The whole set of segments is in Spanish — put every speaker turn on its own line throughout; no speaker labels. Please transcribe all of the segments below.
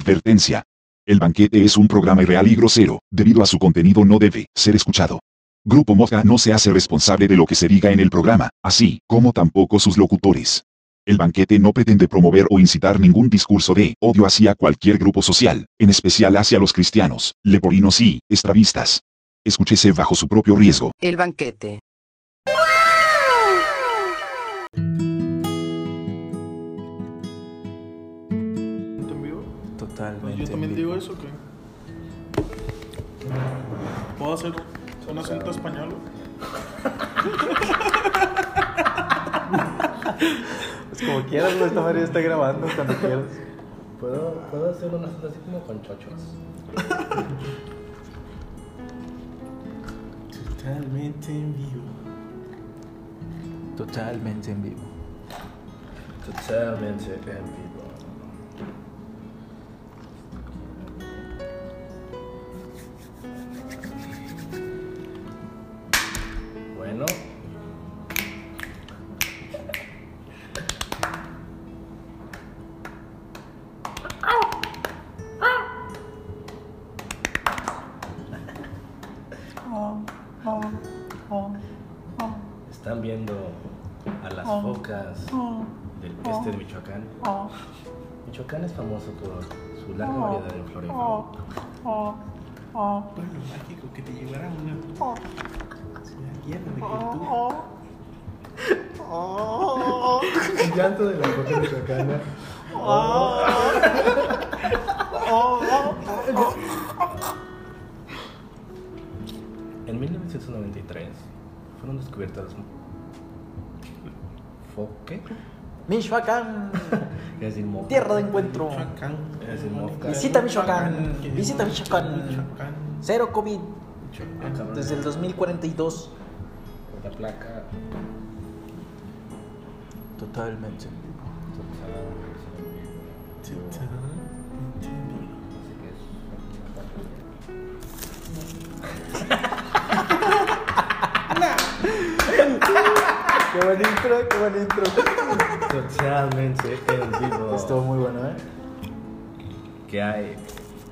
Advertencia. El banquete es un programa irreal y grosero, debido a su contenido no debe ser escuchado. Grupo Mosca no se hace responsable de lo que se diga en el programa, así como tampoco sus locutores. El banquete no pretende promover o incitar ningún discurso de odio hacia cualquier grupo social, en especial hacia los cristianos, leporinos y estravistas. Escúchese bajo su propio riesgo.
El banquete.
en vivo?
Totalmente.
Pues Yo también digo eso, que ¿Puedo hacer un acento español?
Pues como quieras, güey, esta madre ya está grabando cuando quieras.
¿Puedo, puedo hacer una cosa así como con chochos?
Totalmente en vivo.
Totalmente en vivo.
Totalmente en vivo. Bueno, están viendo a las focas del este de Michoacán. Michoacán es famoso por su larga variedad de flores.
Oh.
Pueblo mágico que te llevará a una ciudad llena de cultura.
El llanto de la foca michoacana. En 1993 fueron descubiertas foque,
Michoacán,
es decir, mocos.
tierra de encuentro.
Michoacán.
Es el Mosca.
Visita Michoacán,
que-
visita Michoacán.
Michoacán.
Cero COVID
Ah,
Michoacán.
cabrón.
desde el 2042.
la placa.
Totalmente en vivo.
Totalmente en vivo.
Qué buen intro, qué buen intro.
Totalmente en vivo.
Estuvo muy bueno, ¿eh?
¿Qué hay?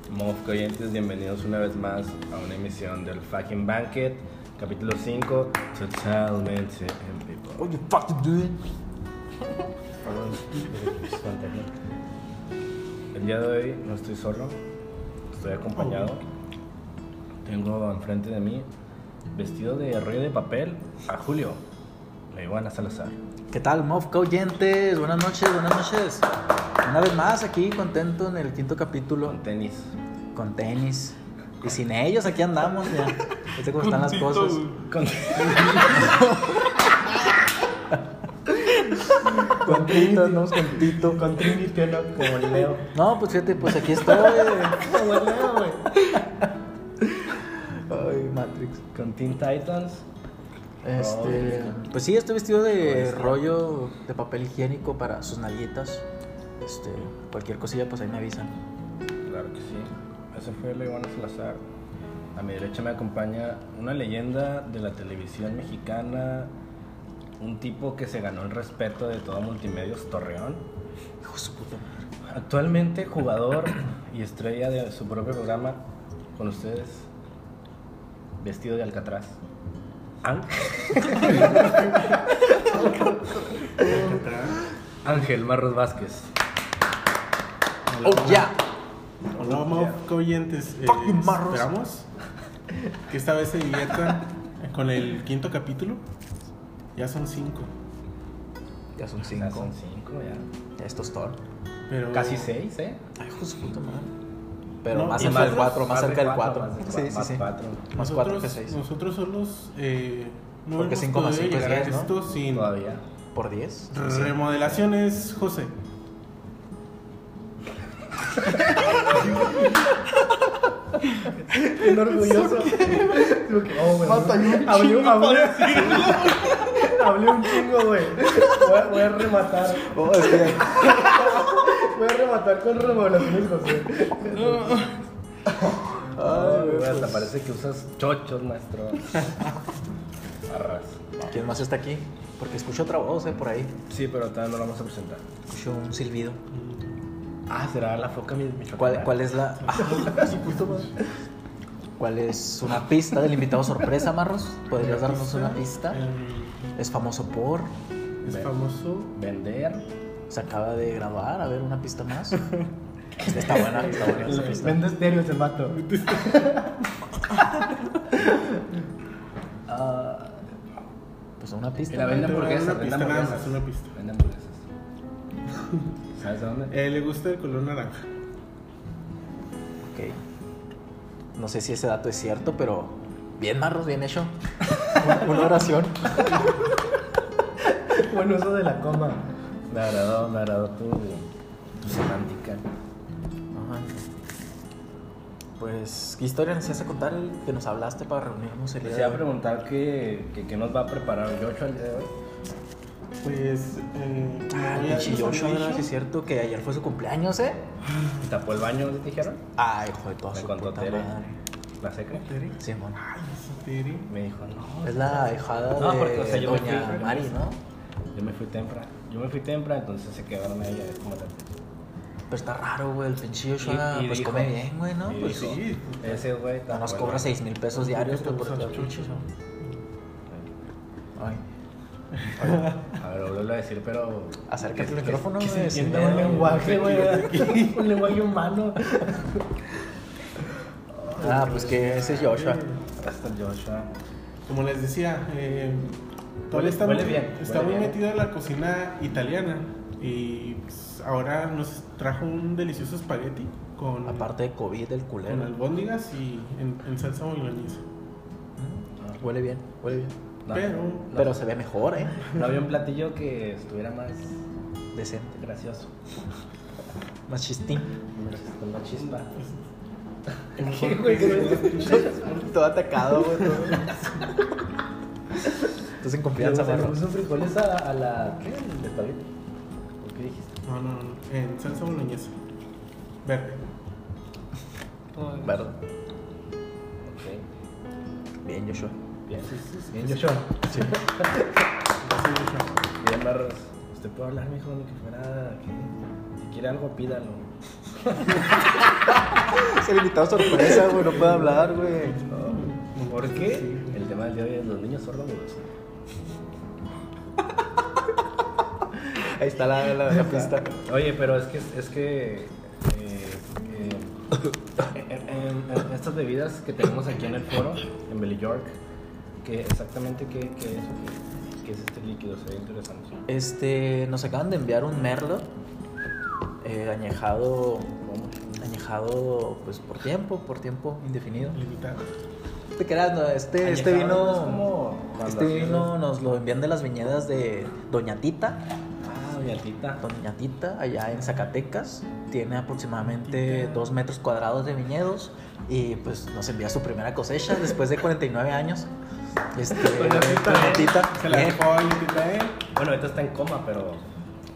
Mosca oyentes, bienvenidos una vez más a una emisión del fucking banquet, capítulo 5, totalmente en vivo.
Oye, fuck you, dude.
Perdón, El día de hoy no estoy solo, estoy acompañado. Tengo enfrente de mí, vestido de rey de papel, a Julio, la Ivana Salazar.
¿Qué tal, Mofco oyentes? Buenas noches, buenas noches. Una vez más aquí, contento en el quinto capítulo.
Con tenis.
con tenis. Y sin ellos aquí andamos, ya. Este cómo están las
Puntito,
cosas.
güey.
Con-
Con Tito, andamos con Tito.
Con tenis, no, como Leo.
No, pues fíjate, pues aquí estoy.
Como Leo, güey.
Ay, Matrix.
Con Teen Titans.
Este,
Ay.
pues sí, estoy vestido de
Ay,
rollo de papel higiénico para sus nalguitas. Este, cualquier cosilla, pues ahí me avisan.
Claro que sí. Ese fue el Iván Salazar. A mi derecha me acompaña una leyenda de la televisión mexicana, un tipo que se ganó el respeto de todo Multimedios Torreón,
Hijo de su puta madre.
actualmente jugador y estrella de su propio programa con ustedes, vestido de Alcatraz. Ang- Ángel Marros Vázquez.
Oh, ya.
Hola, Mofco oyentes. Eh,
Fucking marros.
esperamos que esta vez se diviertan con el quinto capítulo. Ya son cinco.
Ya son
Ya
cinco.
son cinco, ya.
Ya esto es todo.
Pero
Casi seis, ¿eh?
Ay, hijo de su puta madre. Pero
No,
más
y
cerca del
nosotros-
cuatro, más cerca del
cuatro,
cuatro.
más de
Sí,
cua-
sí,
más
sí.
cuatro.
Más
nosotros,
cuatro que seis.
Nosotros solos eh, no
Porque
hemos
cinco más
podido
cinco es
llegar a
diez, ¿no?
esto sin
Todavía.
¿Por 10?
remodelaciones, José.
Bien orgulloso. Digo que, oh, güey. Hablé, hablé- hablé un chingo, güey. Voy, a- voy a rematar.
Oh,
Voy a rematar con remodelaciones, José. Ay, güey, hasta parece que usas chochos, maestro. Arras.
¿Quién más está aquí? Porque escucho otra voz eh, por ahí.
Sí, pero todavía no lo vamos a presentar.
Escucho un silbido.
Ah, será la foca mi- michoacana.
¿Cuál, cuál es la.? ¿Cuál es una pista del invitado sorpresa, Marros? ¿Podrías darnos una pista?
El-
Es famoso por.
es
Ve.
famoso.
Vender.
Se acaba de grabar, a ver, una pista más. Está buena, está buena esa pista.
Vende estéreos el vato.
Ah, pues una pista.
Mira, vende
Te voy a dar
hamburguesas.
una
Vende
pista nada
hamburguesas.
más, una pista.
Vende hamburguesas. ¿Sabes a dónde?
Eh, le gusta el color naranja.
Ok. No sé si ese dato es cierto, pero. Bien, Marros, bien hecho. Una oración.
Buen uso de la coma. Me agradó, me agradó tu, tu semántica.
Ajá. Pues, ¿qué historia nos ibas a contar el que nos hablaste para reunirnos el día
Les
de
iba a
hoy?
preguntar qué, qué, qué nos va a preparar Yocho al día de hoy.
Pues. Eh,
Ah,
como ya
pinche
nos han
Joshua, ¿verdad?
dicho,
Sí es cierto que ayer fue su cumpleaños, ¿eh?
¿Tapó el baño, les dijeron?
Ay, joder, toda
Me
su
contó
puta
Tere.
madre.
La secre.
Tere.
Simón.
Ay, esa Tere.
Me dijo, no.
Es la dejada
No,
de
porque, o sea, yo me fui
Doña
primero.
Mari, ¿no?
Yo me fui temprano. Yo me fui temprano, entonces se quedaron ahí a ver cómo tal.
Pero Pues está raro, güey, el pinche Joshua,
Y- y
pues
dijo-
come bien, güey, ¿no?
y
Pues
dijo,
sí.
Ese güey.
No nos cobra 6 mil pesos diarios, güey, por todo el pinche show. Ay,
A ver, volverlo a decir, pero.
acércate al micrófono, güey.
Que se
si
entienda
me-
un lenguaje, güey. Un lenguaje humano.
Ah, pues que ese es Joshua.
Hasta Joshua.
Como les decía, eh,
Huele-
todavía está,
huele bien,
está
huele
muy
bien.
metido en la cocina italiana. Y pues, ahora nos trajo un delicioso espagueti con,
Aparte de COVID, el
con
culero.
albóndigas y en, en salsa boloñesa.
Huele bien, huele bien.
No,
Pero-
no-
Pero se ve mejor, ¿eh?
No había un platillo que estuviera más
Decente.
gracioso.
Más chistín.
Con la chispa.
Mejor
güey?
que-
todo atacado, güey. todo. Estás en confianza,
Le
Marro.
puso frijoles a, a la. ¿Qué? ¿El espagueti? ¿O qué dijiste?
No, no, no, en salsa boloñesa. Verde.
Verde.
Ok.
Bien, Joshua.
Bien. Bien, Joshua.
Así de hecho.
Bien, Barros. Usted puede hablar, mijo, ni que fuera. que- Si quiere algo, pídalo.
Es el invitado sorpresa, güey. No puede hablar, güey.
No. ¿Por qué? El tema del día de hoy es los niños sordomudos.
Ahí está la, la, la pista.
Oye, pero es que es que eh, eh, en- en- en estas bebidas que tenemos aquí en el foro, en Belly York, que exactamente qué, qué es, qué, qué es este líquido, sería interesante.
Este, nos acaban de enviar un merlot eh, añejado, añejado, pues por tiempo, por tiempo indefinido.
Limitado.
No Te creas, no, este, este
Añejado no es
vino,
como
este
mandaciones.
vino nos lo envían de las viñedas de Doña Tita.
Ah, doña Tita.
Doña Tita, allá en Zacatecas, tiene aproximadamente 2 metros cuadrados de viñedos y pues nos envía su primera cosecha después de 49 años. Este,
Doña Tita,
Doña
eh,
Tita,
Se la
bien.
dejó a Limitado él.
Bueno, ahorita está en coma, pero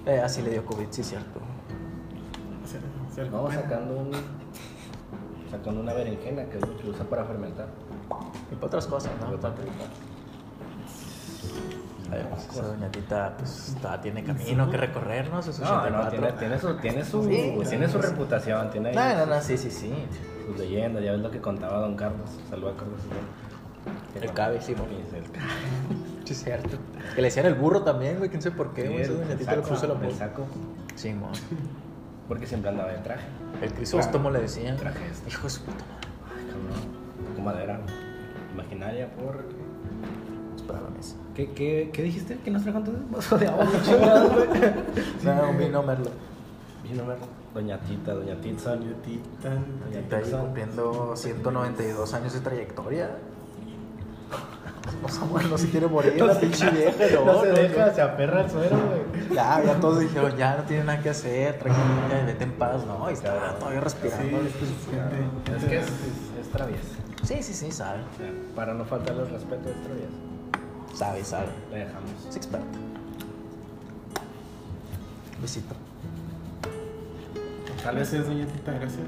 Eh, así le dio COVID, sí, cierto.
Se, se la-
vamos sacando un sacando una berenjena que es lo que usa para fermentar.
Y para otras cosas, ¿no?
Pero para
Aparte.
fermentar.
A ver, pues, esa doña Tita, pues, está- tiene camino que recorrer, ¿no? Sus
No, no,
84.
tiene, tiene su, tiene su,
Sí,
tiene su
sí.
reputación, tiene ahí
No, no, no, sí, sí, sí.
sus leyendas, ya ves lo que contaba don Carlos. Saluda a Carlos.
El cabe, sí, bueno.
Es el cabe.
Sí, cierto. Que le decían el burro también, güey, quién sabe por qué, güey. Esa doña
el
Tita le puso el
saco,
amor.
el saco,
Sí, mo.
porque siempre andaba de traje.
El Crisóstomo le decían.
Traje este.
Hijo de su puta madre.
Ay, cabrón, Tocó madera imaginaria por...
pues, Es para la mesa.
¿Qué, qué, qué dijiste? ¿Que nos trajo entonces? Vaso de agua, chingados, güey.
No, mi no, Merlo.
Y no me- Doña Tita, Doña Tita.
Doña Tita.
Doña
Está ahí
Tita.
cumpliendo 192 años de trayectoria. No, Samuel, no se quiere morir, la pinche vieja, no.
No se
no, no.
deja, se aferra al suelo, güey.
Ya, ya todos dijeron, ya no tiene nada que hacer, tranquila, vete en paz, ¿no? Y está todavía
Sí,
respirando.
gente-
Es que es, es, es traviesa.
Sí, sí, sí, sabe,
O sea, Para no faltarle el respeto, es traviesa.
sabe, sabe.
La dejamos.
Es experto. Besito.
Tal vez
Gracias, doña Tita, gracias.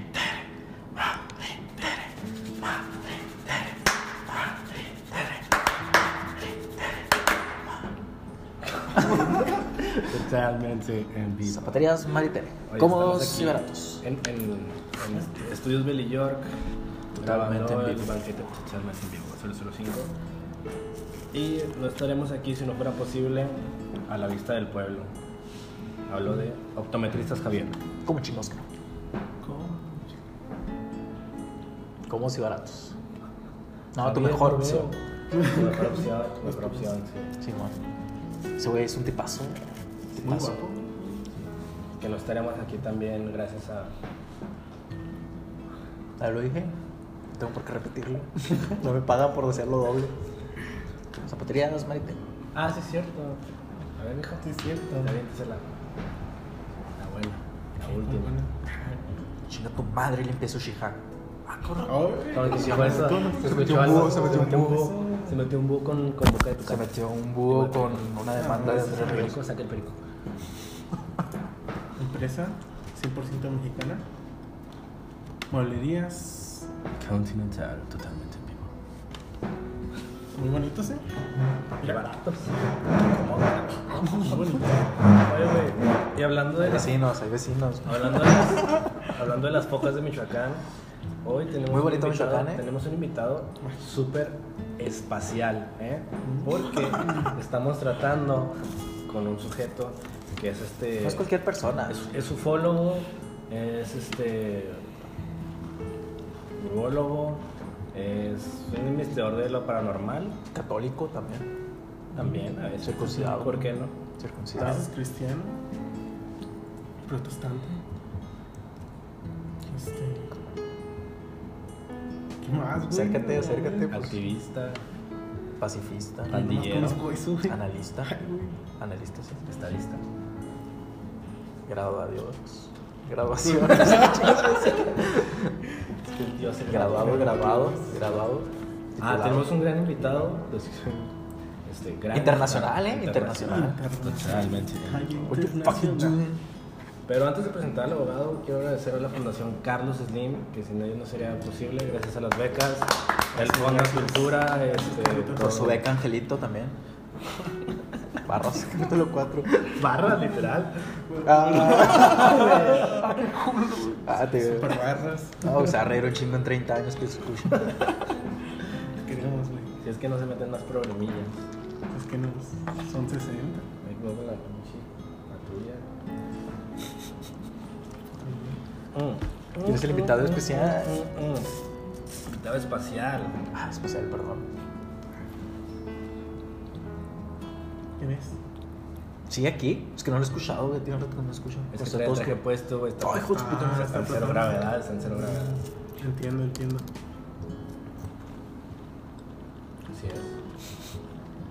Totalmente en vivo.
Zapaterías Maritere,
Oye,
cómodos
estamos
y
aquí
baratos.
En, en- en Estudios Bell York.
Totalmente
grabando
en
El
vivo.
banquete totalmente en vivo, 005. Y no estaremos aquí si no fuera posible a la vista del pueblo. Hablo de optometristas Javier.
Como chingos que no.
¿Cómo?
Cómodos y baratos. No, tu
Javier,
mejor
lo veo.
opción.
Tu mejor opción, tu mejor opción, sí.
Simón. Ese güey es un tipazo.
Muy
Tipazo.
guapo.
Que no estaremos aquí también gracias a
Ya Ah, lo dije. No tengo por qué repetirlo. no me pagan por decirlo doble. Zapaterías Maritere.
Ah, sí es cierto. A ver, hijo.
Sí, es cierto.
Aviéntasela. La buena. La última.
Chinga tu madre, limpia su shija. Ah, cabrón.
No,
Ay,
¿qué fue eso?
Se metió un búho, se metió un búho.
búho. Se metió un búho con, con boca de tu
Se metió un búho con una demanda de Andrés Ríos.
perico, saca Ah, el perico.
Empresa 100% mexicana. Mueblerías.
Continental, totalmente en vivo.
Muy bonitos, ¿eh?
Y baratos.
Muy bonitos.
Oye, güey. Y hablando de
Hay
las,
vecinos, hay vecinos.
hablando de las, hablando de las focas de Michoacán, hoy tenemos
Muy
un
bonito
invitado-
Michoacán, ¿eh?
Tenemos un invitado súper espacial, ¿eh? Porque estamos tratando con un sujeto que es este...
No es cualquier persona.
Es, es ufólogo, es este. urologo, es un investigador de lo paranormal
Católico también.
también, a veces.
Circuncidado.
¿Por qué no? Pues,
A
Circuncidado.
veces cristiano. Protestante. Este. ¿Qué más, güey?
Acércate, acércate. pues.
Activista,
Pacifista.
Ay, no más
Pandillero.
conozco eso, güey.
Analista.
Ay, güey.
Analista, sí.
estadista.
Graduados. Graduaciones.
Dios, el-
graduado, graduado, graduado.
Ah,
titulado.
tenemos un gran invitado. los- Este, gran
Internacional, ¿eh?
Internacional.
Totalmente.
Ay,
What the fuck you
internacional.
doing?
Pero antes de presentar al abogado, quiero agradecer a la Fundación Carlos Slim, que sin ellos no sería posible, gracias a las becas, el Fondo Cultura, este,
Por su beca, Angelito también. Barros, capítulo 4.
barra literal.
Ah, ah, te
Super barras.
No, o sea, reír un chingo en 30 años que se escucha.
Queremos, güey.
Si es que no se meten más problemillas.
Es que no. Son 60.
Me equivoco con la pinche, la tuya. Mm.
¿Quién es el invitado especial?
Mm, mm, mm. Invitado espacial.
Ah, especial, perdón.
¿Quién es?
¿Sigue aquí? Es que no lo he escuchado, güey. Tiene un rato que no lo escucho.
Es
O
que
sea,
trae el
todos
traje
que-
puesto, güey, está-
Pues Ay, hijo de su puta
está en cero gravedad, está en cero gravedad.
Entiendo, entiendo.
Así es.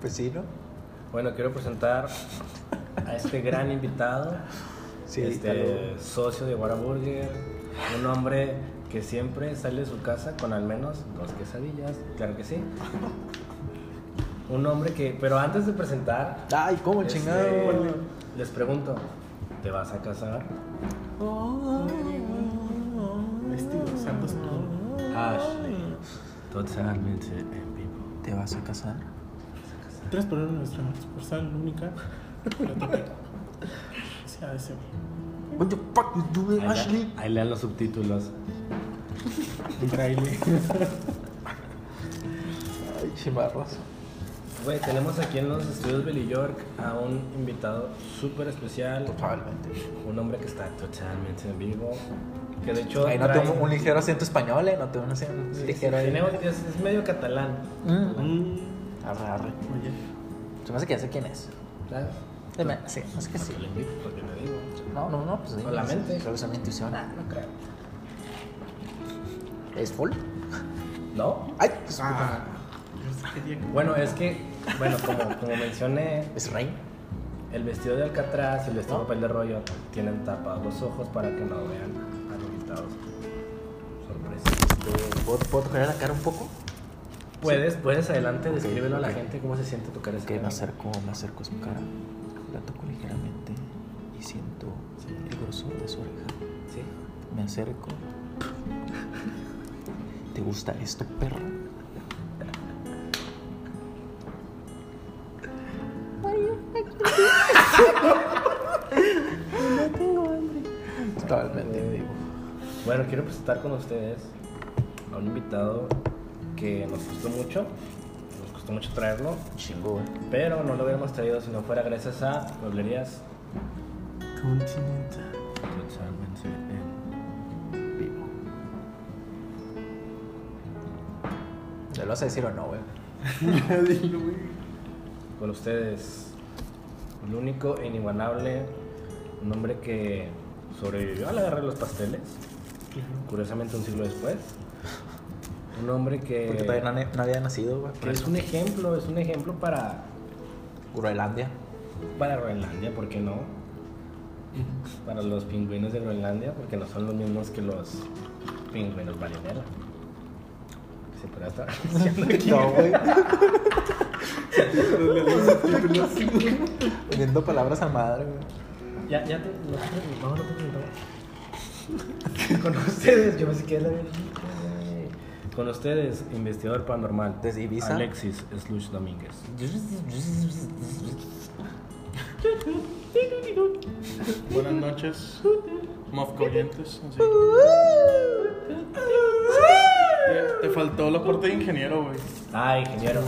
Pues sí, ¿no?
Bueno, quiero presentar a este gran invitado,
Sí,
este socio de Whataburger, un hombre que siempre sale de su casa con al menos dos quesadillas, claro que sí. Un hombre que, pero antes de presentar,
Ay, cómo
este,
Oh, chingado.
les pregunto, ¿te vas a casar?
Vestido, pues, santos tú.
Ashley, totalmente en vivo.
¿Te vas a casar?
Tres por uno nuestra sucursal única. Tlatopeca. Sí, ha de ser.
What the fuck you doing,
Ahí,
Ashley?
le- ahí lean los subtítulos.
Un braille.
Ay, chimarros.
Güey, tenemos aquí en los estudios Billy York a un invitado súper especial.
Totalmente.
Un hombre que está totalmente en vivo. Que de hecho.
Ahí no
trae-
tengo un ligero acento español, ¿eh? No tengo un acento
Sí, sí,
ligero ahí.
tiene un- es, es medio catalán.
Mm.
Mm,
Arre, arre.
Oye.
Se me hace que ya sé quién es.
¿Sabes?
Se me- Sí, no sé que sí.
Te lo invito porque te digo.
No, no, no, pues dime.
Con la mente.
Solo es una intuición.
Ah, no creo.
¿Es full?
¿No?
Ay, pues,
Ah. Yo quería que.
Bueno, es que. Bueno, como, como mencioné,
es rey.
el vestido de Alcatraz y el vestido
¿No?
de papel de rollo tienen tapados los ojos para que no vean a los invitados. Sorpresa.
¿Puedo, ¿Puedo tocar la cara un poco?
Puedes, puedes adelante, descríbelo a
ok.
la gente cómo se siente tocar ese
Que me
piano.
acerco, me acerco a su cara, la toco ligeramente y siento el grosor de su oreja.
Sí.
Me acerco. ¿Te gusta esto, perro? Totalmente vivo.
Bueno, quiero presentar con ustedes a un invitado que nos costó mucho, nos costó mucho traerlo,
Chingón.
pero no lo hubiéramos traído si no fuera gracias a Mueblerías
Continental.
Totalmente en vivo.
¿Ya lo vas a decir o no, güey?
Dilo, güey.
Con ustedes, el único e inigualable, un hombre que sobrevivió a la guerra de los pasteles, curiosamente un siglo después. Un hombre que,
Eh,
Porque todavía no, na- no había nacido, güey.
que es un ejemplo, es un ejemplo para
Groenlandia.
Para Groenlandia, ¿por qué no? Para los pingüinos de Groenlandia, porque no son los mismos que los pingüinos balinera. Se podrá estar diciendo aquí.
No, güey.
Pero le damos subtítulos.
Poniendo palabras a madre, güey.
Ya, ya te. No, te- no, no te preguntaba. Con ustedes, yo pensé que era la virgen. Con ustedes, investigador paranormal.
Desde Ibiza.
Alexis Slush Domínguez.
Buenas noches, Mofco oyentes. así. Te, te faltó la parte de ingeniero, güey.
Ah, ingeniero.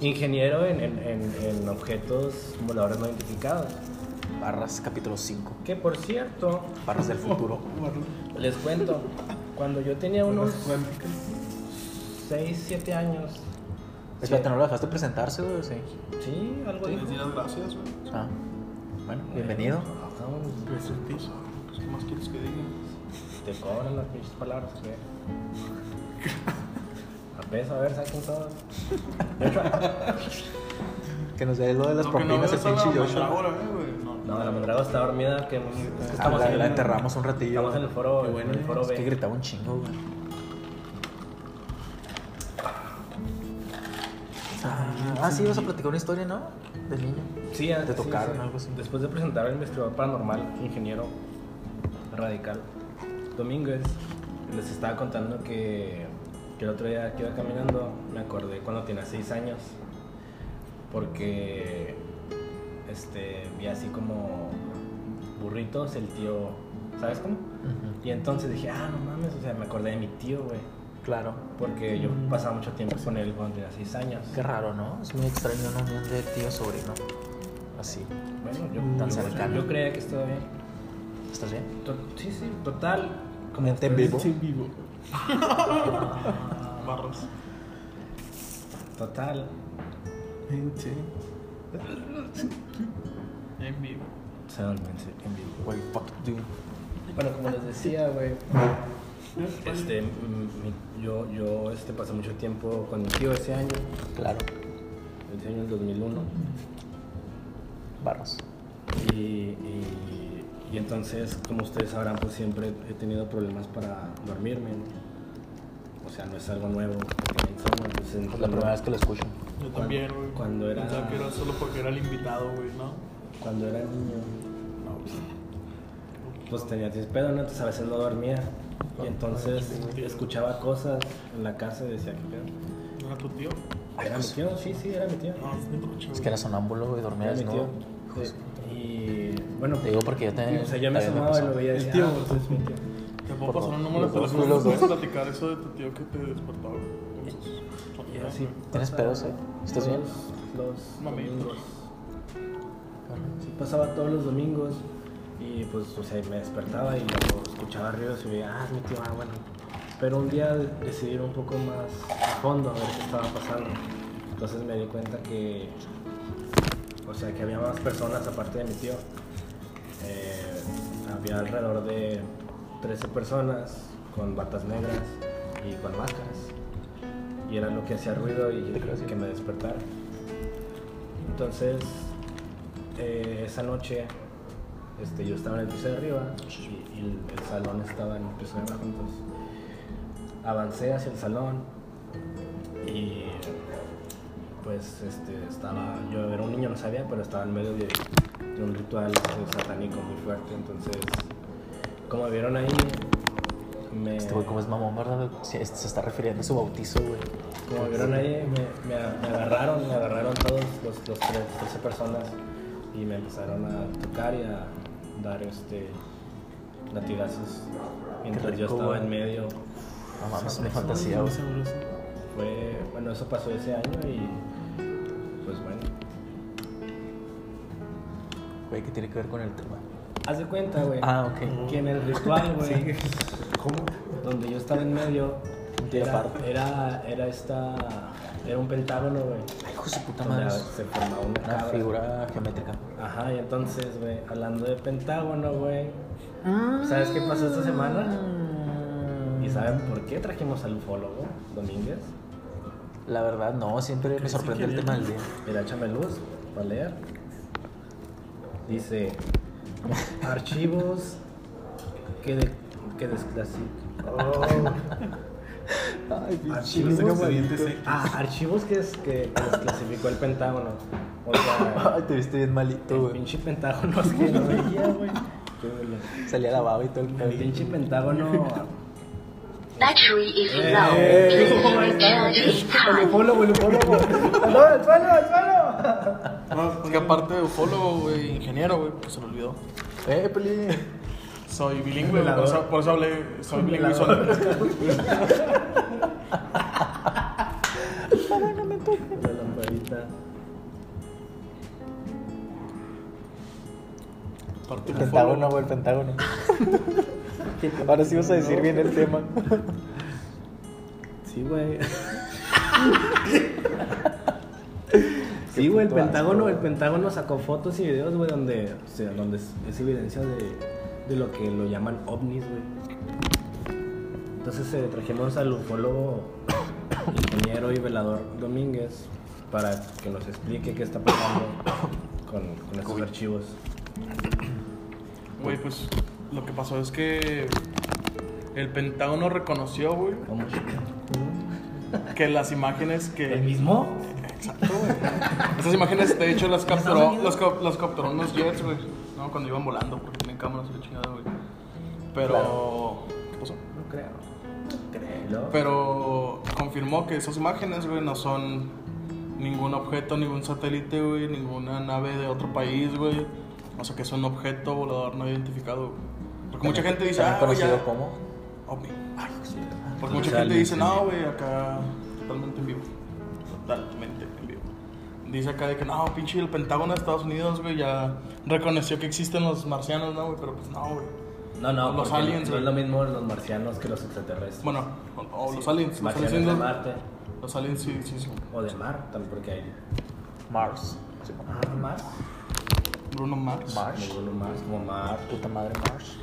Ingeniero en, en, en, en objetos voladores no identificados.
Barras capítulo 5.
Que por cierto,
Barras del futuro.
Les cuento, cuando yo tenía unos
Unos cuánticas.
6, 7 años.
Espérate, ¿no lo dejaste presentarse, güey? Sí.
Sí, algo así.
Les di las gracias, güey.
Ah. Bueno,
Eh,
bienvenido.
Me sentí. Pues, ¿Qué más quieres que diga?
Te cobran las pinches palabras, güey. A peso, a ver, saquen todas.
Que nos dé lo de las
Lo que no veo
propinas el
es a la
pinche Joshua.
mandrágora, eh, güey. No,
No, la mandragora está dormida, que hemos- es que
Ah,
estamos,
la,
en,
la enterramos un ratillo.
estamos en el foro,
Qué bueno,
en el foro
Es que
B.
gritaba un chingo, güey. Ah, ah, sí, vas a platicar una historia, ¿no? De niño.
Sí, ah,
Te
sí,
tocaron,
sí.
algo así.
Después de presentar al investigador paranormal, ingeniero radical, Domínguez, les estaba contando que, que el otro día que iba caminando me acordé cuando tenía 6 años, porque este, vi así como burritos, el tío, ¿sabes cómo? Y entonces dije, ah, no mames, o sea, me acordé de mi tío, güey,
Claro.
porque yo
Mm.
pasaba mucho tiempo con él cuando tenía 6 años.
Qué raro, ¿no? Es muy extraño una unión de tío-sobrino. Así.
Bueno, yo,
Tan
yo-
Mm, cercano.
yo creía que estaba bien.
¿Estás bien?
To- Sí, sí, total. Como
Mente en
ustedes-
vivo.
Sí, vivo. Barras.
Total.
Gente. En vivo.
Totalmente en vivo.
Güey, fuck you.
Bueno, como les decía, güey. Este, mm, mi- yo, yo este, pasé mucho tiempo con mi tío ese año,
Claro.
ese año del 2001.
Barras.
Y, y- y entonces, como ustedes sabrán, pues siempre he tenido problemas para dormirme. O sea, no es algo nuevo. porque insomnio, entonces,
Es la primera vez que lo escucho.
Yo también, güey.
Cuando era-
Pensaba que era solo porque era el invitado, güey, ¿no?
Cuando era niño, pues tenía tres pedos, ¿no? Entonces a veces no dormía. Y entonces escuchaba cosas en la casa y decía, ¿qué pedo?
¿No era tu tío?
¿Era mi tío? Sí, sí, era mi tío.
No, es mi trucho,
Es que era
güey.
sonámbulo y dormía
Era mi tío.
desnudo.
Y bueno,
Te digo porque yo te-
O sea, yo
también
me
me
asomaba y
pasó.
lo veía. y decía,
El tío,
"Ah, pues, es mi tío.
Te puedo pasar un número de
los dos,
teléfono
los
para
dos.
platicar eso de tu tío que te despertó, güey. Entonces,
Y
platicar,
así
güey.
¿Tienes
pasaba
pedos, eh? ¿Estás bien?
todos Los
Mami.
domingos. Sí, pasaba todos los domingos. Y pues, o sea, me despertaba y luego escuchaba ruidos y veía, ah, es mi tío, ah, bueno. Pero un día de- decidí ir un poco más a fondo a ver qué estaba pasando. Entonces me di cuenta que, o sea, que había más personas aparte de mi tío. Eh, había alrededor de 13 personas con batas negras y con máscaras. Y era lo que hacía ruido y
Te creo, sí.
que me despertara. Entonces, eh, esa noche este, yo estaba en el piso de arriba y, y el, el salón estaba en el piso de abajo. Entonces avancé hacia el salón y pues este, estaba, yo era un niño, no sabía, pero estaba en medio de, de un ritual este, satánico muy fuerte, entonces, como vieron ahí, me,
Este güey, como es mamón, ¿verdad? Se, se está refiriendo a su bautizo, güey.
como vieron ahí, me, me a- me agarraron, me agarraron todos los, los tres, 13 personas y me empezaron a tocar y a dar este, latigazos. Mientras yo
rico,
estaba
güey.
en medio,
No mames, mi fantasía, güey.
Sabroso.
fue, bueno, eso pasó ese año y pues bueno.
Güey, ¿qué tiene que ver con el tema?
Haz de cuenta, güey.
Ah, ok.
que en el ritual, güey,
¿Cómo?
donde yo estaba en medio,
Tira
era,
aparte.
era, era esta, era un pentágono, güey,
Ay, hijo de su puta
donde
Ah, madre. Ah,
se formaba una
Una
cabra.
figura geométrica.
Ajá, y entonces, güey, hablando de pentágono, güey, ¿sabes qué pasó esta semana? ¿Y saben por qué trajimos al ufólogo, Domínguez?
La verdad, no, siempre me
Crecí
sorprende el
que
tema
bien.
del día.
Mira, échame luz para leer. Dice, archivos que, de, que desclasifican.
Archivos de expedientes X.
Ah, archivos que, es, que, que desclasificó el Pentágono. O sea,
Ay, te viste bien malito,
el
güey.
pinche Pentágono es que lo veía, güey. Qué bueno.
Salía la baba y todo el
El
pedo.
pinche Pentágono.
Battery is
¡Eh!
low.
¡Eh!
Please charge in
¡El
time.
ufólogo, el ufólogo! ¡El suelo, el suelo!
No,
Es que aparte de ufólogo, güey, ingeniero, güey, pues se lo olvidó.
¡Eh, peli!
Soy bilingüe, por eso, por eso hablé, soy bilingüe solo.
La lamparita.
Aparte
El
de ufólogo.
pentágono, güey, el pentágono. Ahora sí vas a decir bien el tema.
Sí, güey. Sí, güey, el
puto asco,
Pentágono, el
güey.
Pentágono sacó fotos y videos, güey, donde, o sea, donde es, es evidencia de, de lo que lo llaman ovnis, güey. Entonces eh, trajimos al ufólogo, ingeniero y velador Domínguez para que nos explique qué está pasando con, con estos archivos.
Güey, pues lo que pasó es que el Pentágono reconoció, güey,
¿Cómo?
que las imágenes
¿El
que.
mismo?
Exacto, güey. Esas imágenes, de hecho, las capturó, las, cap- las capturó unos jets, güey. No, cuando iban volando, porque tienen cámaras y la chingada, güey. Pero. ¿Qué pasó?
No creo. No creo.
Pero confirmó que esas imágenes, güey, no son ningún objeto, ningún satélite, güey, ninguna nave de otro país, güey. O sea, que es un objeto volador no identificado. güey. Porque mucha gente dice, ah,
También conocido
güey, ya-
como.
ovni".
Sí.
Porque mucha
Sale,
gente dice,
sí.
no, güey, acá totalmente en vivo. Totalmente en vivo. Dice acá de que, no, pinche, el Pentágono de Estados Unidos, güey, ya reconoció que existen los marcianos, ¿no, güey? Pero pues no, güey.
No, no,
Los
los
aliens,
aliens. No es
güey.
lo mismo los marcianos que los extraterrestres.
Bueno, o, o
Sí,
los aliens. Los aliens,
marcianos de Marte
los aliens sí, sí, sí.
o de mar, también porque hay.
Mars.
Ah, Mars.
Bruno Mars.
Mars.
Ninguno Mars, como Mars,
Puta madre, Mars.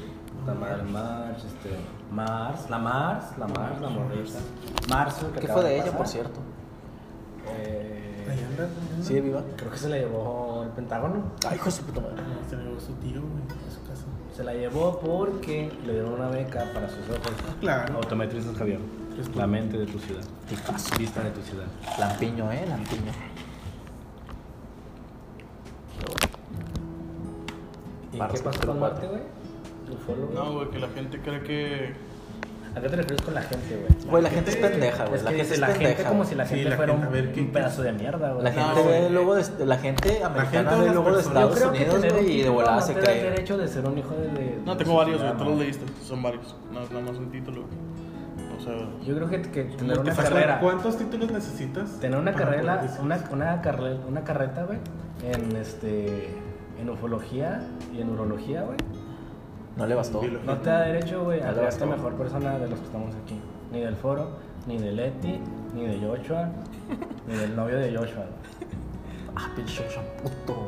la madre Mars, este. Mars, la Mars, la Mars, la morrita. Marzo, que
¿Qué
acaba
fue de ella,
pasar.
por cierto?
Ahí
Eh,
anda, ¿no?
¿Sigue viva?
creo que se la llevó el Pentágono.
Ay, hijo de su puta madre.
No, se negó su tío, güey, a su casa.
Se la llevó porque le dieron una beca para sus ojos.
Claro.
Autometristas Javier. La mente de tu ciudad. Vista de tu ciudad.
Lampiño, eh, lampiño.
¿Y
Mars,
qué pasó con
capítulo
Marte,
cuatro.
güey? Ufólogo.
No, güey, que la gente cree que.
¿A qué te refieres con la gente, güey?
Güey, la gente es pendeja, güey.
Es
Pues La
que
gente
dice
es
la gente
pendeja.
como
güey.
si la
Sí,
gente
la
fuera
gente, a ver,
un,
¿qué-
un pedazo de mierda, güey.
La
No,
gente ve
güey.
el logo de la gente
gente
americana
o
ve el
las
logo de
personas.
Estados Unidos
tener
güey,
un
y de
título
volada
no
se
te da
cree.
derecho de ser un hijo de... de-
No,
de
tengo
su
varios,
ciudad,
güey, tú
¿no?
los leíste. Son varios. No es nada más un título, güey. O sea.
Yo creo que, que tener
Porque
una
saca-
carrera...
¿Cuántos títulos necesitas?
Tener una
para
carrera,
poder decir
una,
eso?
una, carre- una carreta, güey, en este... En ufología y en urología, güey.
No le bastó.
Biología.
No te da derecho, güey,
No
a
le
ser
bastó.
mejor persona de los que estamos aquí. Ni del foro, ni del Leti, ni de Joshua, ni del novio de Joshua. güey.
Ah, pinche Joshua, puto.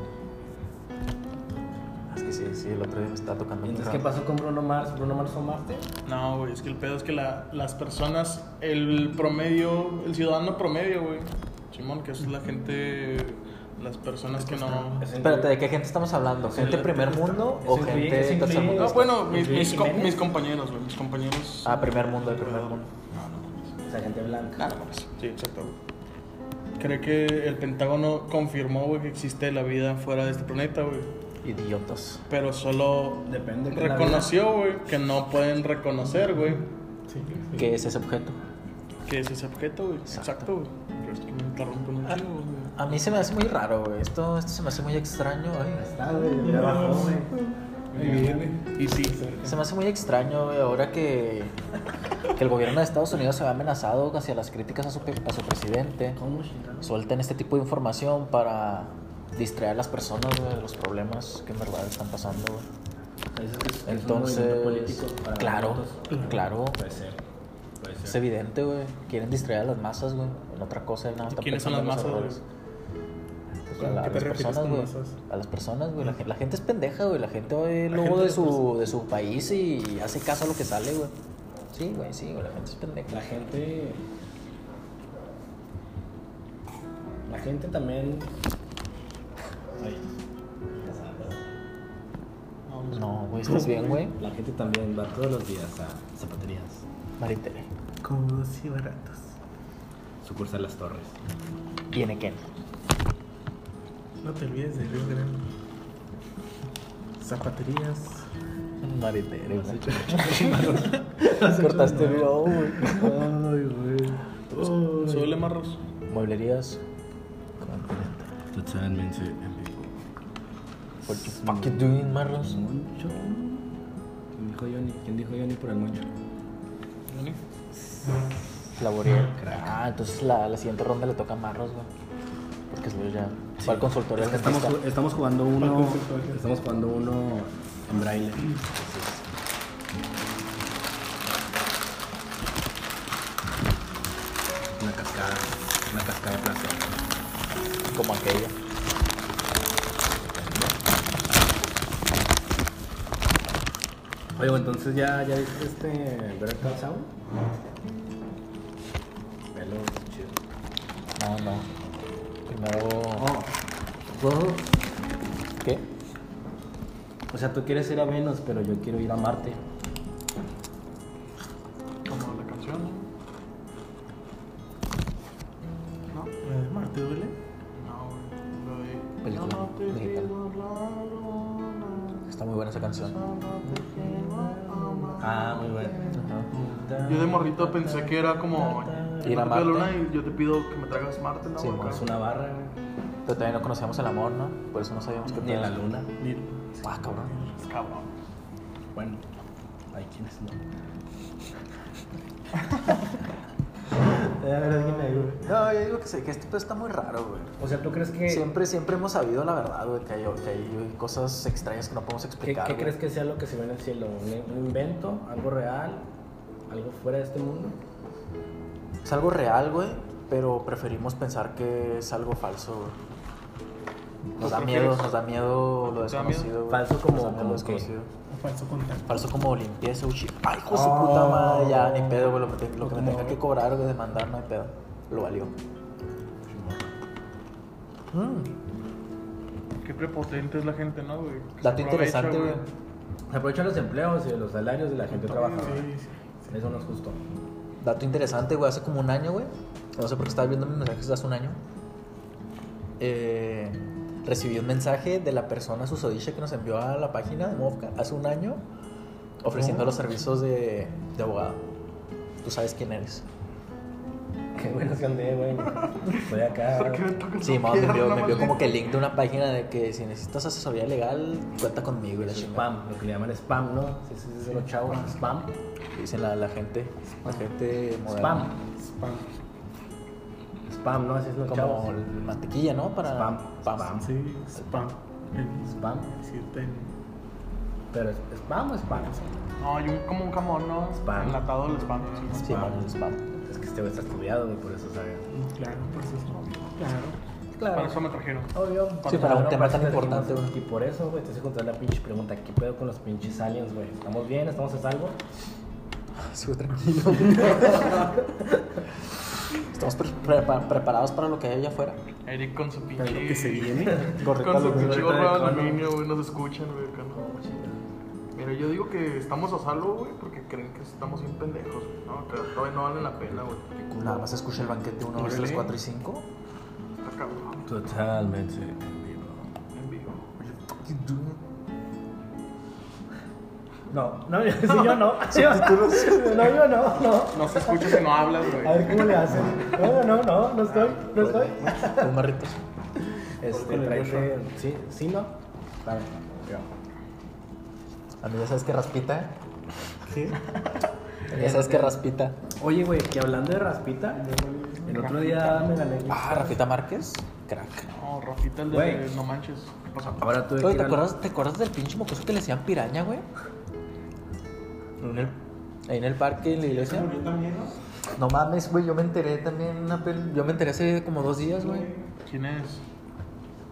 Es que sí, sí, el otro día me estaba tocando. muy
Y Entonces,
raro.
¿qué pasó con Bruno Mars? ¿Bruno Mars o Marte?
No, güey, es que el pedo es que la- las personas, el promedio, el ciudadano promedio, güey. Simón, que es la gente. Las personas que no.
Es
Espérate, ¿de qué gente estamos hablando? ¿Gente
Sí,
primer mundo
eso
o
incluye-
gente
eso
tercer
incluye-
No,
mundo?
bueno, mis, mis com-
Jiménez.
mis compañeros, güey. Mis compañeros.
Ah, primer mundo, el primer mundo.
No, no,
O sea, gente blanca.
nada más. Sí, exacto, güey. cree que el Pentágono confirmó, güey, que existe la vida fuera de este planeta, güey.
Idiotas.
Pero solo
Depende de la
reconoció, güey, que no pueden reconocer, güey,
Sí, sí.
¿Qué es ese objeto?
que es ese objeto, güey. Exacto, güey. Pero es que me interrumpen un chingo, güey.
A mí se me hace muy raro, güey. Esto, esto se me hace muy extraño, güey.
Está, güey, ya bajó, güey.
Ahí viene.
Y sí,
Se me hace muy extraño, güey, ahora que, que el gobierno de Estados Unidos se ve amenazado hacia las críticas a su, pe- a su presidente.
¿Cómo chingados?
Suelten este tipo de información para distraer a las personas güey, de los problemas que en verdad están pasando, güey.
Parece que es- que es un
Entonces,
movimiento político para
claro,
votos.
claro,
Puede ser. Puede
es
ser.
evidente, güey. Quieren distraer a las masas, güey, en otra cosa, nada. están
quiénes son
pensando
las
en los
masas,
errores. Pues
¿A
a, la-
qué
a
te
las
refieres
personas,
con
güey.
masas?
A las personas, güey. La, gen- la gente es pendeja, güey. La gente ve el
La
logo
gente
de
es
su, de su país y hace caso a lo que sale, güey. Sí, güey, sí, güey. La gente es pendeja.
La gente. La gente también. Ay.
No, güey, estás bien, güey.
La gente también va todos los días a zapaterías,
Maritere.
Cómodos y baratos.
sucursal Las Torres.
Viene Ken.
No te olvides de Río Grande. Zapaterías.
Maritere, güey. Cortaste el globo, güey.
Ay, güey. Ay.
suele marros.
Mueblerías.
Totalmente en vivo.
What you fucking doing, marros?
Moncho. ¿Quién dijo Johnny? ¿Quién dijo Johnny por el moncho?
¿vale?
Laboriel. Ah, entonces la, la siguiente ronda le toca a marros, güey. Porque luego ya. Va al consultorio
Es
del
que estamos,
dentista.
ju- estamos jugando uno. Estamos jugando uno en braille. Una cascada. Una cascada de placer.
Como aquella.
Oye, güey, entonces ya, ya viste este Better Call Saul? Velo, chido.
No, no. Primero.
Oh,
¿Qué?
o sea, tú quieres ir a Venus, pero yo quiero ir a Marte.
Como la canción, ¿no? ¿No?
Además, ¿te duele?
No, güey. Lo de-
Película
No te
mexicana.
quiero hablar, no,
Está muy buena esa canción.
no te quiero amar.
Ah, muy bueno.
Yo de morrito pensé que era como.
Ir
yo
a
te pido luna
Marte.
y yo te pido que me traigas Marte, ¿no?
Sí,
Acá.
Es una barra, güey.
Pero también no conocíamos el amor, ¿no? Por eso no sabíamos que
Ni en la luna.
Ah, cabrón.
Es cabrón.
Bueno, hay quienes no.
No, yo digo que, sí, que este pedo está muy raro, güey.
O sea, ¿tú crees que.
Siempre, siempre hemos sabido la verdad, güey, que hay, que hay cosas extrañas que no podemos
¿Qué,
explicar.
qué
güey.
crees que sea lo que se ve en el cielo? ¿Un, e-, un invento? ¿Algo real? ¿Algo fuera de este mundo?
Es algo real, güey, pero preferimos pensar que es algo falso, güey. Nos da miedo, nos da miedo lo
¿Te da miedo?
desconocido, güey.
Falso como-
Nos da miedo lo
como que-
desconocido.
Un falso contacto.
Falso como limpieza, güey. Ay, hijo de su
Oh.
puta madre, ya, ni pedo, güey. Lo que, te- lo que me
Como-
tenga que cobrar, güey, demandar, no hay pedo. Lo valió.
Qué prepotente es la gente, ¿no, güey? Que se
Dato
aprovecha,
interesante, güey.
Se aprovechan los empleos y los salarios de la gente trabajadora.
Sí, sí.
Eso no es justo.
Dato interesante, güey, hace como un año, güey. No sé por qué estaba viendo mis mensajes de hace un año. Eh, recibí un mensaje de la persona susodicha que nos envió a la página de Movka hace un año ofreciendo
Oh.
los servicios de, de abogado. Tú sabes quién eres.
Qué buenas que andé, güey. Estoy acá.
¿Por qué me tocas
Sí,
la
mamá me
pierna,
envió, me envió como
maldito?
que el link de una página de que si necesitas asesoría legal, cuenta conmigo y la chingada.
Spam, lo que le llaman spam, ¿no? Sí, sí, sí, los chavos. Spam.
Dicen la, la gente, la gente moderna.
Spam.
Spam.
Spam, ¿no? Así es los
Como
chavos.
el mantequilla, ¿no? Para
Spam,
Pam.
spam.
Sí, spam. El
Spam.
decirte en-
Pero es spam o spam.
No, hay un, como un jamón, ¿no?
Spam.
Enlatado al spam. sí.
Sí, mamá, el spam.
Es que este güey está estudiado, güey, por eso sabe.
Claro, por eso es Claro.
Para eso me trajeron.
Obvio.
Sí, para un tema tan importante, güey.
Y por eso, güey, te hace contar la pinche pregunta. ¿Qué pedo con los pinches aliens, güey? ¿Estamos bien? ¿Estamos a salvo?
Sube tranquilo. Estamos pre- prepa- preparados para lo que hay allá afuera.
Eric con su pinche.
Lo que se viene.
Con su pinche
gorra de
gorra
cono.
de aluminio, güey, nos escuchan, güey, acá, no, chingada. Mira, yo digo que estamos a salvo, güey, porque creen que estamos bien pendejos, güey, ¿no? Que todavía no valen la pena, güey.
Nada más escucha el banquete 1, 2, 3, 4 y 5.
cabrón.
Totalmente en vivo.
En vivo.
No, no, sí, yo no. Yo no. No, yo no, no.
No se escucha si no hablas, güey.
A ver cómo le hacen. No, no, no, no estoy, no estoy.
Los marritos.
Este, tráete. Sí, sí, no. Vale, yo.
A mí ya sabes que raspita. ¿eh? Ya sabes que raspita.
Oye, güey, que hablando de raspita, el otro día me gané.
Ah, Rafita Márquez. Crack.
No, Rafita, el de
Güey.
No Manches. O sea,
Ahora tuve que
Oye,
ir
¿te
al-
acuerdas, ¿te acuerdas del pinche mocoso que le decían piraña, güey? En el- ahí en el parque, en la iglesia. No mames, güey, yo me enteré también. apen- Yo me enteré hace como dos días, güey.
¿quién es?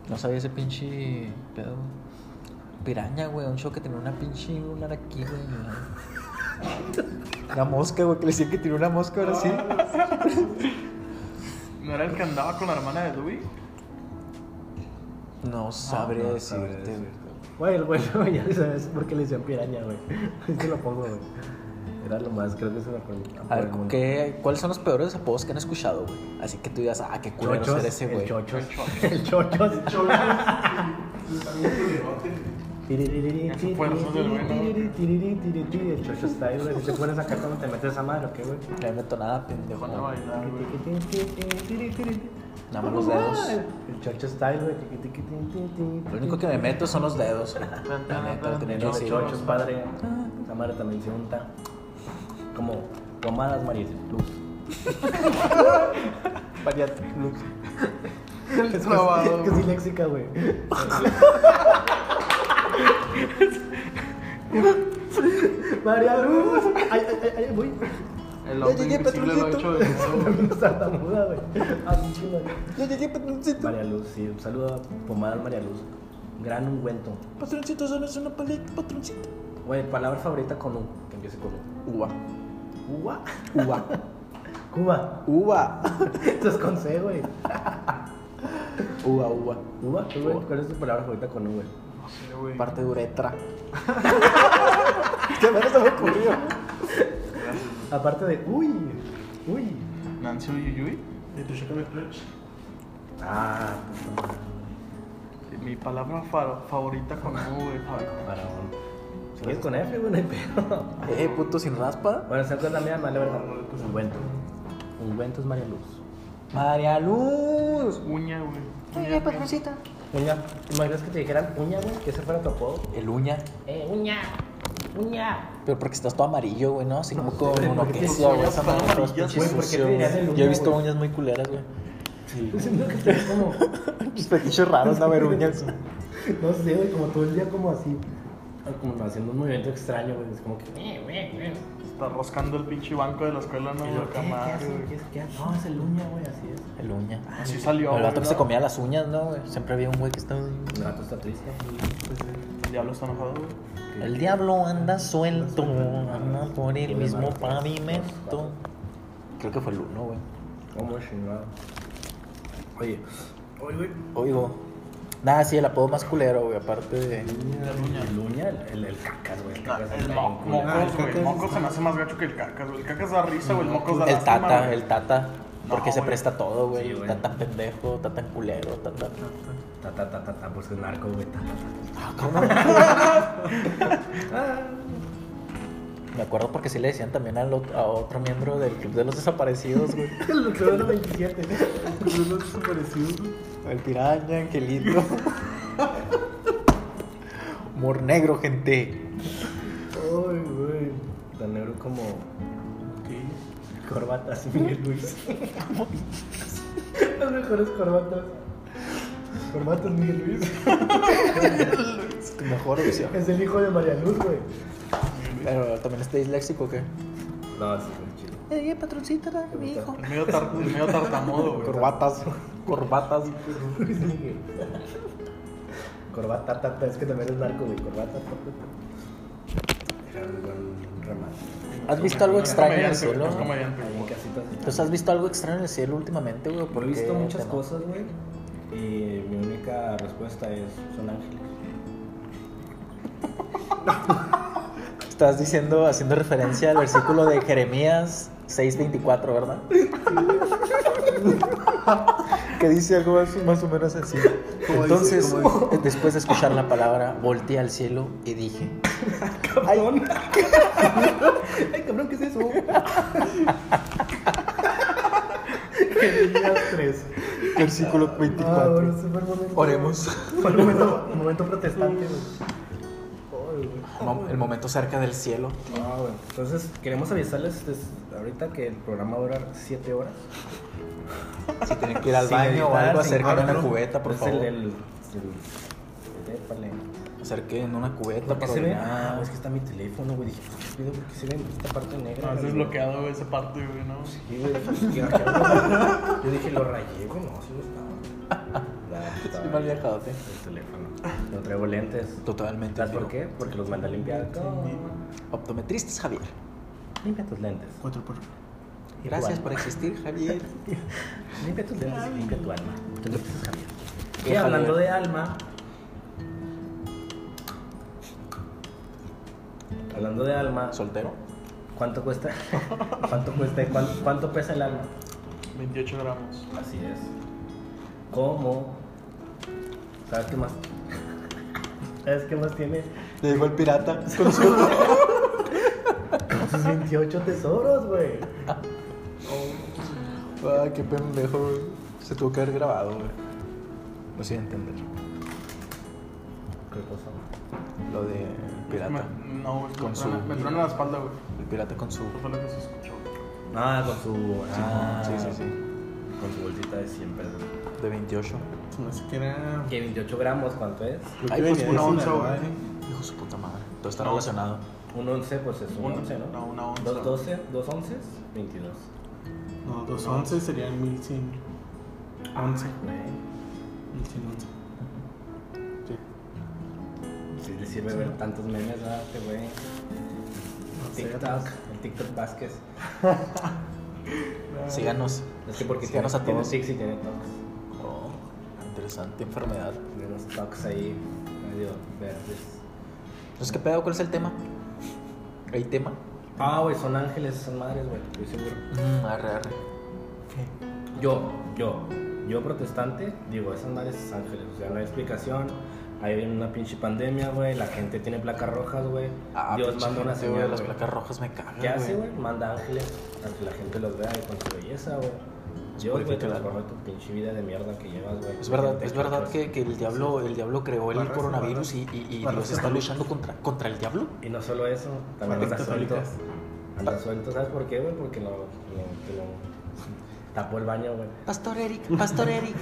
No sabía ese pinche pedo. Piraña, güey, un show que tenía una pinche lunar aquí, güey. La, la mosca, güey, que le decían que tiró una mosca ahora sí.
¿No era el que andaba con la hermana de Dewey?
No sabría
No sabré
decirte, güey.
decirte.
Güey, el bueno, ya sabes por qué le decían piraña, güey. Se lo pongo, güey.
Era lo más, creo que se me acuerdo.
A ver, ¿qué, ¿cuáles son los peores apodos que han escuchado, güey? Así que tú digas, ah, qué culero
Chochos,
ser ese,
el
güey.
chochos, el chochos.
Eso fue, eso es el bueno.
El chocho está ahí, güey. Si te pones acá cuando te metes a madre, ¿o qué, güey?
No me meto nada, pendejo.
Van a bailar, güey.
Nada más los dedos.
El chocho style, güey.
Lo único que me meto son los dedos. La neta, lo tenía que
No,
decir.
chocho es padre. La madre también se unta. Como tomadas María Luz. María Luz.
El trabado.
Que es disléxica, güey. María Luz. Ay, ay, ay, ay, güey.
El hombre
llegué,
invisible lo ha hecho de nuevo, güey.
Una Sardamuda, güey. Ah, un chulo.
Yo llegué, patroncito.
María Luz, sí. Un saludo a Pomadas María Luz. Gran ungüento.
Patroncito, solo es una paleta, patroncito.
Güey, palabra favorita con U. Que empiece con U.
Uva,
Cuba.
uva,
Cuba.
uva,
Esto es con C, güey.
uva, uva.
Cuba,
Tú, güey, ¿Cuál es tu palabra favorita con U, güey?
No sé, güey.
Parte de uretra. ¿Qué menos se me ocurrió?
Aparte de. Uy. Uy.
Nancy Uyuyuy.
Ah,
Mi palabra fa- favorita con U, güey. fa-
para un.
pues, Si quieres con F, güey, no hay pedo.
Eh, puto, sin raspa.
Bueno, ¿sabes cuál es la mía? Vale, verdad. Ungüento. Ungüento es María Luz.
María Luz.
Uña, güey.
Oye,
pues,
patroncito.
Uña. ¿Te imaginas que te dijeran uña, güey? Que ese fuera tu apodo.
El uña.
Eh, uña. Uña.
Pero porque estás todo amarillo, güey, ¿no? Así como con
güey,
uno
¿por qué
que
tus
sea, güey.
uñas
Esa
están
madre todo
amarillas,
pinche
güey? ¿Por qué
sucio,
te dirían
güey.
el
Yo he
uña,
visto
güey?
uñas muy culeras, güey.
Siento que estás como.
Pequichos raros, no ver uñas.
No sé, güey, como todo el día como así.
Ah, Como haciendo un movimiento extraño, güey. Es como que. "Eh,
Está roscando el pinche banco de la escuela, no,
¿Qué,
güey.
¿Qué
Jamás,
hace?
güey.
¿Qué hace? ¿Qué hace? No, es el uña, güey, así es. Ah,
El uña.
Así salió,
Pero el
güey,
vato que se
¿no?
comía las uñas, ¿no, güey? Siempre había un güey que estaba...
El gato está triste.
El diablo está enojado, güey.
El diablo anda suelto, anda por el mismo pavimento. Creo que fue el uno, güey.
¿Cómo chingado? Oye,
Oigo. Nada, sí, el apodo más culero, güey, aparte de...
el uña, el, el, el cacas, güey. El
Ah,
cacas
El
está
mo-
bien culero.
mocos, güey. El mocos se me hace más gacho que el cacas, güey. El cacas da risa, güey. El mocos da
El
lástima,
tata,
güey.
el tata. Porque
No,
se
güey.
presta todo, güey.
Sí, güey.
Tata pendejo, tata culero, tata...
Ta, ta, ta, ta, ta, pues es narco, güey. Ta, ta, ta, ta.
Me acuerdo porque sí le decían también al ot- a otro miembro del Club de los Desaparecidos, güey.
El número 27.
Pues
El número desaparecido, güey.
El piraña, angelito. Humor negro, gente.
Ay, güey.
Tan negro como.
Corbata, así Miguel Luis. Las mejores corbatas. Corbatas Miguel Luis.
Es tu mejor opción.
Es el hijo de María Luz, güey.
Pero también está disléxico, ¿qué?
No, sí, güey, chido.
Eh, patroncita, mi hijo.
El medio, tar- el medio tartamudo, güey.
Corbatas, corbatas.
Luis Miguel. Corbata, tata, es que también es narco, güey. Corbata, tata.
Era un buen remate.
¿Has visto algo
Es
extraño en el
comediante, güey,
cielo?
Es comediante,
Ahí
güey.
en casitas.
Entonces, Pues, ¿has visto algo extraño en el cielo últimamente, güey?
He
Porque
visto muchas
te-
cosas, güey. Y mi única respuesta es: son ángeles.
Estás diciendo, haciendo referencia al versículo de Jeremías 6.24, ¿verdad? que dice algo más, más o menos así. Entonces, después de escuchar la palabra, volteé al cielo y dije:
Ay, cabrón, ¿qué es eso?
Versículo 24. Oremos.
Fue el momento, el momento protestante, güey.
Mo- El momento cerca del cielo.
Ah, bueno. Entonces, queremos avisarles des- ahorita que el programa va a durar 7 horas.
Si tienen que ir al
Sin
baño o
editar,
algo,
sin
acerquen
corte,
una
¿no?
cubeta, por
Es
favor.
El, el, el- el- épale.
Acerquen una cubeta
¿Por qué
para
se ve?
orinar.
Ah, es que está mi teléfono, güey. Dije, pues, ¿qué pido? ¿Por qué se ve esta parte negra?
No, es
güey?
desbloqueado güey, esa parte, güey, ¿no?
Sí, güey, pues, ¿qué- qué- qué- Yo dije, lo rayé, güey. No, sí no estaba. Nah, estaba
Estoy mal viajado, ¿eh?
El teléfono. No traigo lentes.
Totalmente.
¿Sabes por
amigo.
qué? Porque los mandé a limpiar.
Optometristas, Javier.
Limpia tus lentes.
Cuatro por cuatro.
pues
Gracias por existir, Javier.
Limpia tus lentes y limpia tu alma. Tus lentes, Javier.
Qué
Y hablando
Javier.
de alma. Hablando de alma,
¿Soltero?
¿cuánto cuesta? ¿Cuánto cuesta? y cuán- ¿Cuánto pesa el alma?
28 gramos.
Así es. ¿Cómo? ¿Sabes qué más? ¿Sabes qué más tiene?
Le dijo el pirata.
Sus 28 tesoros, güey.
Ay, qué pendejo, güey. Se tuvo que haber grabado, güey. No sé entender.
¿Qué cosa?
Lo de
Me-
pirata.
no, güey,
Con
me,
su-
truena- me truena la espalda, güey.
El pirata con su.
Eso fue lo que se escuchó.
Ah, con su. Ah,
Sí, sí, sí.
Con su bolsita de 100 pesos.
De 28.
Se me hace que era.
Que 28 gramos, ¿cuánto es?
Ay,
Creo que
pues,
venía
una
de
onza,
Sinaloa,
güey.
¿eh?
Hijo de su puta madre. Todo está
No.
relacionado.
Un 11, pues es un
Un-
11, ¿no?
no, una onza.
Dos 12, dos 11, 22.
No, dos once serían mil cien. Once.
Güey,
Mil cien once. Sí.
Sí, te sirve ver tantos memes, ¿verdad? Este güey. TikTok, el TikTok Vázquez.
Síganos.
Ah. Es que porque
Síganos
tiene,
a
tiene
todos.
tics y tiene tocs.
Oh, interesante enfermedad.
Tiene unos tocs ahí medio verdes.
Entonces, ¿qué pedo? ¿Cuál es el tema? ¿Hay tema?
Ah, güey, son ángeles, son madres, güey, estoy seguro.
Mm, arre, arre.
Yo, yo, yo protestante, digo, esas madres es ángeles, o sea, no hay explicación. Ahí viene una pinche pandemia, güey, la gente tiene placas rojas, güey.
Ah,
Dios
pinche
manda una
gente, güey,
señal,
Las
güey.
placas rojas me cagan.
¿Qué hace, güey? Manda ángeles para que la gente los vea y con su belleza, güey. Dios, güey, te
purifica el
los
alma.
borró de tu pinche vida de mierda que llevas, güey.
Es verdad,
Gente
es verdad
atroz.
que, que el diablo, el diablo creó el
Barras,
coronavirus y, y- y Dios está luchando contra, contra el diablo.
Y no solo eso, también anda
Barras
suelto.
católicas.
Anda suelto, ¿sabes por qué, güey? Porque lo, lo, te lo tapó el baño, güey.
Pastor Eric, Pastor Eric,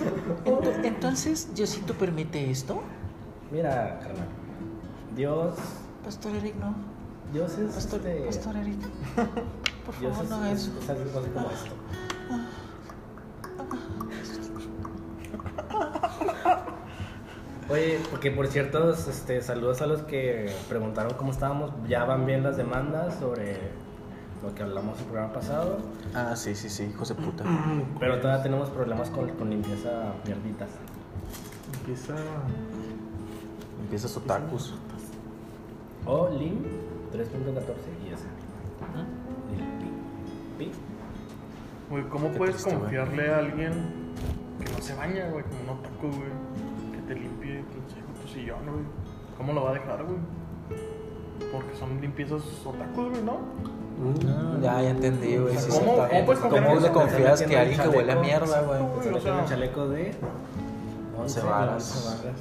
ento- entonces Diosito permite esto.
Mira, carnal, Dios,
Pastor Eric, no.
Dios es...
Pastor,
este,
Pastor Eric, por
Dios
favor
es,
no haga
es,
eso. Ah,
es algo así como esto. Oye, porque por cierto, este, saludos a los que preguntaron cómo estábamos. Ya van bien las demandas sobre lo que hablamos el programa pasado.
Ah, sí, sí, sí, hijos de puta.
Pero todavía tenemos problemas con, con limpieza mierditas.
Empieza.
Empieza Sotakus.
O LIM 3.14 y esa. Lim.
Güey, ¿cómo
Qué
puedes
triste, güey.
confiarle a alguien que no se baña, güey? Como un otaku, güey. Que te limpie tu, tu sillón, güey. ¿Cómo lo va a dejar, güey? Porque son limpiezas otakus, güey, ¿no?
Ya, ya entendí, güey. Mm. sí,
¿Cómo- Eh, pues,
sí, está- ¿Cómo
cómo puedes confiar en
le
eso?
confías
Te
que
metiendo
alguien que
el
huele a
chaleco.
mierda, güey?
Se
Güey, o
metió en
sea,
el chaleco de
11 varas.
11 varas.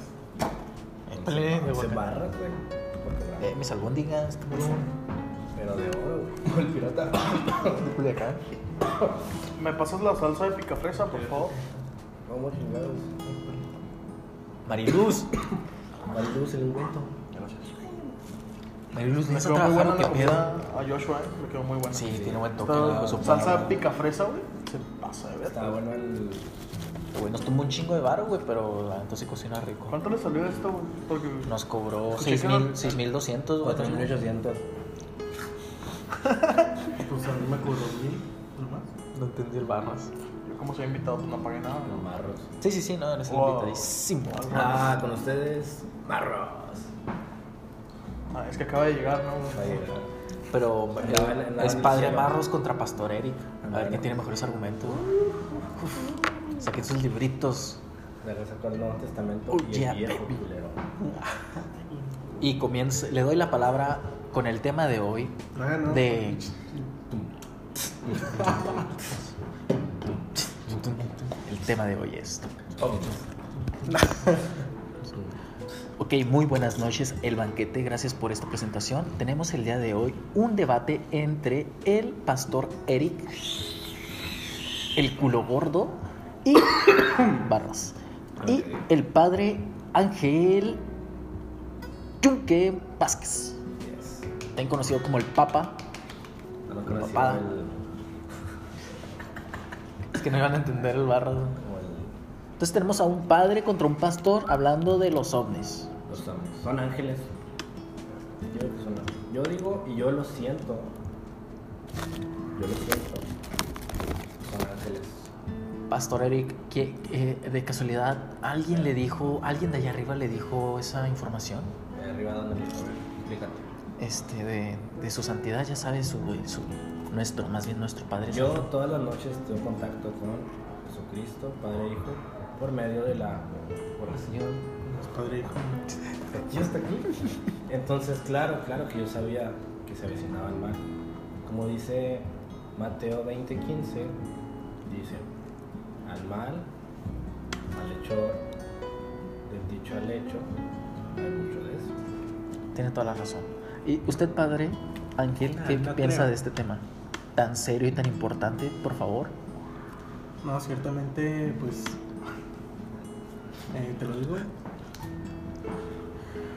Épale, de
Se
boca.
barra, güey.
Eh, mis albóndigas, cabrón.
Pero de oro, güey.
El pirata. De Culiacán.
¿Me pasas la salsa de pica fresa, por favor?
Vamos chingados.
Mariluz.
Maldus el invento.
Mariluz,
Me
no se
quedó muy
trabajando
buena la
que
comida
pedo.
a Joshua, ¿eh? Me quedó muy buena.
Sí, tiene buen toque.
Esta
hijo de su puta
salsa
madre.
de pica fresa, güey. Se pasa de
Está
verga.
bueno el.
Güey, nos tomó un chingo de varo, güey, pero la neta sí cocina rico.
¿Cuánto le salió esto, güey? Porque
Nos cobró
Escuché que no-
6,000, 6.200, güey.
4800.
Pues a mí me cobró mil. nomás.
No entendí el barras.
yo como soy invitado, pues no pagué nada.
Los marros.
Sí, sí, sí, no, eres el
Wow.
invitadísimo.
Ah, con ustedes. Marros.
Ah, es que acaba de llegar, ¿no?
Va a
güey?
llegar.
Pero
Pues
eh,
nada, nada,
es
nada,
padre
nada.
Marros contra Pastor Eric. A ver
Nada.
quién tiene mejores argumentos. güey. Saquen sus libritos
De le sacó el Nuevo Testamento
Oh,
y
yeah,
el viejo
baby.
culero.
y comienzo. Le doy la palabra con el tema de hoy.
Ah, no.
De. El tema de hoy es. Ok, muy buenas noches, El Banquete. Gracias por esta presentación. Tenemos el día de hoy un debate entre el pastor Eric, el culo gordo y. Barras. Y el padre Ángel Yunque Vázquez.
Yes.
También conocido como el Papa.
No lo conocí
Papada.
como el-
Es que no iban a entender el barra.
como el-
Entonces tenemos a un padre contra un pastor hablando de los ovnis.
los son- Son ángeles. Yo, creo que son ángeles. Yo digo y yo lo siento. Yo lo siento. Son ángeles.
Pastor Eric, ¿qué- eh, de casualidad, ¿alguien le dijo, alguien de allá arriba le dijo esa información?
De Eh, arriba donde me Explícate.
Este, de, de su santidad, ya sabes, su, su- nuestro, más bien nuestro padre.
Yo todas las noches tengo contacto con Jesucristo, Padre e Hijo, por medio de la oración.
Padre, hijo.
¿Ya está aquí? Entonces, claro, claro que yo sabía que se avecinaba el mal. Como dice Mateo 20:15, dice, al mal, malhechor, del dicho al hecho, hay mucho de eso.
Tiene toda la razón. ¿Y usted, padre, Ángel,
Ah,
qué
no
piensa
creo.
de este tema? Tan serio y tan importante, por favor.
No, ciertamente, pues. eh, te lo digo.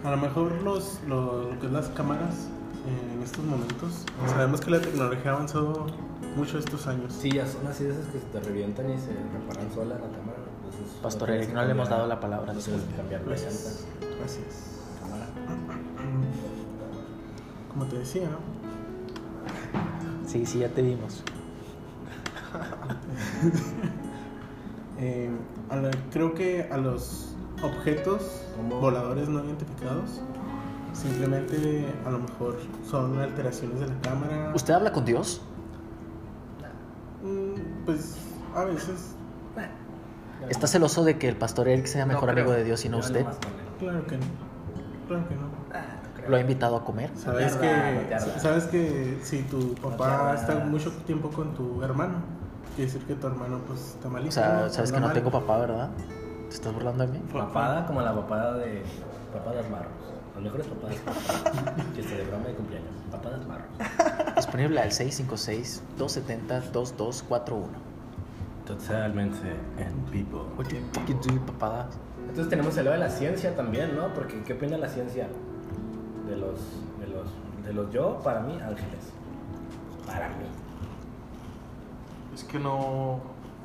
A lo mejor los, lo, lo que es las cámaras eh, en estos momentos. Sabemos que la tecnología ha avanzado mucho estos años.
Sí, ya son así de esas que se te revientan y se reparan sola la cámara. pues Entonces,
Pastor
tienes
Eric,
que
no le hemos
cambiar-
dado la palabra,
No tienes que
disculpe.
cambiar la
Pues Gracias.
llanta.
Gracias. Como te decía,
Sí, sí, ya te vimos.
eh, a la- creo que a los objetos
¿Cómo?
voladores no identificados simplemente a lo mejor son alteraciones de la cámara.
¿Usted habla con Dios?
Mm, Pues a veces,
¿Está celoso de que el pastor Eric sea mejor amigo de Dios y no
Yo
usted?
nomás con él.
claro que no. Claro que no.
¿Lo ha invitado a comer?
Sabes
arda, no te
que,
arda.
sabes que si tu papá
arda.
está mucho tiempo con tu hermano, quiere decir que tu hermano pues está malito.
O sea, sabes
Anda
que no
mal.
tengo papá, ¿verdad? ¿Te estás burlando de mí?
Papada como la papada de papadas marros. Las mejores papadas marros. Chiste de broma de cumpleaños. Papadas marros.
Disponible al 656-270-2241.
Totalmente en people.
Oye, ¿qué tú, papada?
Entonces tenemos el lado de la ciencia también, ¿no? Porque ¿qué opina la ciencia? De los, de los, de los yo, para mí, ángeles. Para mí.
Es que no,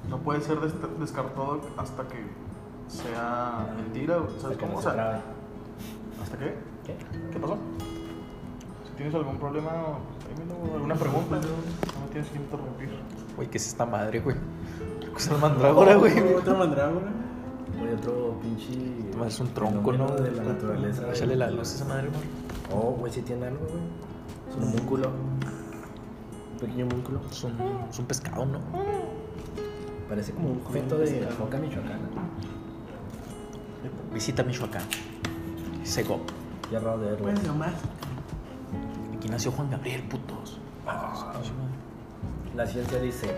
no puede ser des- descartado hasta que sea mentira. güey.
Hasta
¿Sabes
que
cómo?
no
O
se
sea,
trabe.
¿Hasta qué?
¿Qué?
¿Qué pasó? Si tienes algún problema, dímelo, alguna pregunta, no me tienes que interrumpir.
Güey, ¿qué es esta madre, güey? ¿Qué es el mandrágora, güey?
Otra mandrágora.
Oye, otro pinche...
Ah, Es un tronco, ¿no?
fenómeno de la naturaleza.
Échale la luz a esa madre, güey.
Oh, güey, si tiene algo, güey. Es un homúnculo. Un pequeño homúnculo.
Es un, es un pescado, ¿no?
Parece como un feto de la foca michoacana.
Visita Michoacán. Sego.
Ya raro de verlo.
Pues nomás.
Aquí nació Juan Gabriel, putos.
Ah, La ciencia dice: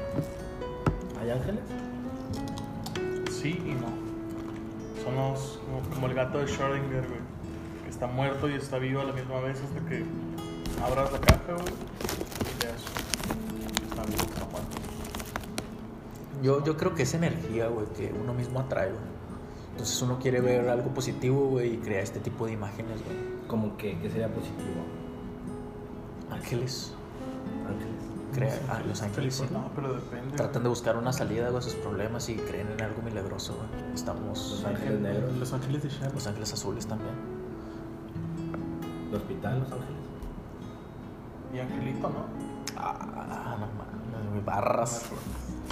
¿Hay ángeles?
Sí y no. Son los, como, como el gato de Schrödinger, güey. Que está muerto y está vivo a la misma vez hasta que abras la caja, güey. Y veas. si Está vivo, está muerto.
Yo, yo creo que es energía, güey, que uno mismo atrae, güey. Entonces uno quiere ver algo positivo, güey, y crea este tipo de imágenes, güey.
Como que, que sería positivo.
Ángeles.
Ángeles.
Crea, ah, los ángeles. sí.
No, pero depende.
Tratan de buscar una salida güey, a sus problemas y creen en algo milagroso, güey. Estamos.
Los ángeles negros.
Los ángeles de Charles.
Los ángeles azules también.
El hospital, Los Ángeles.
Y Angelito, ¿no?
Ah, no mames, güey, barras.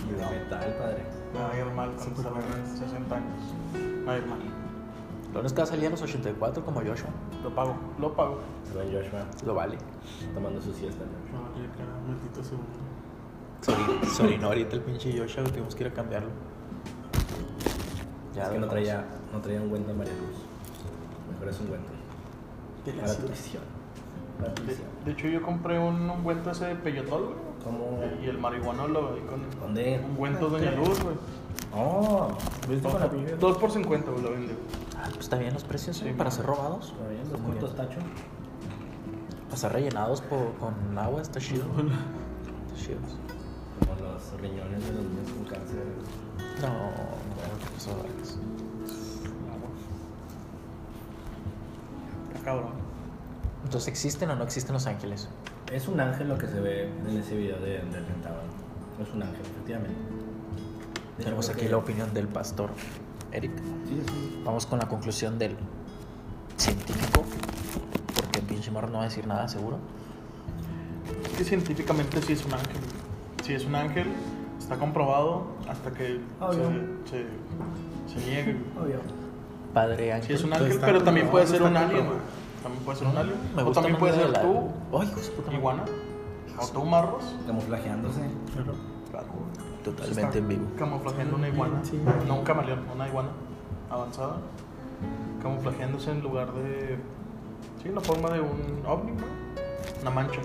Y de metal, padre.
Me va a ir mal cuando salga en 60 años. Me va a ir mal.
Lo bueno es que va a salir a los 84 como Joshua.
Lo pago, lo pago.
Se ve Joshua
Lo vale.
tomando su siesta. ¿no?
No, yo cara, maldito segundo.
Se ori- se orinó ahorita el pinche Joshua, güey, tuvimos que ir a cambiarlo. Ya
es que no
vemos.
traía, no traía un Wendel María Luz. Mejor es un Wendel.
De, la
Para tu
ciudad.
visión. Para tu
De-
visión.
de hecho, yo compré un ungüento ese de peyotol, güey.
¿Cómo?
Y el marihuanolo, güey, con
¿Dónde?
ungüento Doña Luz, güey.
Oh, ¿viste con la
¿eh?
pijera?
Dos por 50, güey, lo vende. güey.
Ah, pues está bien los precios ¿eh? para ser robados.
Pero bien,
Está
los
muy bien.
cortos tachos.
Para ser rellenados por- con agua, está chido. Está chido.
Como los riñones de los niños con cáncer.
No, no, ¿qué pasó, Alex?
Ah,
Está Cabrón.
Entonces, ¿existen o no existen los ángeles?
Es un ángel lo que se ve en ese video de, del Pentágono. Es un ángel, efectivamente. De hecho,
Tenemos
creo
aquí
que-
la opinión del pastor Eric.
Sí, sí.
Vamos con la conclusión del científico, porque el pinche morro no va a decir nada seguro.
Es que científicamente sí es un ángel. Sí es un ángel, está comprobado hasta que
Ah,
Obvio.
se, se, se niegue. güey.
Obvio.
Padre ángel.
Sí es un
Entonces
ángel,
está
pero también
comprobado,
puede ser
está
un alien,
comprobado.
güey. También puede ser un alien.
Me
o
gusta
también
más
puede
de
ser
la-
tú,
Ay, hijo de su puta madre.
iguana. O tú, marros.
Camuflajeándose.
Claro, güey.
Totalmente
Está
en vivo.
Camuflajeando una iguana.
Sí.
No un camaleón, una iguana avanzada. Camuflajeándose en lugar de. Sí, en la forma de un ovni, ¿no? Una mancha.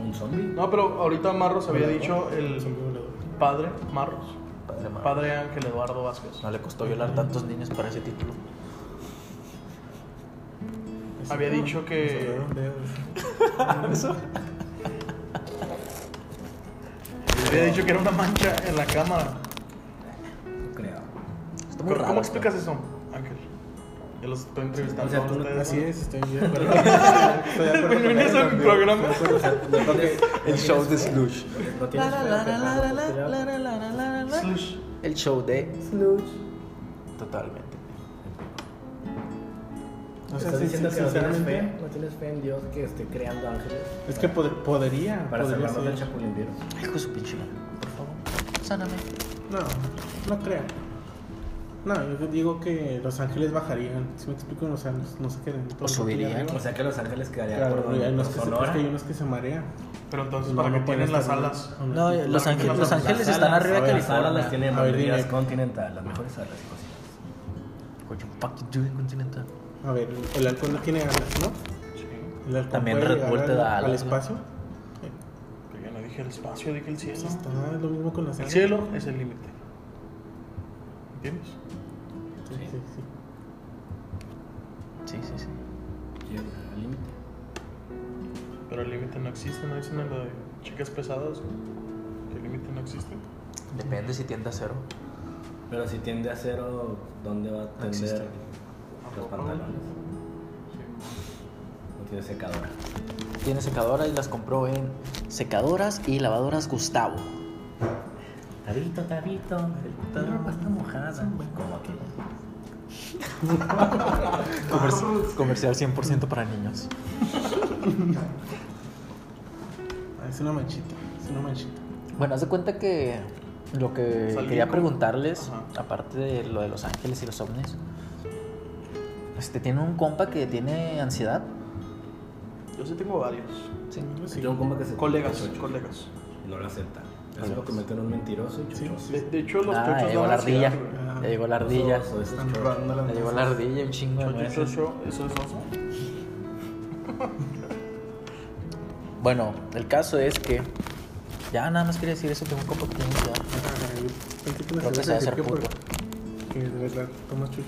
Un zombie.
No, pero ahorita Marros había
Volador.
dicho
Es un
el
volador.
padre Marros.
Padre Mar-
Padre Ángel Eduardo Vázquez.
No le costó violar tantos niños para ese título.
Había dicho
Se
que.
robaron dedos.
Había dicho que era una mancha en la cámara.
Creo.
Está muy
¿Cómo,
raro.
cómo
esto.
explicas eso, Ángel? Ya los estoy entrevistando
O sea,
a
tú no-
ustedes.
Así es, estoy de acuerdo. Estoy de acuerdo con
Bienvenidos
él
a mi
también.
programa.
Estoy de acuerdo con él.
El show de Slush.
No
La,
tienes
la,
feo,
la, la, la, la, la,
pero- pues,
la, la, la, la, la.
Slush.
El show de Slush. Totalmente.
O sea,
¿Estás
sí,
diciendo
sí,
que no tienes fe?
sinceramente,
¿No tienes fe en Dios que esté creando ángeles?
Es que pod- podría.
Para
podría
salvarnos del
ser.
chapulín virus.
Ay, hijo de su pinche madre. Por favor, sáname.
No, no creo. No, yo digo que los ángeles bajarían. Si me explico, o sea, no, no se quedan. todos aquí
subirían.
arriba.
O sea que Los Ángeles quedaría
Claro,
por,
hay unos que
por
se, es
Sonora.
que hay unos que se marean.
Pero entonces,
No,
Pues, ¿para
Pues no
qué
pueden
tienen las
estar
alas?
en-
No, los ángeles, los ángeles están
alas,
arriba de
a ver, Las alas
California.
las tienen
A ver,
Malvinas
dime.
Continental, las mejores alas. cosas.
What you fucking doing, Continental?
A ver, el halcón no tiene alas, ¿no?
Sí.
El halcón
También
puede
Red
llegar
Bull te
al-
da
al
alas, ¿no?
espacio. Pues,
Pero yo no dije el espacio, dije el cielo.
Está lo mismo con las
El
alas.
cielo es el límite. ¿Entiendes?
Sí, sí, sí.
Sí, sí, sí.
Llega al límite.
Pero el límite no existe, ¿no dicen en lo de chicas pesadas? Que el límite no existe.
Depende si tiende a cero.
Pero si tiende a cero, ¿dónde va a
existe.
tender los
Tampoco,
pantalones?
Sí.
No tiene secadora.
Tiene secadora y las compró en secadoras y lavadoras Gustavo.
Tabito, tabito, la ropa está mojada. pues, Como aquí.
Comerci- comercial 100% para niños.
Ah, es una manchita, es una manchita.
Bueno, haz de cuenta que lo que
Salí
quería
con-
preguntarles,
Ajá.
aparte de lo de los ángeles y los ovnis, este, tiene un compa que tiene ansiedad.
Yo sí tengo varios.
Sí.
Sí.
Tengo un compa que se
Colegas,
chocho
colegas.
y no lo acepta. Eso lo cometen un mentiroso y chochoso.
De, de hecho, los
Ah, ya
chochos
llegó
dan
la
ansiedad,
ardilla.
güey.
Ya llegó la ardilla.
Oso, esos
Están
chochos.
robando
Ya
las
llegó la ardilla, un chingo de
Chocho,
nueces.
chocho, eso es oso.
Bueno, el caso es que. Ya nada más quería decir eso que un compa que tiene ansiedad.
Ay, Ah, pensé que me
Creo que
ibas
se
a
va a
decir
hacer
que por-
puto.
Que de verdad tomas chucho.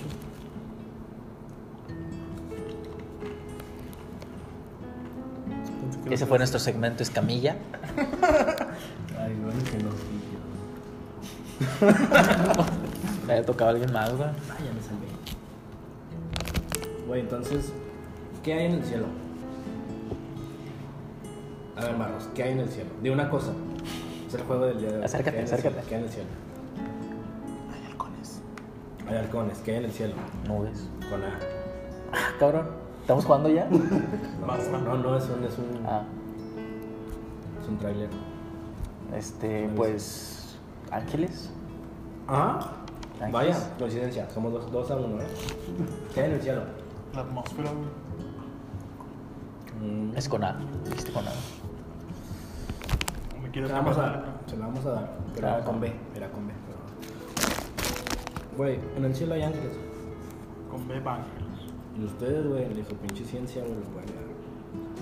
Pensé que
Ese
no
fue
te-
nuestro segmento Escamilla.
Ay, no, que no pillo.
Le había tocado a alguien más, güey.
Ay, Ah, ya me salvé. Güey, entonces, ¿qué hay en el cielo? A ver, Marros, ¿qué hay en el cielo? De una cosa. Es el juego del día de hoy.
Acércate,
¿Qué hay en el
acércate.
cielo? ¿Qué hay en el cielo? Hay halcones. ¿Qué hay en el cielo?
Nubes.
Con A.
Ah, cabrón. ¿Estamos jugando ya?
No,
Basta.
no, no, es un, es un,
Ah,
es un tráiler.
este, pues. Ángeles.
¿Ah?
Ángeles.
Vaya, coincidencia. Somos dos, dos a uno, ¿eh? ¿Qué hay en el cielo?
La atmósfera, güey.
Mm,
Es con A. Dijiste con A.
No me
se
quiero
la vamos a
tocar.
dar. Se la vamos a dar. Pero
Ah.
era con B. Era con B. pero- Güey, en el cielo hay ángeles.
Con B Ángeles.
Y ustedes, güey, le dijo, pinche ciencia, güey, los guardia.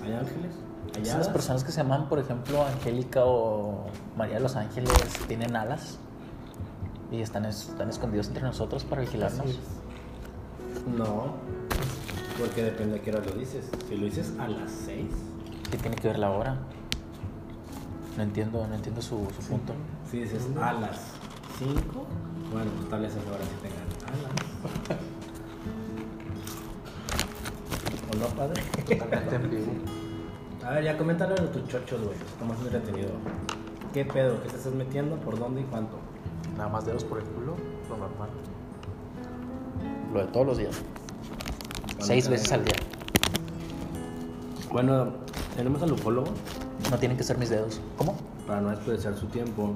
¿Hay ángeles? ¿Hay
Esas
hadas?
personas que se llaman, por ejemplo, Angélica o María de los Ángeles tienen alas y están, es- están escondidos entre nosotros para vigilarnos.
No, porque depende a qué hora lo dices. Si lo dices a las 6,
¿Qué tiene que ver la hora? No entiendo, no entiendo su, su punto.
si dices a las 5, bueno, pues tal vez es la hora que tengan alas. ¿O no, padre?
Totalmente en vivo.
A ver, ya coméntalo de tus chochos, güey. Estamos muy retenido. ¿Qué pedo? ¿Qué te estás metiendo? ¿Por dónde y cuánto?
Nada más dedos por el culo, lo normal. Lo de todos los días. Seis
Cuánta-
veces al día.
Bueno, tenemos al ufólogo.
No tienen que ser mis dedos. ¿Cómo?
para no desperdiciar su tiempo,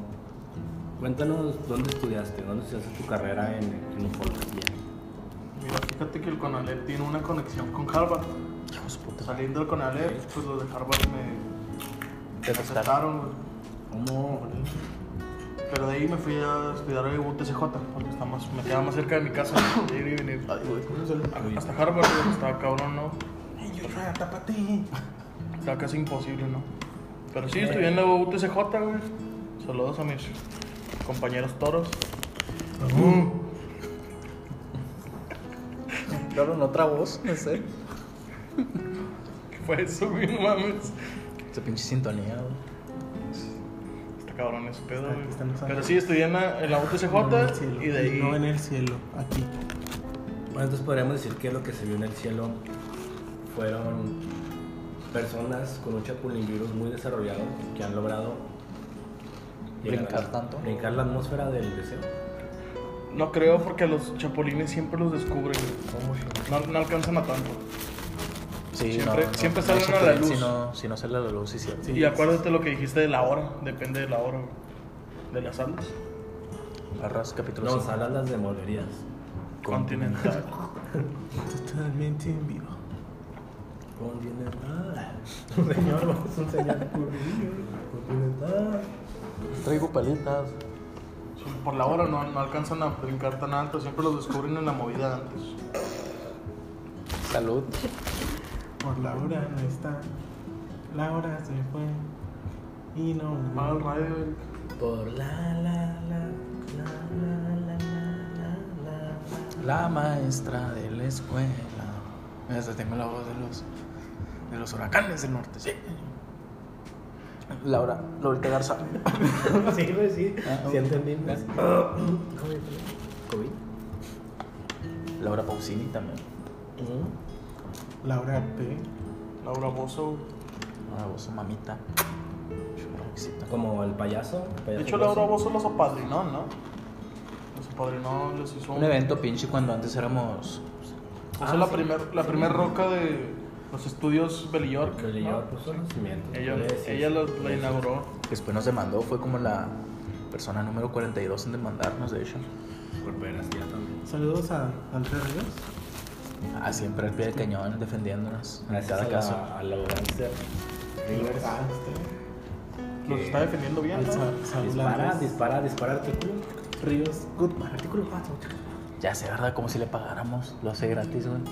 cuéntanos dónde estudiaste, dónde estudiaste tu carrera en, en ufología.
Mira, fíjate que el Conalep tiene una conexión con Harvard.
Hijo de su puta.
Saliendo del Conalep, pues los de Harvard me,
Te
me
aceptaron.
aceptaron, güey.
¿Cómo?
Pero de ahí me fui a estudiar a UTCJ, porque está más, me quedaba más cerca de mi casa. De ir y venir. Ay, güey, ¿cómo es el- Hasta Harvard, güey, estaba cabrón, ¿no? Ey, yo, ra, tápate. Estaba casi imposible, ¿no? Pero sí, estudié en la UTCJ, güey. Saludos a mis compañeros toros.
Claro, en otra voz, no sé.
¿Qué fue eso, güey? No mames.
Esa pinche sintonía, güey.
Está cabrón ese pedo,
Aquí están
güey.
los
Pero
ángeles.
sí, estudié en la, en la UTCJ
No en el cielo,
y de ahí.
No en el cielo, aquí.
Bueno, entonces podríamos decir que lo que se vio en el cielo fueron personas con un chapulín virus muy desarrollado que han logrado llegar a-
Brincar tanto.
Brincar la atmósfera del deseo.
No creo porque los chapulines siempre los descubren. güey. No, no alcanzan a tanto.
Sí,
Siempre- siempre salen
se
a la
puede,
luz.
Si no, si no sale a la luz, sí, cierto.
y acuérdate lo que dijiste de la hora. Depende de la hora, güey. De las alas.
Barras, capítulo
No,
cinco.
salas las demolerías.
Continental.
Totalmente en vivo.
Continental. Un señor, vamos, un señor curvilíneo. Continental.
Traigo paletas.
Sí, Por la hora no, no alcanzan a brincar tan alto. Siempre los descubren en la movida antes.
Salud.
Por la hora no está. La hora se fue. Y no.
Apaga el radio, güey.
Por la la la la la la la la la.
La maestra de la escuela. Esa tengo la voz de los, de los huracanes del norte, sí. Laura, Lorita Garza.
Sí, güey, sí.
Ah,
Sí entendí. COVID. COVID.
Laura Pausini también.
Laura P.
Laura Bozo.
Una voz, su mamita. Churroxita.
Como el payaso. el payaso
De hecho,
Bozo.
Laura Bozo los apadrinó, ¿no? Los apadrinó, les hizo
Un evento pinche cuando antes éramos.
Puso
Ah,
la primera la primer roca de los estudios Bell York.
Que le
¿no?
llevó puso los cimientos.
Ella,
pues, Sí, sí,
ella
sí.
lo- la inauguró.
Después nos demandó, fue como la persona número 42 en demandarnos, de hecho.
Por perastía también.
Saludos a Andrés Ríos.
Ah, siempre al pie del cañón defendiéndonos. En
Gracias
cada
a
caso.
la, a la Gangster Rivers.
Los está defendiendo bien,
Al
¿no?
Sa- Saúl
este. Dispara,
Andrés
dispara, dispara artículo.
Ríos. Goodman, artículo 4.
Ya sé, ¿verdad? Como si le pagáramos. Lo hace gratis, güey.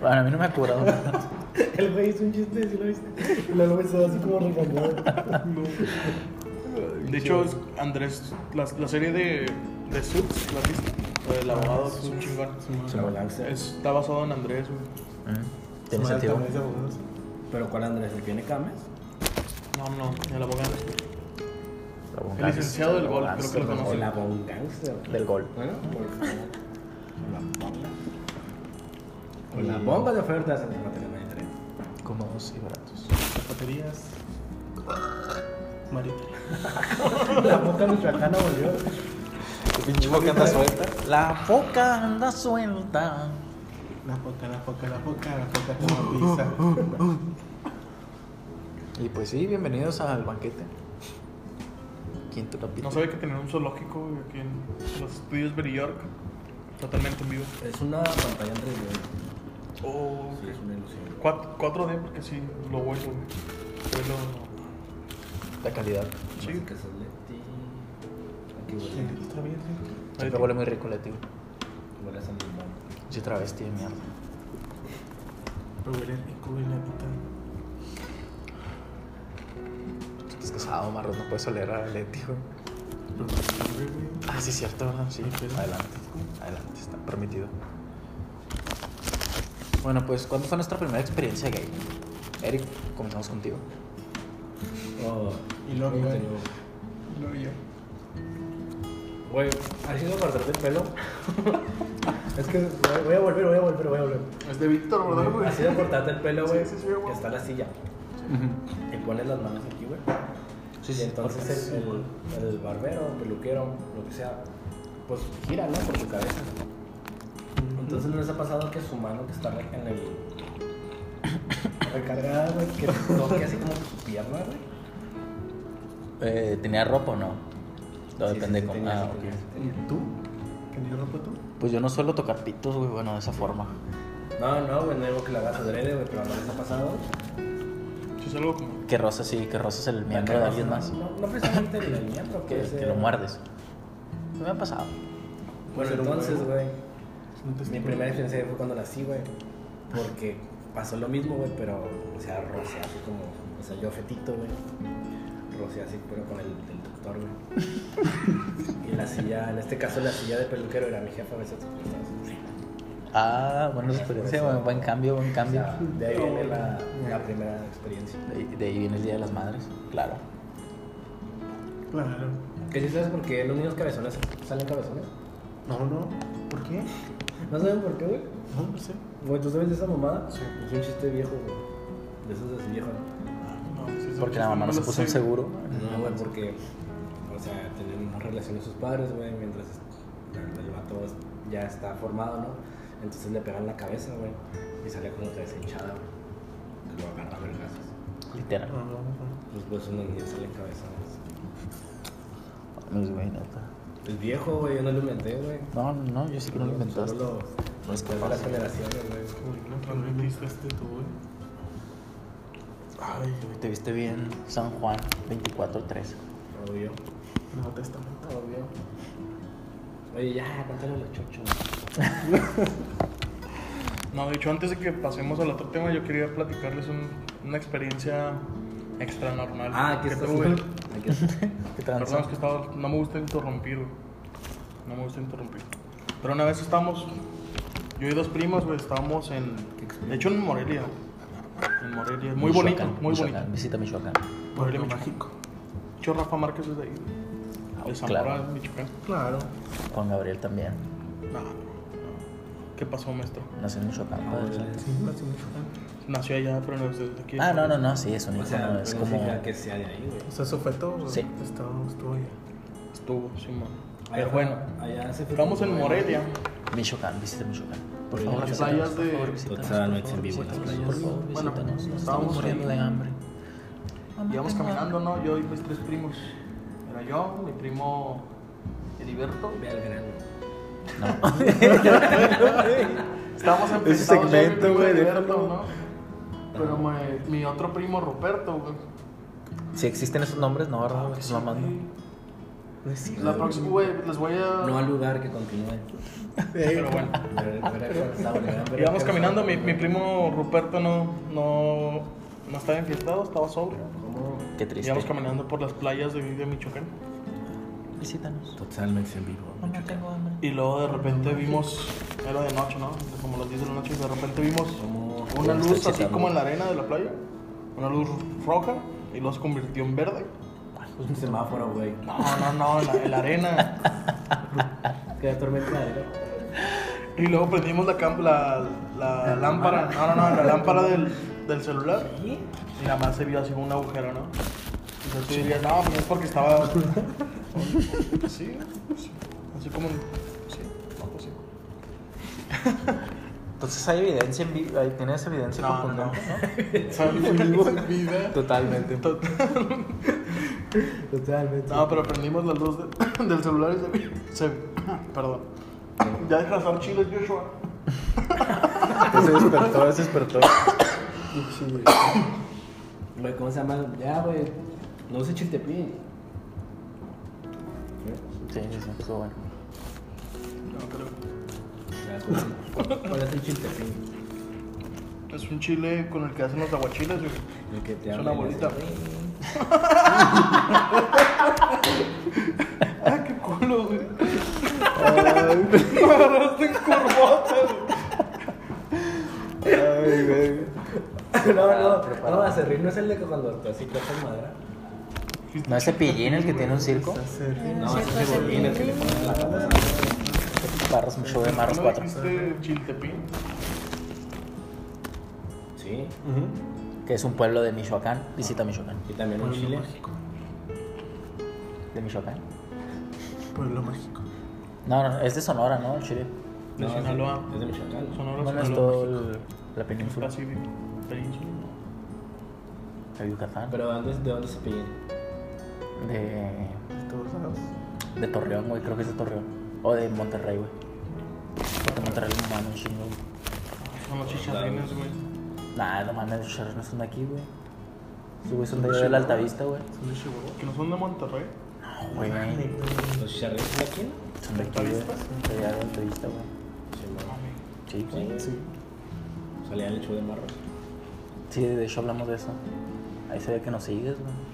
Bueno, a mí no me ha cobrado nada.
El güey hizo un chiste, si lo viste. Y luego besó así como regañado.
De hecho, es- Andrés, la, la serie de, de Suits, ¿la viste? La del abogado,
Ah,
que es un chingón.
La Gangster.
Es- está basado en Andrés, güey.
Mm, Tiene
Samuel
sentido.
Altamirano de Abogados.
Pero ¿cuál Andrés? ¿El que tiene cames?
No, no, el abogado.
La
El
abundancia,
licenciado del
la
gol, creo que
abundancia,
lo
O
conocen.
la Bone Gangster.
Del gol.
Bueno, por Con la bomba de ofertas en materia de
Cómodos y baratos.
Baterías. Marita.
La boca michoacana volvió.
La foca anda suelta.
La foca, la foca, la foca, la foca como pizza.
Y pues sí, bienvenidos al banquete. Quinto capítulo.
No sabía que tenían un zoológico, güey, aquí en los estudios Bell York. Totalmente en vivo.
Es una pantalla en 3D.
Oh,
Sí, es una ilusión.
4D, porque sí, lo huelo, güey. Huelo.
La calidad.
Sí,
Que se le- Aquí
Está bien,
Siempre huele muy rico la tío.
Huele a saliva.
Yo travesti de mierda.
Pero huele rico, güey, la neta.
Tú Estás casado, Marros, no puedes oler a Leti, güey.
Pero no sé, güey.
Ah, sí, cierto, ¿verdad? Sí, adelante. Adelante, está permitido. Bueno, pues, ¿cuándo fue nuestra primera experiencia gay? Eric, comenzamos contigo.
Oh,
Y luego,
creo que
güey.
tengo-
Y luego yo.
Güey, ¿has ido a cortarte el pelo? es que voy- voy a volver, voy a volver, voy a volver.
Es de Víctor, ¿verdad, güey?
¿Has ido a cortarte el pelo, güey?
Sí, sí, sí, güey.
Está la silla. Y pones las manos aquí, güey.
Sí,
y
sí,
entonces el, el- el barbero, peluquero, lo que sea, pues gira, ¿no? Por tu cabeza. Entonces no les ha pasado que su mano que está re- en el. recargada, güey, que toque así como su pierna, güey.
Eh, ¿Tenía ropa o no? Todo
Sí,
depende
sí,
de
sí,
cómo.
tenía,
ah,
sí,
ok.
tenía, sí, tenía.
¿Y tú? ¿Tenías ropa tú?
Pues yo no suelo tocar pitos, güey, bueno, de esa forma.
No, no, güey, no digo que la hagas adrede, güey, pero no les ha pasado.
Sí, es algo como.
Que roces, sí, que roces el
La
miembro de
cagas,
alguien
¿no?
más.
No, no precisamente el miembro,
Que,
pues,
que
eh,
lo muerdes. No me ha pasado.
Bueno,
Ser un
entonces,
huevo.
güey,
No te
Pues, mi primera experiencia fue cuando nací, güey. Porque pasó lo mismo, güey, pero, o sea, rocé así como, o sea, yo fetito, güey. Rocé así, pero con el, el doctor, güey. y la silla, en este caso, la silla de peluquero era mi jefa, güey. se- O
Ah, buena experiencia, buen, buen cambio, buen cambio.
sea, de ahí viene la, la primera experiencia.
De, de ahí viene el Día de las Madres, claro.
Claro.
¿Qué sí sabes por qué los niños cabezones salen cabezones?
No, no. ¿Por qué?
¿No saben por qué, güey?
No, no sé.
Güey, ¿tú sabes de esa mamada? Sí. Es un chiste viejo, güey. De esos así viejos, ¿no?
No, sí, es
Porque
algo
la mamá no se
lo
puso un
sé.
seguro.
No, güey, porque, o sea, tienen relación con sus padres, güey, mientras el el vato ya está formado, ¿no? Entonces le pegan la cabeza, güey, y sale con la cabeza hinchada, güey. Que Lo agarra a vergazos. Pues,
Literal.
No, no, no.
Los huesos no niños salen cabezones.
Los Pues, güey, neta.
El viejo, güey, yo no lo inventé, güey.
No, no, yo sí que no lo inventaste.
Solo
No es
lo- lo de las generaciones, güey.
Uy, no, cuando me este tú, güey.
Ay, güey, te viste bien San Juan 24-3.
Obvio.
Nuevo Testamento.
Obvio. Oye, ya, cuéntale a los chochos.
No, de hecho, antes de que pasemos al otro tema, yo quería platicarles un- una experiencia extra normal.
Ah, aquí
que
estás,
tuve.
güey. Aquí estás.
¿Qué
Perdón, es
tranza?
que estaba, no me gusta interrumpir, güey. No me gusta interrumpir. Pero una vez estábamos, yo y dos primos, güey, estábamos en. De hecho, en Morelia. En Morelia. Muy bonito,
Michoacán,
muy
Michoacán,
bonito.
Visita Michoacán.
Morelia, México. Yo, Rafa Márquez es de ahí, güey. De Zamora,
Ah, claro.
Michoacán.
Claro.
Juan Gabriel también.
No, no. ¿Qué pasó, maestro?
Nació en Michoacán. padre, ¿sabes?
Sí, nací en Michoacán.
Nació allá, pero no es desde aquí.
Ah, no, no, no, sí, es un
O
icono.
sea,
es
no
como.
significa que sea de ahí, güey.
O sea, eso fue todo.
Sí.
Estábamos tú allá.
Estuvo, Simón.
Allá-
Pero bueno,
allá se
estamos en
firmó, güey.
Morelia.
Michoacán, visita Michoacán. Por
Oye,
favor,
las
visítanos,
playas
por
de-
favor, visítanos,
Totalmente
por favor,
en vivo, las
visítanos,
playas.
Por favor,
Bueno,
visítanos. Nos estamos
estábamos
muriendo de
ahí.
hambre.
Íbamos caminando, ¿no? Yo y mis tres primos. Era yo, mi primo Heriberto.
Ve al grano.
Estábamos en
Ese segmento, güey, déjalo.
¿no? Pero me- mi otro primo Ruperto, güey.
Si existen esos nombres, no, ¿verdad? Estás mamando.
La próxima, Pues güey, les voy a.
No al lugar que continúe.
Pero bueno. Íbamos caminando, mi, mi primo Ruperto no, no, no estaba enfiestado, estaba sobrio.
Qué triste.
Íbamos caminando por las playas de, de Michoacán.
Visítanos.
Totalmente en vivo.
Mamá, tengo hambre.
Y luego de repente vimos, era de noche, ¿no? Como las 10 de la noche, y de repente vimos una
está
luz así
checando.
como en la arena de la playa, una luz roja, y luego se convirtió en verde.
Es un semáforo, güey.
No, no, no, en la, en la arena.
Que la tormenta de
Y luego prendimos la, cam- la, la lámpara, no, no, no, la lámpara del, del celular, y nada más se vio así un agujero, ¿no? Entonces tú dirías, no, pues es porque estaba. Sí, sí, así como. Sí, no, pues sí.
Entonces hay evidencia en vivo, ahí tienes evidencia
No,
por
no,
contacto,
Vida.
¿no? Totalmente.
Totalmente.
No, pero prendimos la luz de- del celular y se, se- Perdón. Ya deja de asar chiles, Joshua.
Se despertó, se despertó.
Güey, ¿cómo se llama? Ya, güey. No sé chiltepín. ¿Eh?
Sí, sí, sí, estuvo bueno.
No, pero...
ya, ¿cuál, cuál es el chiltepín?
Es un chile con el que hacen los aguachiles, güey.
El que te
Es
habla
una
y le hace,
bolita. Ah, qué culo, güey. Ay, me agarraste en curvota,
Ay, güey. No, no, no, acerrín no es el de que cuando tú así tocas madera.
¿No es cepillín el que tiene un circo?
No, ese es el cebollín, el que le ponen la cosa.
Barros, un show de Marros 4.
dijiste chiltepín?
Sí,
Que es un pueblo de Michoacán. Visita Michoacán.
y también un chile.
¿De Michoacán?
Pueblo Pues mágico.
No, no, es de Sonora, ¿no? El Chile.
De
No,
Sinaloa.
Es de Michoacán.
Sonora,
Bueno, es
Sinaloa.
todo el- la península
Pacífico. Península.
de Yucatán.
Pero ¿dónde, ¿de dónde se pillan?
De,
De todos lados.
de Torreón, güey. Creo que es de Torreón. O de Monterrey, güey. De Monterrey, no mames, un chingo. güey.
Son los chicharrines, güey.
Nah, no mames, los charros no son de aquí, güey. Sí, güey, son de allá de la Altavista, güey.
Son de Chihuahua.
Que no son de Monterrey.
No, güey.
¿Los chicharrines son de aquí?
Son de aquí, güey. De allá de la Altavista, güey. Sí, güey.
Sí. Salía en el show de marros.
Sí, de hecho hablamos de eso. Ahí se ve que nos sigues, güey.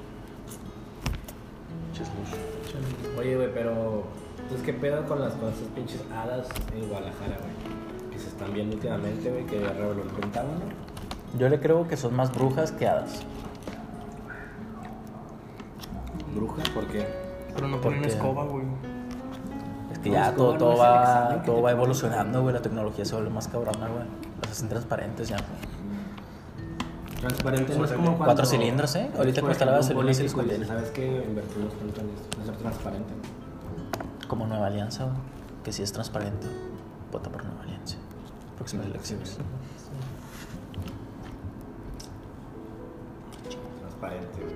Oye, güey, pero. Entonces, ¿qué pedo con las con esas pinches hadas en Guadalajara, güey? Que se están viendo últimamente, güey, que reveló el pentágono.
Yo le creo que son más brujas que hadas.
Bruja, ¿por qué?
Pero no ponen
qué?
escoba, güey.
Es que
No,
ya
es
todo,
como
todo
no es el
va,
examen
todo
que te
va
ponen.
evolucionando, güey. La tecnología se vuelve más cabrona, güey. Las hacen transparentes ya.
Transparente no es como
Cuatro
cuando.
cilindros, ¿eh? Ahorita
por
cuesta la
ejemplo,
gasolina
un
y se les
político
conviene.
dice, ¿Sabes qué? Invertimos tanto en esto. Es ser transparente.
Como Nueva Alianza, güey. Que sí es transparente. Vota por Nueva Alianza. Próximas elecciones.
Transparente, güey.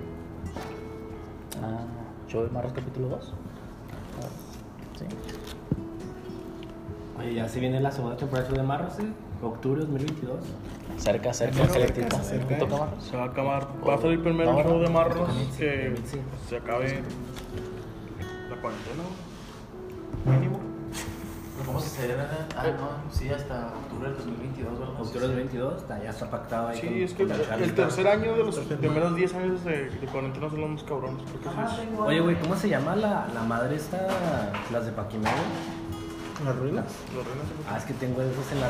Ah, ¿yo voy Marros capítulo 2? Sí.
Oye, ya se viene la segunda temporada del show de marros, ¿eh? Octubre 2022.
Cerca, cerca, cerquita. ¿Te toca Marros?
Se va a acabar. Va a salir primero
No,
el show de marros
también sí,
que
también sí.
se acabe la cuarentena. güey. Mínimo.
¿Cómo se celebra? Ah, no, sí, hasta octubre del 2022, ¿verdad?
Octubre 2022, está- ya está pactado ahí. con-
Sí, es que
con la Charlie.
el tercer año de los primeros 10 años de, de cuarentena son los más cabrones. Porque sí es-
Oye, güey, ¿cómo se llama la, la madre esta? Las de Paquimero.
¿Las ruinas?
los reinos son-
Ah, es que tengo esos en la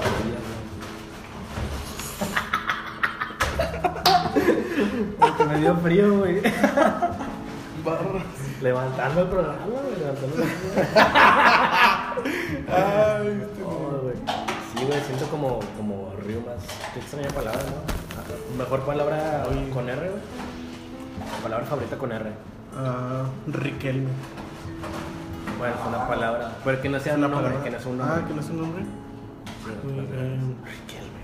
rodilla, güey. Porque me dio frío, güey.
Barras.
Levantando el programa, güey. Levantando el programa. No, güey. Sí, güey, siento como, como río más. Qué extraña palabra, ¿no? Ajá. Mejor palabra con R, güey. Palabra favorita con R.
Ah, Riquelme.
Bueno, es una palabra. Pero que no sea un nombre, que no sea un nombre.
Ah, que no es un nombre. Riquelme.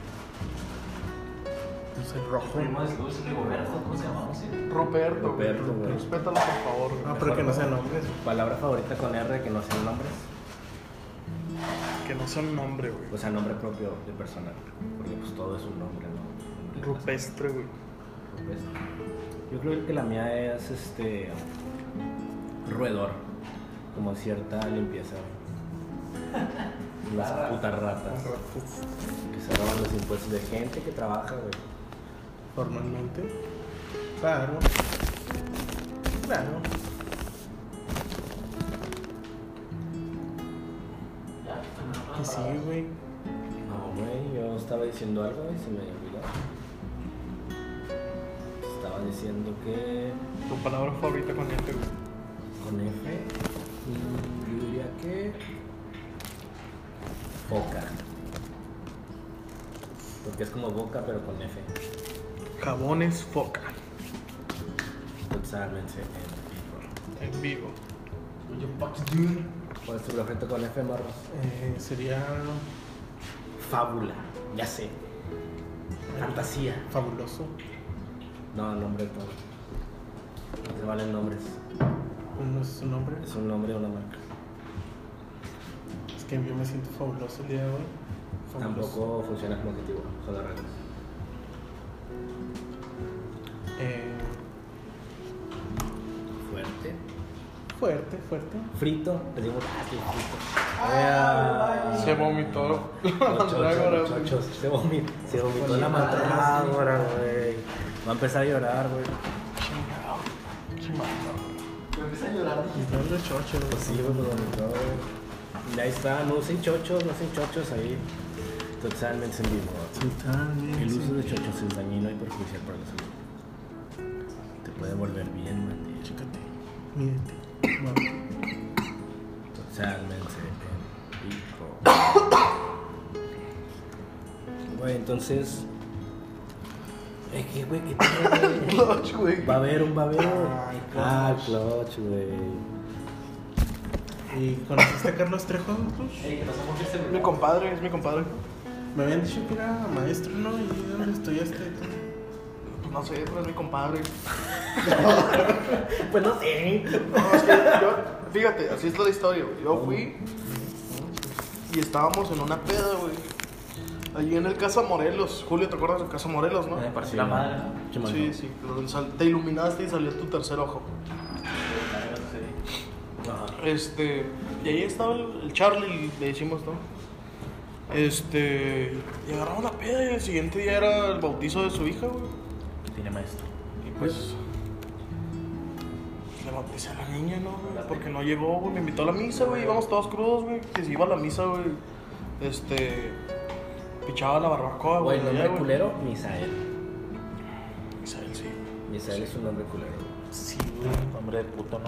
Es el rojo.
Roberto. güey.
Roberto, güey. Pues,
Respétalo, por favor. güey.
Ah, pero que no sea nombre.
Palabra favorita con R, que no sea un nombre.
Que no sea un nombre, güey.
O sea, nombre propio de persona. Porque pues todo es un nombre, ¿no?
Rupestre, güey.
Rupestre. Yo creo que la mía es este. Roedor. Como cierta limpieza. güey. Las putas ratas. Que se roban los impuestos de gente que trabaja, güey.
Formalmente. Claro. Claro. Que sí, güey.
No, güey, yo estaba diciendo algo y se me olvidó. Estaba diciendo que.
Tu palabra favorita con este, güey.
Con F. mm, Yo diría que. Boca. Porque es como boca, pero con F.
Jabones foca.
Totalmente eh, en
En vivo.
vivo. ¿Cuál es tu objeto con F, Marros?
Eh, sería
Fábula. Ya sé. Fantasía.
fabuloso.
No, nombre todo. No se valen nombres.
Uno es su nombre.
Es un nombre de una marca.
Es que yo me siento fabuloso el día de hoy. Fabuloso.
Tampoco funciona como adjetivo. Solo reglas.
Eh,
Eh,
Fuerte.
Fuerte, fuerte.
Frito, le dimos así, frito.
Se vomitó.
Los chochos,
Mandrágora,
los
güey.
chochos. Se vomitó, se vomitó la mandrágora, güey. Va a empezar a llorar, güey.
Quitando los chochos, güey.
Pues sí, güey, lo vomitó, güey. Y ahí está, no usen chochos, no usen chochos ahí. Totalmente en vivo.
Totalmente.
El uso de chochos es dañino y perjudicial para la salud. Te puede volver bien, man.
Chécate. Mídete. Bueno,
Totalmente en vivo. Güey, entonces. Eh, ¿qué, güey? ¿Qué pedo, güey?
Clutch, güey.
Va a haber un babeo.
Ay,
Ah, clutch, güey.
¿Y conociste a Carlos Trejo? Pues,
Mi compadre, es mi compadre.
me habían dicho que era maestro, ¿no? ¿Y dónde estudiaste?
Pues no sé, pero es mi compadre.
Pues no sé.
No, es que yo- fíjate, así es la historia. güey. Yo fui y estábamos en una peda, güey. Allí en el Casa Morelos. Julio, ¿te acuerdas de Casa Morelos, no?
Eh,
Me pareció
la madre, ¿no?
Sí, sí. pero sal- Te iluminaste y salió tu tercer ojo. Este, y ahí estaba el, el Charlie, le decimos, ¿no? Este, y agarramos la peda y el siguiente día era el bautizo de su hija, güey.
Tiene maestro.
Y pues, le bauticé a la niña, ¿no, güey? Porque no llegó, güey. Me invitó a la misa, güey. Íbamos todos crudos, güey. Que si iba a la misa, güey, este, pichaba la barbacoa,
Güey,
güey.
nombre
allá, güey.
culero, Misael.
Isabel, sí.
Misael es un nombre culero. güey.
Sí, güey. Nombre de puto, ¿no?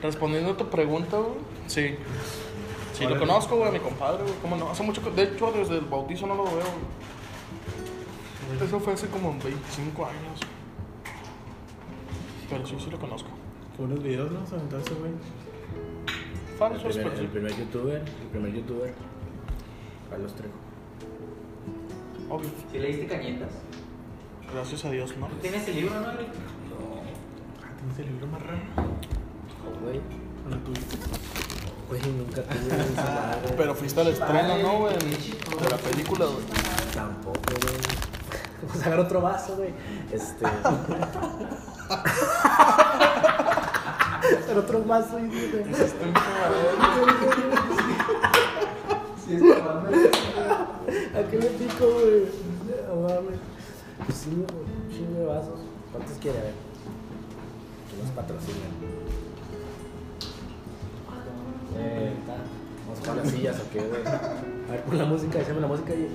Respondiendo a tu pregunta, güey. Sí. Sí, lo conozco, güey, a mi compadre, güey. ¿Cómo no? Hace mucho que. De hecho, desde el bautizo no lo veo, güey. Eso fue hace como 25 años. Pero sí, sí lo conozco.
Con unos videos, ¿no? Se aventó ese güey.
El
Falsos, pero
primer,
sí.
el primer youtuber, el primer youtuber. A los tres.
Obvio.
Si leíste cañetas.
Gracias a Dios, ¿no?
¿Tienes el libro, no, Eric?
Ah, ¿Tienes el libro más raro?
Güey,
¿O lo tuviste?
güey, nunca tuve esa madre.
Pero fuiste al estreno, ¿no, güey? De la película, güey.
Tampoco, güey. Vamos a agarrar otro vaso, güey. Este. Pero otro vaso, idiota. ¿A qué le pico, güey? No mames. Pues sí, güey, un chingo de vasos. ¿Cuántos quiere? A ver. Que nos patrocinan. Eh, ta. vamos para las sillas, ¿o qué, güey? A ver, pon la música, échame la música y.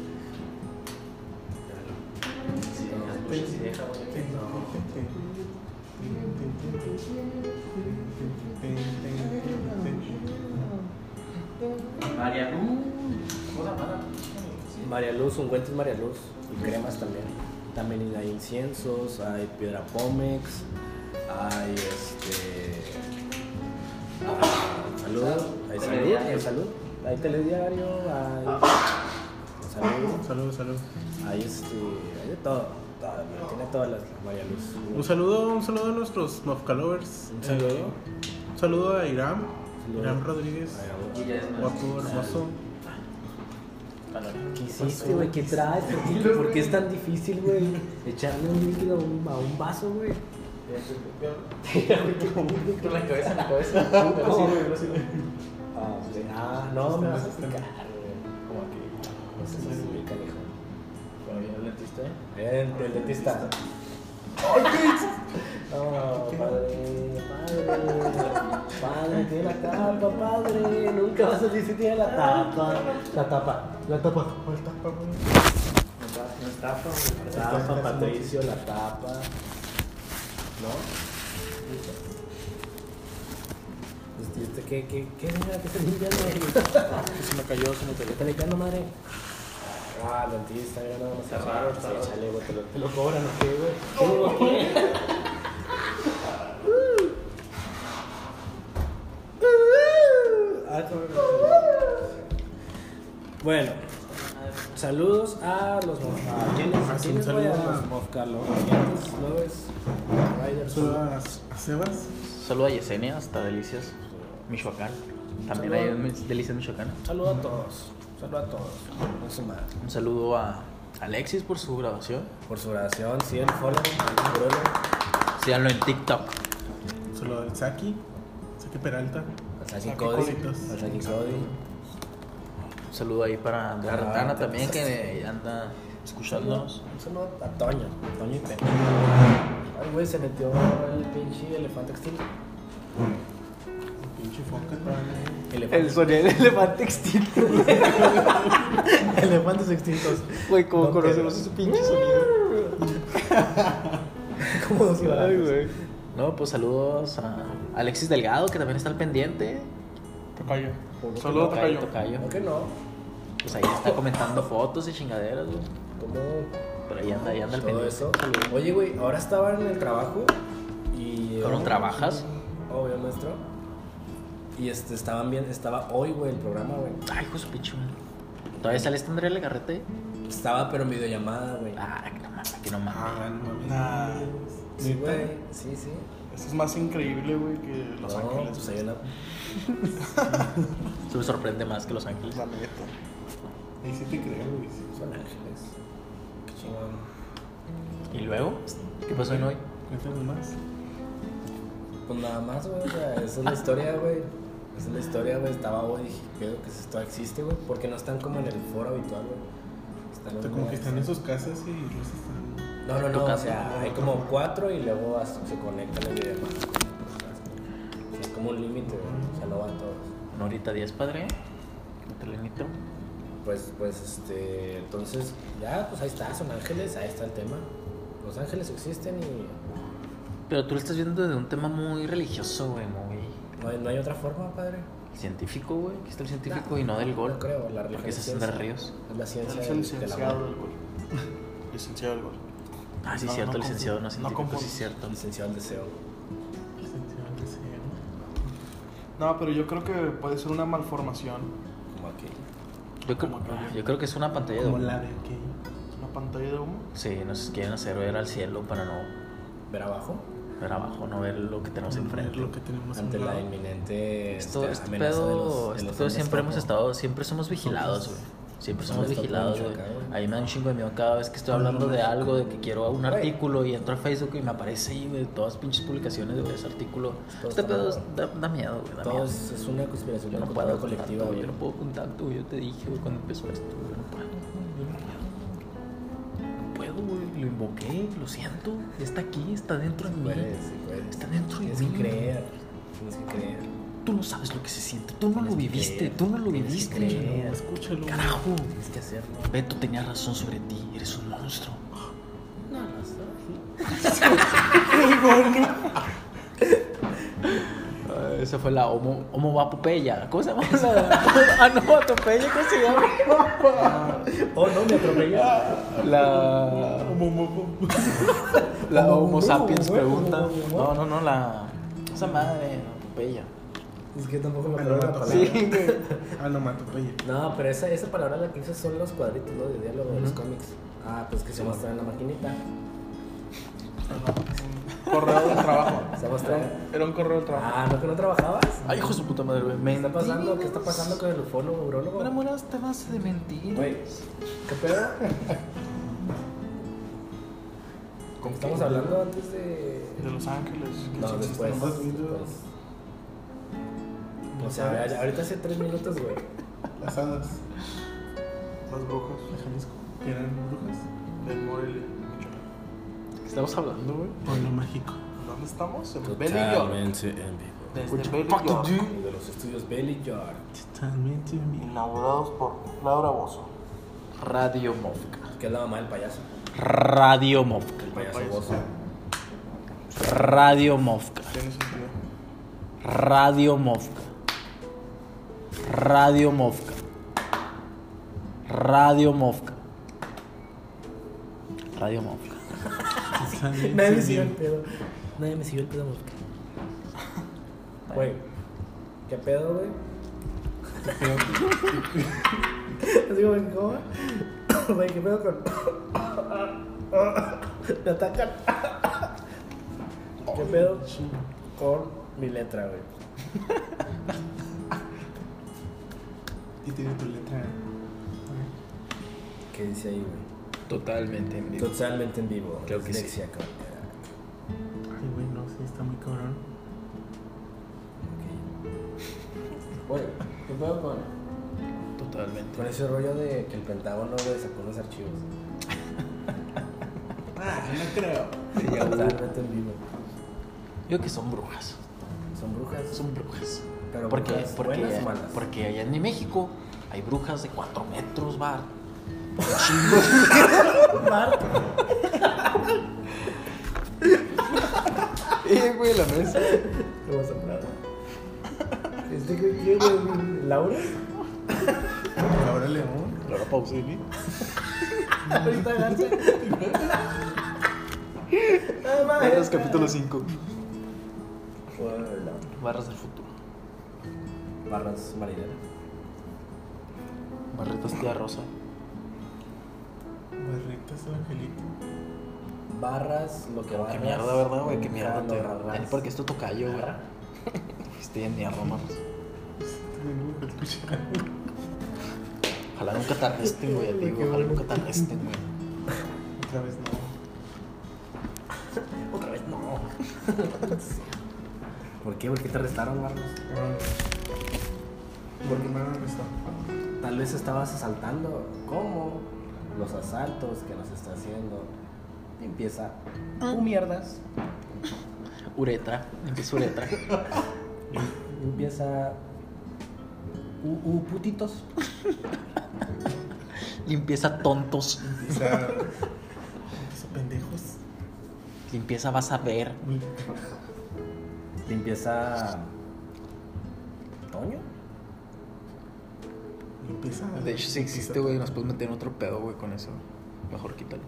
María.
María Luz, ungüentos María Luz y cremas también. También hay inciensos, hay piedra pómex, hay este. ah, Salud, hay salud, hay salud, hay telediario, hay. Salud,
Saludos, saludos.
hay este. Hay de todo, todo, güey, tiene todas las María
Un
Luz.
saludo, un saludo a nuestros Mofcalovers.
Un saludo.
Eh, un saludo a Iram.
Saludo.
Iram Rodríguez. Guapo, hermoso.
¿Qué hiciste, güey? ¿Qué traes? ¿Por qué- ¿Por qué es tan difícil, güey? Echarle un líquido a un- a un vaso, güey.
Con la cabeza en la cabeza.
Ah, güey. Ah, no, me vas a explicar, güey. Como que. No sé si se ubica, hijo. ¿El dentista? Eh, Ah, El, el dentista. Oh, padre, padre. Padre, tiene la tapa, padre. Nunca vas a decir si tiene la tapa. La tapa, la tapa. ¿Cuál tapa, güey? La tapa, La tapa, Patricio, la tapa. ¿No? ¿Y este qué, qué, qué, señora, qué se limpia, güey?
Se me cayó, se me cayó.
¿Está limpiando, madre? Ah, el dentista, mira, nada más. raro, sí, chale, güey, te lo, te lo cobran, ¿o qué, güey? ¿Cómo, güey? Ah, cómo- Bueno, saludos a los
Ah, sí, un
mofcalos.
saludo a-
los mofcalos. Lovers,
Un
Riders.
saludo a, a Sebas.
Solo a Yesenia, hasta Delicias, Michoacán. También hay en Delicias, Michoacán.
Saludo a todos. Saludo a todos. No se mal.
Un saludo a Alexis por su grabación.
Por su oración, sí, el follow, el follow.
Síganlo en TikTok.
se lo da Saki, Saki Peralta.
Asaki
Saki
Cody.
Coditos.
Asaki Cody.
Un saludo ahí para Andrea
Ah,
Retana
te
también,
pasaste.
que anda escuchándonos.
Un saludo a Toño. Toño y Pepe. Ay, güey, se metió el pinche elefante extinto.
Pinche foca, ¿no?
Elefante.
El sonido del elefante extinto.
Elefantes extintos.
Güey, como
No,
conocemos
pero-
ese pinche sonido.
Como dos
Ay,
balazos.
güey. No, pues saludos a Alexis Delgado, que también está al pendiente.
Tocayo.
Por-
Saludos,
Tocayo,
Tocayo.
tocayo.
No que no.
Pues ahí está comentando fotos y chingaderas, güey.
Como
Pero ahí anda, ahí anda el
todo
pendiente.
eso. Oye, güey, ahora estaba en el trabajo y...
¿Cómo trabajas?
Obvio, nuestro. Y este, estaban bien, estaba hoy, güey, el programa, güey.
Ay, hijo de su pinche madre. ¿Todavía sale este Andrea Legarrete?
Estaba, pero en videollamada, güey.
Ah, que no mames, que no mames.
Ah, no mames.
Nah,
sí, güey. Sí, sí.
eso Este es más increíble, güey, que Los
no,
Ángeles.
pues hay una...
Se me sorprende más que Los Ángeles.
La neta. Ahí sí te creo, güey. sí.
Son ángeles. Qué chingón.
¿Y luego? ¿Qué pasó en hoy?
Cuéntanos más.
Pues nada más, güey, o sea, esa es la historia, güey. Esa es la historia, güey. Estaba hoy y dije, ¿qué pedo que esto existe, güey? Porque no están como en el foro habitual, güey. Están
O
en
sea, como
una-
que están en sus casas y los están.
No, no,
Tu
no, o
casa.
sea, hay como cuatro y luego as- se conectan el video. O sea, es como un límite, güey, o sea, no van todos.
Una horita diez, padre. No te lo invito.
Pues, pues, este, entonces, ya, pues ahí está, son ángeles, ahí está el tema. Los ángeles existen y
Pero tú lo estás viendo desde un tema muy religioso, güey, muy
no hay, no hay otra forma, padre.
científico, güey. Aquí está el científico y no del
No
gol.
creo, la religión
Porque
es
ese es de
ciencia.
Ríos.
Es la
Él
ciencia
es
del-
el
del
licenciado
amor.
del gol. Licenciado del gol.
Ah, sí,
No,
cierto,
no
licenciado,
confu-
no
no
científico, sí,
confundas.
cierto.
Licenciado del deseo.
No, pero yo creo que puede ser una malformación.
Como aquí.
Yo creo,
Como que-
yo creo que es una pantalla de
Como
humo.
la de aquí.
Una pantalla de humo.
Sí, nos quieren hacer ver al cielo para no
Ver abajo,
ver abajo, no ver lo que tenemos enfrente.
Lo que tenemos
ante
a un
la
lado.
inminente
Esto,
este,
este
amenaza de los-
pedo,
de
este
los
pedo
hombres
siempre hemos
lobo.
estado, siempre somos vigilados, güey. Siempre somos
Nosotros
vigilados,
estamos
güey.
acá, güey.
A mí me da un chingo de miedo cada vez que estoy hablando de algo, de que quiero un
Güey.
artículo y entro a Facebook y me aparece ahí, güey, todas pinches publicaciones de ese artículo.
Todo
Este
está
pedo
mal.
es- da, da miedo, güey, da
Todo
miedo.
es, es una conspiración
Yo no
una
puedo con
colectiva,
tanto, güey,
güey.
yo no puedo con tanto, güey. Yo te dije, güey, cuando empezó esto, güey, yo no puedo, güey, yo no puedo. No puedo, güey, lo invoqué, lo siento, está aquí, está dentro de mí.
Puedes, sí, puedes.
Está dentro de
Tienes
mí.
que creer. Tienes que creer.
Tú no sabes lo que se siente, tú no lo
Tienes que
viviste,
creer,
tú no lo
tienes
viviste.
que creer.
Escúchalo.
Carajo,
Tienes que hacerlo.
Beto tenía razón sobre ti, eres un monstruo.
No, no, no.
esa fue la homo, homovapopeya. ¿Cómo se llama? ah, no, atopeya, ¿cómo se llama?
Oh, no, me atropelló.
La. La Homo sapiens
Homo, ¿eh?
pregunta.
homo, homo.
No, no, no, la. Esa madre, Popeya.
Es que tampoco me
Ah,
acuerdo
no,
la
no,
palabra.
sí. Ah, no mato, oye.
No, pero esa, esa palabra la que usas son los cuadritos, ¿no? De diálogo de los cómics. Ah, pues que se muestra en la maquinita.
Un correo del trabajo.
Se muestra.
Era un correo del trabajo.
Ah, ¿no que no trabajabas?
Ay, hijo de su puta madre, güey.
¿Qué está pasando?
Mentiras.
¿Qué está pasando con el ufólogo, urologo?
Me enamoraste más de mentiras.
Güey, ¿qué pedo?
¿Con qué?
Estamos hablando antes de.
De Los Ángeles.
No, después.
Estamos viendo-
después. O sea, a- ahorita hace tres minutos, güey.
Las hadas.
Las brujas.
de Jalisco. Que eran brujas.
De Morelia. Michoacán.
¿Qué estamos hablando, güey?
Pueblo mágico.
¿Dónde estamos? En Bell y York.
en vivo.
Desde Bell y York.
De los estudios Belly Yard.
Totalmente bien.
Inaugurados por Laura Bozo.
Radio Mofka.
Que es la mamá del payaso.
Radio Mofka.
El payaso
payaso.
gozo.
Radio Mofka.
Tiene sentido.
Radio Mofka. Radio Mofka. Radio Mofka. Radio Mofka.
Nadie me
Totalmente
siguió el
bien.
pedo. Nadie me siguió el pedo, mosca. Güey, ¿qué pedo, güey? Así como que, ¿cómo? Güey, ¿qué pedo con.? Me atacan. ¿Qué pedo con mi letra, güey?
Y tiene tu letra.
¿Qué dice ahí, güey?
Totalmente en
Totalmente en vivo.
Creo que sí.
Dislexia, cabrón.
Ay, güey, no, sí, está muy cabrón.
¿Qué pedo con,
Totalmente.
con ese rollo de que el Pentágono le sacó los archivos?
Ah, no creo.
Totalmente en vivo.
Yo creo que son brujas.
Son brujas.
Son brujas.
Pero
porque,
brujas
porque,
buenas o malas.
porque allá en México hay brujas de 4 metros, bar.
Eh, güey, la mesa. Lo vas a parar. ¿Este güey quién es? ¿Laura?
Ahora León.
Laura Pausini.
Ahorita agarra.
Vergas, capítulo 5.
Barras del futuro.
Barras marinera.
Barretas tía Rosa.
Barritas el angelito.
Barras, lo que barras.
Qué mierda, ¿verdad, güey? Qué mierda.
Barras,
te-
barras.
Ya ni porque es tu tocayo, güey. Estoy en mierda, mames.
Tengo
pues,
que escuchar.
Ojalá nunca te arresten, güey, a ti, güey. Ojalá nunca te arresten, güey.
Otra vez no.
Otra vez no. ¿Por qué? ¿Por qué te arrestaron, Barras?
Porque me han arrestado.
Tal vez estabas asaltando. ¿Cómo? Los asaltos que nos está haciendo. Empieza. Tú mierdas.
Uretra. Empieza uretra.
Empieza. Uh, uh, putitos.
Limpieza tontos.
Esos pendejos.
Limpieza vas a ver.
Limpieza. ¿Toño?
Empieza.
De hecho, si existe, güey, nos pueden meter en otro pedo, güey, con eso. Mejor quítalo.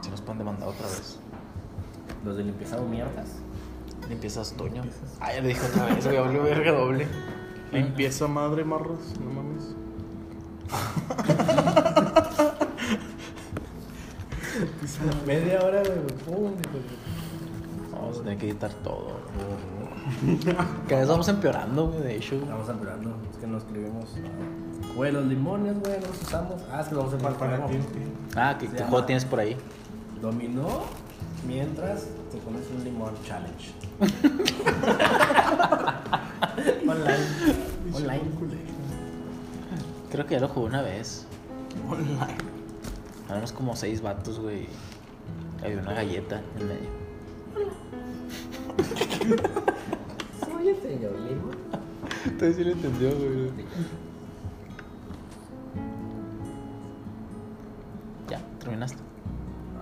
Se nos pueden demandar otra vez.
Los de limpieza o mierdas.
Limpiezas Toño. Ah, ya le dije otra vez, güey, doble verga doble.
Limpieza madre, marros. No mames.
Media hora, uh, güey.
Vamos a tener que editar todo. güey. Cada vez vamos empeorando, güey, de hecho.
Vamos a apurarlo. Es que no escribimos. ah, Güey, los limones, güey, no los usamos. Ah, es que vamos a hacer para
Para ti.
Ah, ¿qué,
Se
qué
llama-
juego tienes por ahí?
Dominó mientras te comes un limón challenge. Online. Online.
Creo que ya lo jugué una vez. Online. Éramos como seis vatos, güey. Había una galleta en medio.
Soy el señor limón.
Entonces sí lo entendió, güey. Ya, terminaste.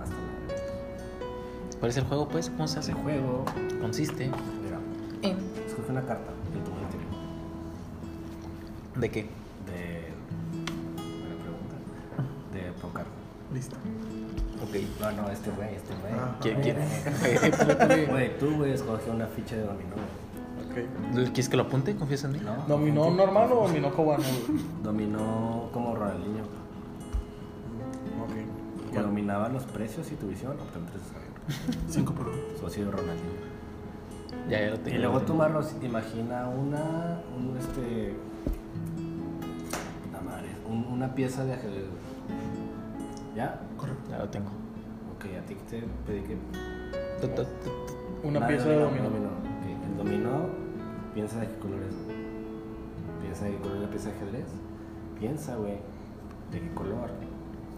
Hasta la-
¿Cuál es el juego, pues? ¿Cómo se hace?
El juego.
Consiste
Mira.
en...
Escoge una carta de tu mano interior.
¿De qué?
De. Buena pregunta. De poker.
Listo.
Ok.
No, no, este güey, este güey.
Ah.
¿Quién,
Güey,
quién?
Güey, tú, güey, escoge una ficha de dominó.
Ok.
¿Quieres que lo apunte? ¿Confías en mí?
No.
¿Dominó normal o dominó cubano?
Dominó como Ronaldinho.
Ok.
Que dominaba los precios y tu visión, obtén tres desarrollos.
Cinco por uno.
Socio de Ronaldinho.
Ya, ya lo
Y
tengo.
luego tú, Marros, imagina una. Un, este. La madre. un- una pieza de ajedrez. güey. ¿Ya?
Ya lo tengo.
Ok, a ti te pedí que.
Tu, tu, tu, tu.
Una
Vale,
pieza de dominó.
Ok, El dominó, piensa de qué color es. Piensa de qué color es la pieza de ajedrez. Piensa, güey, de qué color.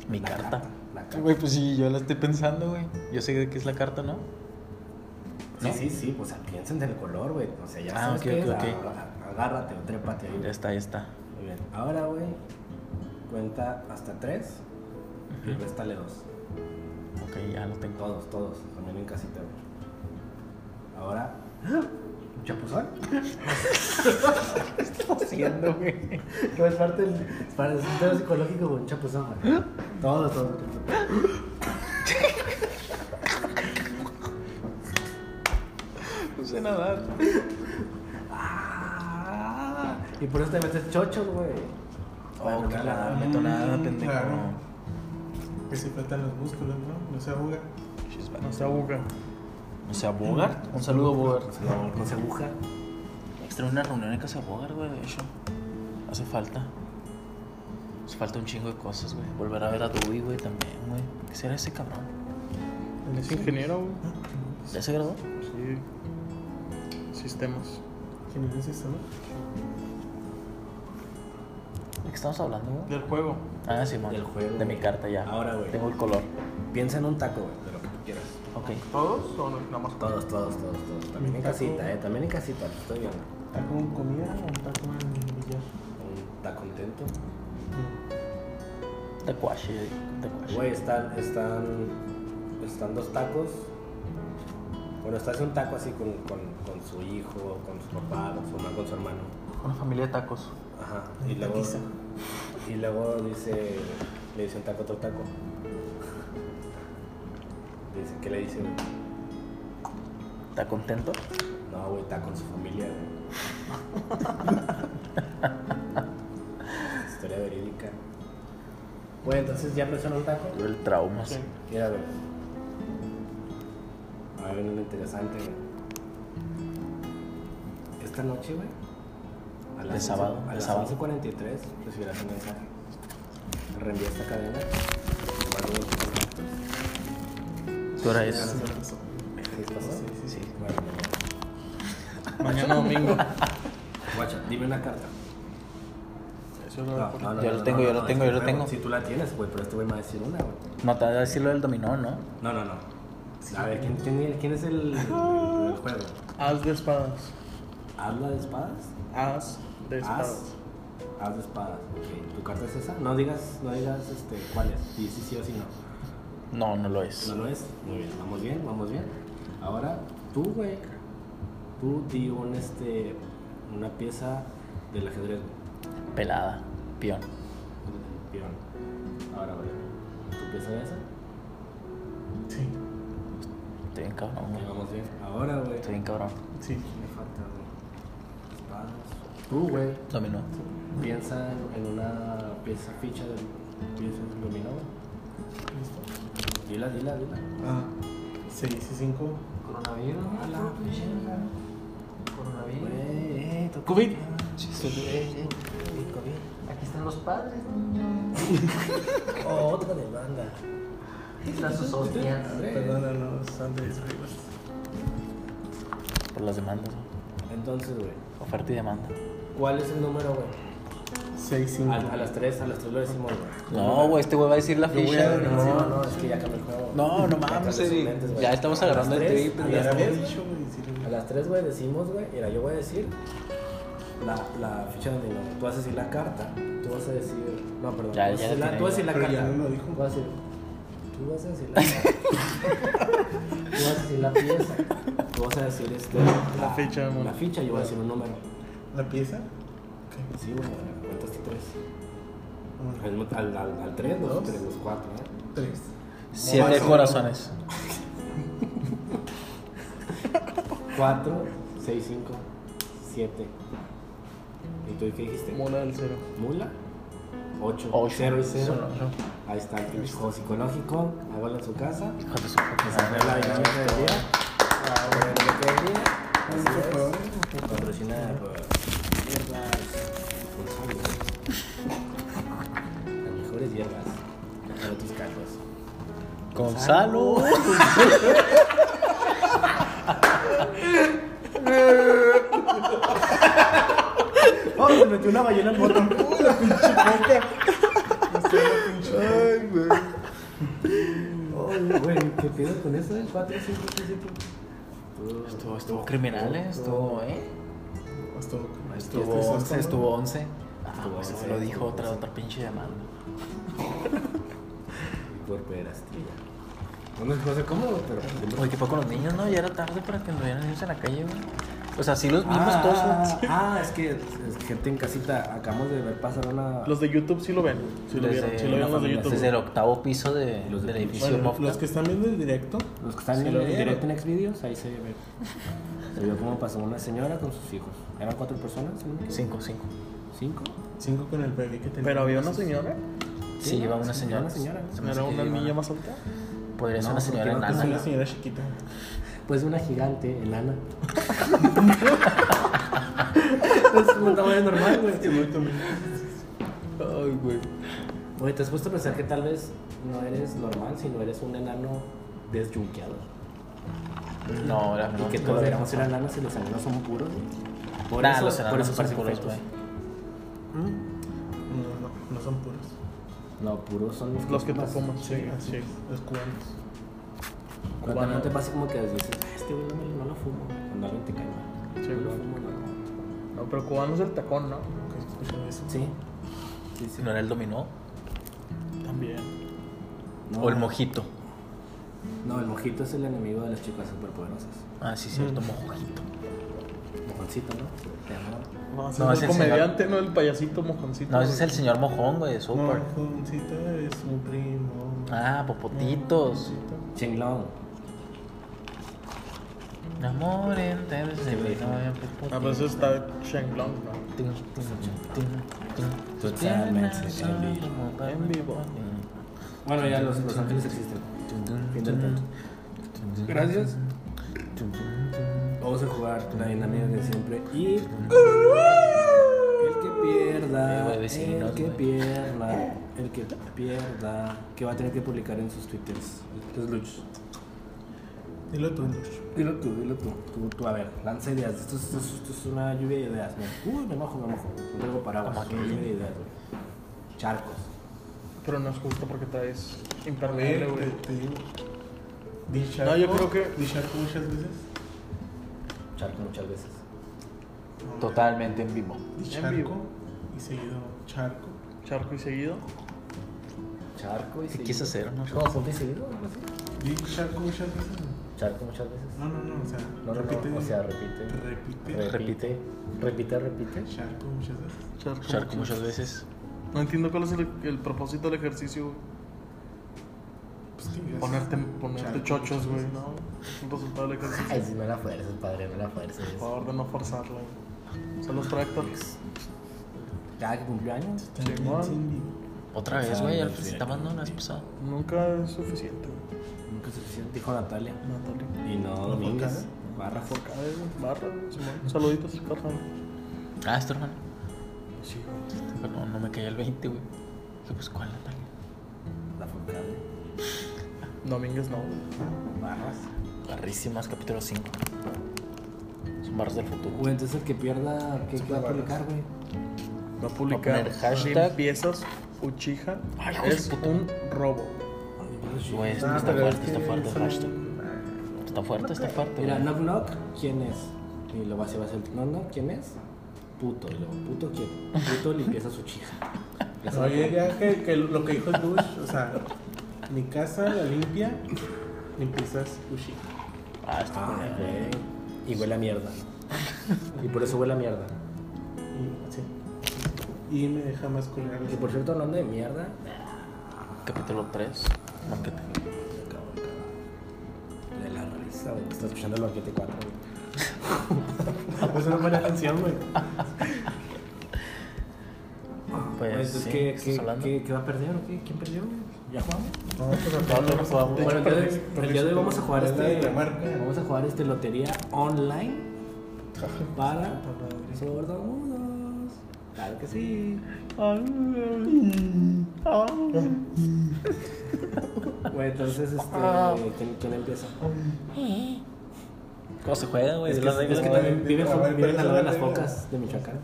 Mi
La
carta.
La carta.
Güey, pues sí, yo la estoy pensando, güey. Yo sé de qué es la carta, ¿no?
Sí,
¿no?
sí, sí, o sea, piensen del color, güey. O sea, ya
Ah,
sabes
ok,
qué es,
ok, ok.
a- a- Agárrate o trépate ahí.
Ya está, ya está.
Muy bien. Ahora, güey, cuenta hasta tres y réstale dos.
Ok, ya lo tengo.
Todos, todos, también en casita, güey. Ahora. ¿Chapuzón?
haciendo, güey?
No, es parte del es parte del pedo psicológico con chapuzón, güey. Todo, todo.
No sé nadar.
Ah, y por eso te metes chochos, güey. Para
Oh,
meter la-
claro, meto nada,
Mm,
pendejo.
claro. Que se faltan los músculos, ¿no? No se ahoga. No se ahoga.
O sea, Bogart. Un saludo, Bogart.
No, no se aguja.
Extra una reunión en casa de Bogart, güey, de hecho. Hace falta. Hace falta un chingo de cosas, güey. Volver a ver a Dewey, güey, también, güey. ¿Qué será ese cabrón?
Él es ingeniero, güey.
¿Ya se graduó?
Sí. Sistemas.
¿Quién es ese, no?
¿De qué estamos hablando, güey?
del juego.
Ah, Simón.
Del juego. Ah,
De mi carta ya.
Ahora, güey.
Tengo el color.
Piensa en un taco, güey, de lo que tú quieras.
Ok.
¿Todos o no? nada más?
Todos, todos, todos, todos. También en
taco.
casita, eh. También en casita, te estoy viendo.
¿Está con comida o está con billar?
Un taco contento.
Tacuache. Tacuache.
Güey, están, están, están dos tacos. Bueno, está haciendo un taco así con, con, con su hijo, con su papá, con su mamá, con su hermano.
Una familia de tacos.
Ajá. Y luego, y luego dice, le dice un taco a otro taco. Dice, ¿qué le dice? güey?
¿Está contento?
No, güey, está con su familia. güey. Historia verídica. Güey, entonces ya empezó un taco.
Yo el trauma.
Sí.
Mira, güey. A ver, lo interesante, güey. Esta noche, güey. A
De sábado,
A
de
las
sábado.
11.43 recibirás un mensaje. Reenvía esta cadena. Guardo tus contactos.
¿Qué hora es?
¿Sí pasó? Sí, sí. Bueno,
Mañana domingo.
guacha, dime una carta.
Eso lo voy a poner.
Yo lo tengo, yo lo tengo, yo lo tengo.
Si tú la tienes, güey, pero este güey me va a decir una, güey.
No, te voy a decir lo del dominó, ¿no?
No, no, no. A ver, ¿quién, quién, quién es el, el- el juego?
Haz de espadas.
¿Habla de espadas?
Haz de
Haz,
espadas.
haz de espadas. Ok, ¿tu carta es esa? No digas, no digas este, cuál es. Di si sí o si no.
No, no lo es.
¿No lo es? Muy bien, vamos bien, vamos bien. Ahora, tú, güey, tú di un, este, una pieza del ajedrez, güey,
Pelada. Peón.
del peón. Ahora, güey, ¿tu pieza de esa?
Sí,
Estoy bien cabrón,
Ok,
güey.
vamos bien. Ahora, güey,
Estoy bien cabrón.
sí.
me falta, güey, espadas. Tú, güey,
Dominó.
piensa en, en una pieza ficha del pieza del dominó. güey. Dila, dila, dila.
Ah, 6 y 5.
Coronavirus. A la
Coronavirus.
Coronavirus.
COVID. Aquí están los padres, niños.
Oh, otra demanda.
Aquí están sus hostias.
Perdónanos, Andrés Rivas.
Por las demandas, güey.
Entonces, güey.
Oferta y demanda.
¿Cuál es el número, güey?
6 y 5.
A, a las 3, a las 3 lo decimos, güey.
No, güey, este güey va a decir la ficha.
No, no, no, es que ya cambió el juego.
No, no
Ya cambió
mames,
sus
Eric.
lentes, güey.
Ya estamos
A las
agarrando el
tres,
trip,
A
ya
las
Ya había
3,
dicho, güey, sí,
A las 3, güey, decimos, güey. Mira, yo voy a decir la, la ficha de dominó. Tú vas a decir la carta. Tú vas a decir. No, perdón.
Ya,
tú vas
ya
a decir
la
la,
tiene
tú vas a decir la
Pero ya
carta.
no lo dijo.
Tú vas a decir, tú vas a decir la carta. tú vas a decir la pieza. Tú vas a decir este, la,
ficha, amor.
La ficha, yo voy a decir un número.
¿La pieza?
Sí, güey, me contaste tres.
Bueno,
Al- Al, al, al tres, los
Dos.
tres, los cuatro, ¿eh?
3.
Siete corazones.
Cuatro, seis, cinco, siete.
Mm.
¿Y tú qué dijiste?
Mola del cero.
Mula. 8.
Ocho.
0 y 0. Ahí está el pinche juego psicológico. Hágalo en su casa.
Hijo de su puta
Se
madre.
arregla la dinámica del día. Ah, bueno, lo que hay día. Así es. pues. Patrocinada por hierbas. Gonzalo. Las mejores hierbas pues. para tus carros.
Gonzalo.
¡Oh, se metió una ballena al botón!
Ay, güey.
¡Oh, güey! ¿Qué pedo con eso? eh? 4, 5, 7.
Estuvo, estuvo criminal, eh. Estuvo, eh.
Hasta este
Estuvo 11, estuvo 11. este Ah,
Estuvo
pues
once,
se lo dijo
estuvo
otra, otra pinche demanda.
Mi cuerpo era estrella. No sé, no sé cómo, pero. pues
Oye, ¿qué fue con los niños? No, ya era tarde para que anduvieran niños en la calle, güey. O sea, sí los vimos todos. güey.
Ah, es que es que gente en casita, acabamos de ver pasar una.
Los de YouTube sí lo ven. Sí lo vieron. Sí lo vieron los de YouTube.
desde el octavo piso de- del edificio
Bueno,
Mofta.
los que están viendo el directo,
los que están
Sí
en
lo
el
vieron.
directo en Xvideos, ahí se ve. Se vio cómo pasó una señora con sus hijos. ¿Eran cuatro personas? ¿no?
Cinco, cinco.
¿Cinco?
5 con el bebé que tenía.
Pero había una señora.
Sí, iba una
sí,
señora.
una señora.
Se me hace
Era
que
una
iba-
niña más alta.
Podría ser
No,
una
porque
señora
no
Es
enana.
una señora chiquita.
Pues una gigante, enana. es un tamaño normal, güey.
Ay, güey.
Oye, ¿te has puesto a pensar que tal vez no eres normal, sino eres un enano desyunqueado?
No, la
Y
verdad.
que todos deberíamos ser enanos y los enanos son puros, güey. Por
Nah,
eso,
los enanos
por eso
son
parecen
puros,
fetos.
güey.
Mm. No, no, No son puros.
No, puros son los,
Los que
tomas.
te fuman,
Sí,
sí.
así es. Los cubanos.
Cuando no te pasa como que dices, "Ah, este güey no, me- no lo fumo. Cuando alguien te cae mal.
Sí,
No lo
güey.
fumo, no.
No, pero cubano es el tacón, ¿no?
Que escuchan eso.
Sí. Sí, sí.
¿No era el dominó?
También.
No,
¿O el mojito?
No, el mojito es el enemigo de las chicas superpoderosas.
Ah, sí, cierto,
Mm.
mojito.
Mojoncito, ¿no? Te amo.
No,
No,
es
es
el
el
comediante, no el payasito mojoncito.
No, ese es el señor mojón, güey, de Super.
Mojoncito es un primo.
Ah, popotitos.
Chinglón.
Mi amor, entonces se me vino bien
Ah,
A
pues
veces Ah, pues está Shenlong, ¿no?
Tin, tin, tin, tin. Tus
Totalmente
piernas
en
son
vivo.
como para-
En vivo.
Bueno, ya los, los ángeles existen.
Tin, tin,
Fin del
tin,
cuento.
tin,
Gracias.
tin, tin, tin.
Vamos a jugar la dinámica de siempre. Y. El que
Eh,
pierda.
güey, vecinos,
el que
güey.
pierda. El que pierda. Que va a tener que publicar en sus twitters. Los luchos.
Dilo tú,
Dilo tú, dilo tú. Tú, tú, a ver, lanza ideas. Esto, es- esto es- esto es una lluvia de ideas. ¿no? Uy, me mojo, me mojo. No traigo paraguas. Una lluvia de ideas, güey. Charcos.
Pero no es justo porque traes impermeable,
Te
güey.
te digo. Di charco.
No, yo creo que-
Di charco muchas veces.
Charco muchas veces.
Totalmente en vivo.
Di
En
charco.
vivo.
Y seguido charco.
Charco y seguido.
Charco y
¿Qué quise hacer? No sé.
¿Cómo junto y seguido? algo así?
Di charco muchas veces.
Charco muchas veces.
No, no, no. O sea,
No, no,
repite.
no, o sea, repite.
Repite.
Repite. Repite, repite.
Charco muchas veces.
Charco.
Charco muchas veces.
No entiendo cuál es el, el propósito del ejercicio, güey.
Pues, ¿qué digas?
Ponerte, ponerte
Charco
chochos,
muchas
güey.
veces.
No, es un resultado del ejercicio.
Ay, si no la fuerces, padre, no la fuerces.
Por favor, de no forzarlo, güey. Son los tractors.
Cada que cumplió años.
También sin di-
Otra vez, güey, ya lo felicitaban, ¿no? La vez pasada.
Nunca es suficiente, güey.
Nunca es suficiente, dijo Natalia.
Natalia.
Y no, Domínguez. Barra foca.
Ay, güey, Barra, güey, Simón. Saluditos, Barra.
Ah, es tu hermano.
Sí,
Pero no, no me caía el 20, güey. Dije, pues, ¿cuál, Natalia?
La foca de
Domínguez no, güey.
barras.
Barrísimas, capítulo 5. Son barras del futuro.
Güey, entonces el que pierda, ¿qué, qué va a publicar, güey?
Va a publicar
Va a poner hashtag.
limpiezas Uchiha
Ay, hijo de
es
puta.
un robo.
Pues
Güey, esto
Ah,
está fuerte, está fuerte el hashtag. Está fuerte, está fuerte,
Mira,
güey.
knock knock, ¿quién es? Y lo va a hacer, va a ser, no, no, ¿quién es? Puto, y luego, puto, ¿quién? Puto limpieza su chija. Ya sabes.
Oye, ya que, que lo que dijo Bush, o sea, mi casa la limpia, limpiezas Bushi.
Ah, está
Ah,
fuerte.
güey. Y huele a mierda. Y por eso huele a mierda.
Y, sí. y me deja más colgar.
Y por cierto, hablando de mierda,
Capítulo 3. Banquete.
Cabrón, cabrón. De la risa, güey. Estás escuchando el banquete 4, güey.
Pues una buena canción, güey.
Pues,
Entonces,
sí,
¿qué,
¿estás
qué,
hablando?
qué- qué va a perder o qué? ¿Quién perdió? güey? ¿Ya jugamos?
No, pero no nos vamos.
Bueno, el día, de, el día de hoy vamos a jugar
Esta de
este.
la marca.
Vamos a jugar este lotería online para sordomudos. Claro que sí. Bueno, entonces, este. ¿Quién, quién empieza?
¿Cómo se juega, güey?
Es
Las
que, es que
reglas, güey.
también viven,
A ver,
viven al lado de
pero-
las focas de Michoacán.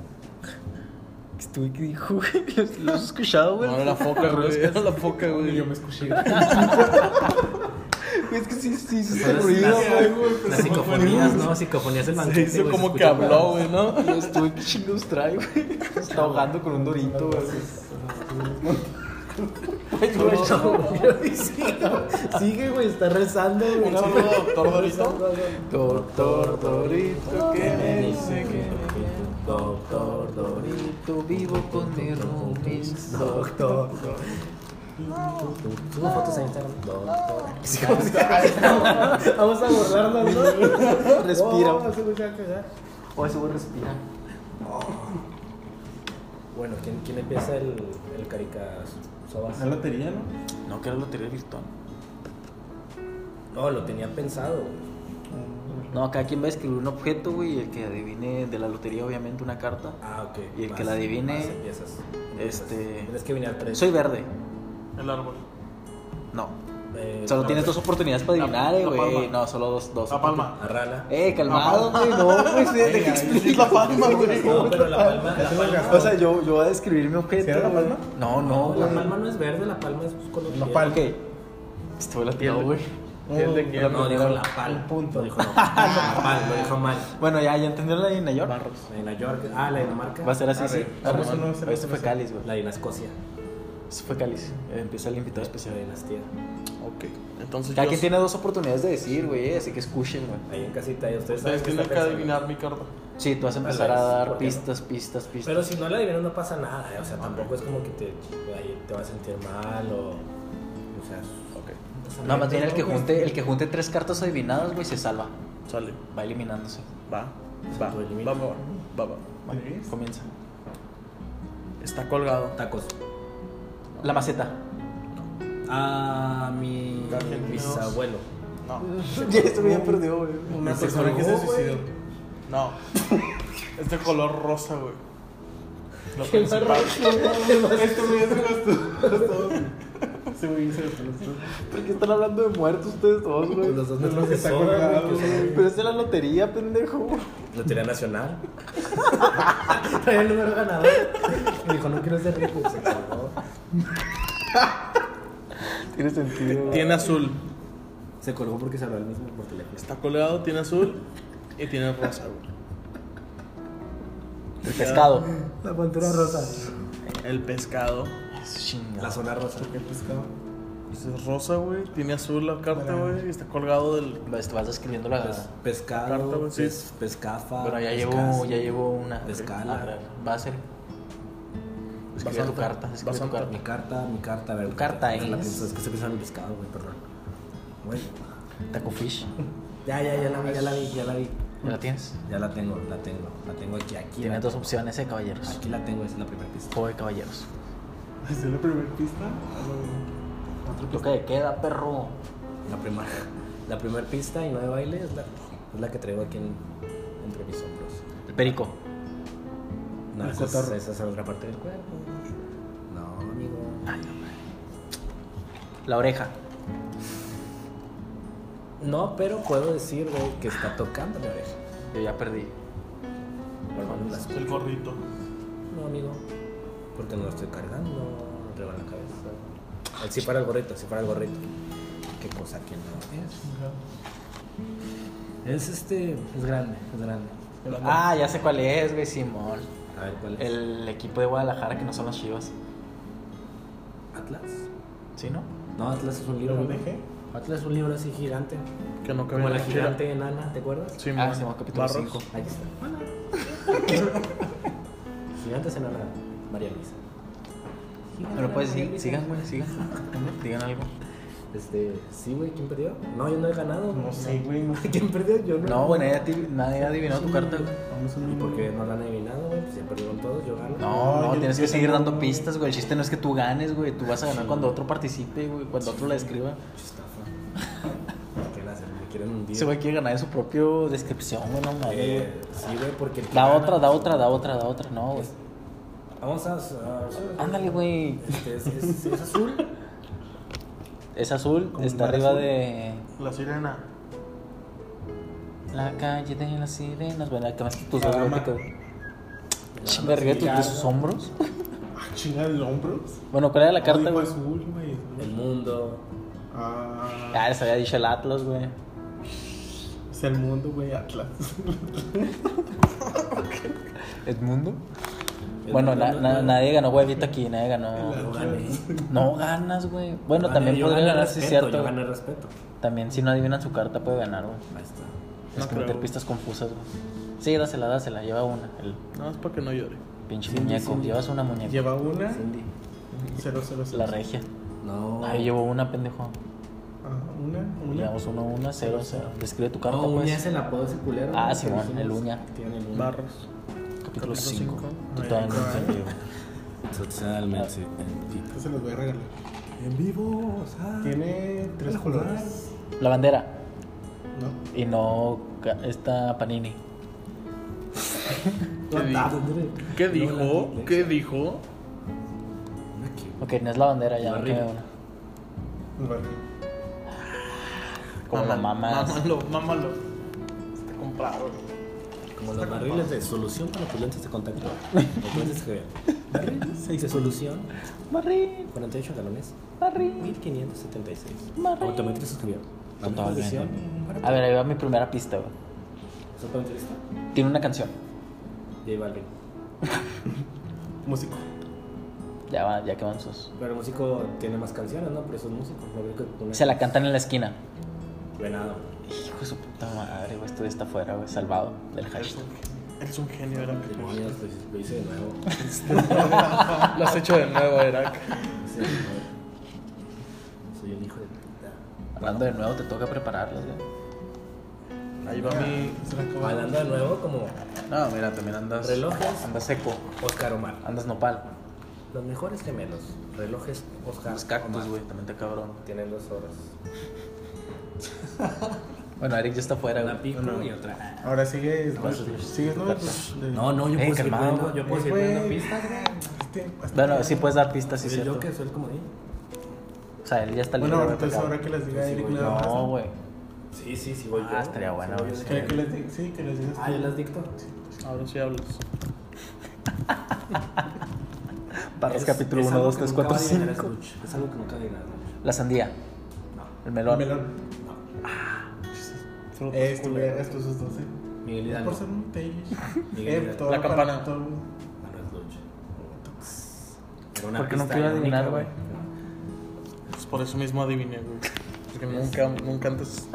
Estuve que dijo, güey. ¿Lo has escuchado, güey?
No, era la foca, güey. Era la foca, güey.
Yo me escuché.
Es que sí, sí,
Son
sí, se
las-
ruido,
las-
güey, güey. pero
Las
se me fue el
psicofonías,
ruido.
¿no? Psicofonías del
Se
banquete.
hizo
güey,
como
se
que
escucha para-
habló, güey, ¿no? Yo estuve que chingos trae, güey. Se está ahogando con un dorito, güey. Güey,
Güey,
no.
no. Sigue, güey, está rezando, güey.
Un saludo, doctor Dorito.
Doctor
Dorito, que me dice
Doctor Dorito.
vivo con mi roomies.
Doctor Sube fotos a Instagram. Doctor. Vamos a borrarlo, ¿no?
Respira.
Oh, ese güey se va a cagar.
O ese güey respira.
Bueno, ¿quién, quién empieza el, el carica sobas?
La lotería, ¿no?
No, que era lotería virtual.
No, lo tenía pensado. güey.
No, cada quien va a escribir un objeto, güey, y el que adivine de la lotería, obviamente, una carta.
Ah, ok.
Y el que la adivine,
más empiezas.
este-
Tienes que venir al 3.
Soy verde.
El árbol.
No.
eh,
Solo tienes dos oportunidades para
La-
adivinar, eh,
La
güey.
Palma.
No, solo dos. dos
La Palma.
a Rana.
Eh, calmado, güey. No, güey. sí, Deja que explique la palma, güey.
No, pero la palma, la palma,
O sea, yo, yo voy a describir mi objeto.
¿Sí era la
güey.
palma?
No, no, güey.
la palma no es verde, la palma es pues, color
La
piel.
palma.
Ok. Estuvo latiendo, Este güey.
No, dijo la pal. Punto. Dijo no. La pal, lo dijo mal.
Bueno, ya, ya entendieron la de Nueva York.
La de Nueva York. Ah, la de Dinamarca.
Va a ser así, sí.
vamos
Arre.
uno, vamos
Este
uno,
fue
sí.
Cáliz, güey.
La de Escocia.
Este fue Cáliz. Eh, Empieza el invitado
La
especial.
dinastía.
Ok. Entonces
Cada
Pues
quien
yo
tiene dos oportunidades de decir, güey, eh, así que escuchen, güey.
Ahí en casita, ahí ustedes saben
Ustedes
qué
tienen
está
que
pensando.
adivinar mi carta.
Sí, tú vas a
Tal
empezar a
vez,
dar
¿por qué no?
pistas, pistas, pistas.
Pero si no la adivinas no pasa nada, eh, o sea, tampoco es como que te, ahí te vas a sentir mal o... O sea, ok.
No, más bien el que
pues.
junte, el que junte tres cartas adivinadas, güey, se salva.
Sale.
Va eliminándose.
Va.
sea,
Va.
tú
Va,
eliminas.
va, va. va.
Va, comienza.
Está colgado.
Tacos.
La maceta.
Ah, mi
Argentinos.
bisabuelo.
No.
ya estoy bien perdido, güey.
Una persona que se suicidó.
No. es de color rosa, güey. Lo principal.
Este güey es de los dos. Este güey es de los dos.
¿Por qué están hablando de muertos ustedes dos, güey?
Los dos
De los
metros
que
de
está
sobra,
colgado,
güey, que son-
Pero es de la lotería, pendejo.
Lotería Nacional. Traía el número ganador. Me dijo, no quiero ser rico. Se colgó.
Tiene sentido.
Tiene azul.
Se colgó porque se habló el mismo por teléfono.
Está colgado, tiene azul y tiene rosa, güey.
El pescado.
La pantera rosa.
El pescado.
La zona rosa.
Este es rosa, güey. Tiene azul la carta, güey. y Está colgado del.
Vas, vas describiendo la.
Ah.
Carta,
Pues, Pescado,
güey, sí.
pes- pescafa. pues,
Bueno, ya llevo,
pescas.
ya llevo una.
Pescado.
A ver, Va a ser. Escribe tu
Basanta.
carta. Escribe tu
Basanta.
carta.
Mi carta, mi carta, a ver.
Tu carta
es.
es-
Es que se piensa en el pescado, güey, perdón. Güey.
Taco fish.
Ya, ya, ya la vi, ya la vi, ya la vi.
¿Ya la tienes?
Ya la tengo, la tengo. La tengo aquí, aquí. la
Tienes dos
tengo.
opciones, eh, caballeros.
Aquí la tengo, esa es la primera pista.
Juego de caballeros.
Desde la primera pista. a la- Otra
Lo
pista.
que queda, perro.
La primera la primer pista y no de baile es la, es la que traigo aquí en- entre mis hombros.
El perico.
No,
El
esa es,
cotorro.
esa es otra parte del cuerpo. No, amigo.
La oreja.
No, pero puedo decir, güey, que está tocando la oreja.
Yo ya perdí.
Por lo menos la escucho.
El gorrito.
No, amigo. Porque no lo estoy cargando arriba en la cabeza. Así para el gorrito, así para el gorrito. Qué cosa que no es. Es este. Es grande, es grande.
Ah, ya sé cuál es, güey, Simón.
A ver cuál es.
El equipo de Guadalajara que no son las chivas.
Atlas.
¿Sí, no?
No, Atlas es un libro.
¿Lo
güey.
dejé?
Atlas es un libro así gigante.
Que no cabe
Como
en
la
la chela.
gigante enana, ¿te acuerdas?
Sí,
Ah,
man.
Simón, capítulo
Barros.
5.
Ahí está. Gigantes enana, María Luisa.
Pero pues sí, sigan, güey, sigan. Digan algo.
Este, sí, güey, ¿quién perdió? No, yo no he ganado.
No sé, güey. No sé.
¿Quién perdió? Yo no.
No, güey, nadie, ati- nadie adivinó tu carta, güey.
Vamos a un
¿Y por qué no la han adivinado, güey? Pues ya perdieron todos, yo gano.
No, no,
yo-
tienes
yo
que seguir
tampoco,
dando
güey.
pistas, güey. El chiste no es que tú ganes, güey. Tú vas a ganar cuando otro participe, güey. Cuando otro la describa.
Estafa. ¿Qué le hacen? ¿Me quieren hundir?
Se va a quiere ganar de su propia descripción, güey, no mames.
Eh,
güey.
sí, güey, porque. el que
Da
gana-
otra, da otra, da otra, da otra. No, güey.
Vamos a. a-
Ándale, güey.
Este, es, es- es azul.
Es azul,
Como
está
el mar
arriba
azul.
de
La sirena.
la calle de las sirenas. Bueno, acá más que tus dos,
La
güey.
dama.
que te- Chinga, arriba de tu- de sus hombros.
Ah, chinga el hombros.
Bueno, ¿cuál era la carta,
No, dijo
güey?
azul, güey.
El mundo.
Ah,
Ah, les había dicho el Atlas, güey.
es el mundo, güey. Atlas.
¿Edmundo?
El
Bueno,
mundo
na-
no es
na-
malo.
nadie ganó huevito aquí, nadie ganó.
El Atlas.
No ganas, güey. Bueno,
Gané,
también
Ah, yo
podría
gané
ganar, sí, es
respeto,
cierto.
Yo
güey.
gané respeto.
También si no adivinan su carta puede ganar, güey.
Ahí está.
Es que meter pistas confusas, güey. Sí, dásela, dásela, lleva una. El
No, es para que no llore.
pinche
Cindy,
muñeco,
Cindy.
llevas una muñeca.
Lleva una.
Cindy.
Cero, cero, cero.
La regia.
No.
Ahí llevo una, pendejo.
Ah, una, una.
Llevamos uno, una, cero, cero. Describe tu carta,
No, uña Oh, es
pues.
el apodo ese culero.
Ah,
¿no?
Simón,
Que dijimos
el uña.
que Tiene el uña.
Barros.
Capítulo
capítulo
5.
cinco.
Tú todavía no
Ah,
Ahí
entendí, güey.
Totalmente. en vivo.
Esta se los voy a regalar.
En vivo, o sea.
Tiene tres colores.
La bandera.
No.
Y no ca- esta Panini.
¿Qué dijo? ¿Qué dijo? ¿Qué dijo?
Ok, no es la bandera, ya
La
no
reina.
queda una.
Vale.
Como lo mamas.
Mámalo, mámalo. Está comprado.
Como los barriles de solución para tus lentes de contacto. O puedes que Barriles de solución.
Barril,
48 galones.
barril.
1576.
Barril.
Autometría suscribió.
Totalmente. A ver, ahí va mi primera pista. güey.
Autometrista.
Tiene una canción.
J Balvin. músico.
Ya va, ya que van sus.
Pero el músico tiene más canciones, ¿no? Pero eso es músico. Lo único que tú
Se la cantan en la esquina.
Venado.
Hijo de su puta madre, güey. Esto está fuera, güey. Salvado del
Eres
hashtag.
un, eres un genio, Erak.
Demonios, lo- lo hice de nuevo.
Lo has hecho de nuevo, Erak.
Lo hice de nuevo. Soy un hijo de puta.
Hablando de nuevo, te toca prepararlos, güey.
Ahí va mi.
Hablando de nuevo como
No, mira, también andas.
Relojes.
Andas seco.
Oscar Omar.
Andas nopal.
Los mejores gemelos. Relojes Oscar
Andas cactus,
Omar.
güey. También te cabrón.
Tienen dos horas.
Bueno, Eric ya está fuera,
Una
güey.
pico y otra.
Ahora sigue.
No, eso sí.
Sigues, ¿no? Pues, de-
No, no, yo
Eh,
puedo seguir
calmado,
dando- yo puedo
Eh,
seguir
güey.
dando pistas, güey.
Este, hasta
Bueno,
que-
sí puedes dar pistas, sí,
Soy
cierto.
Yo que soy el comodín.
O sea, él ya está libre.
Bueno,
güey,
entonces
pecado.
ahora que les diga
Sí,
Eric
güey,
nada más.
No,
¿no?
güey.
Sí, sí, sí, voy
Ah,
yo.
estaría buena,
Sí,
güey,
voy yo.
Que, que les diga. Sí, que les este digas.
Ah, yo las dicto.
Ahora sí hablas.
Barras
Es-
capítulo
es
1,
algo
2,
que
3,
nunca
4,
va a adivinar
5.
Scrooge. Es algo que nunca adivinas.
La sandía. El melón.
Melón.
Frutas
Eh, Este, güey,
culeras.
esto esos dos, eh.
Miguel
Es Por
Hidalgo.
ser un tey.
Miguel
Eh,
Hidalgo.
todo
La
para-
campana.
todo-
Manuel Scrooge. Era una
Porque no
pista
quiero
irónica,
adivinar, güey.
Pues por eso mismo adiviné, güey. Porque nunca, nunca antes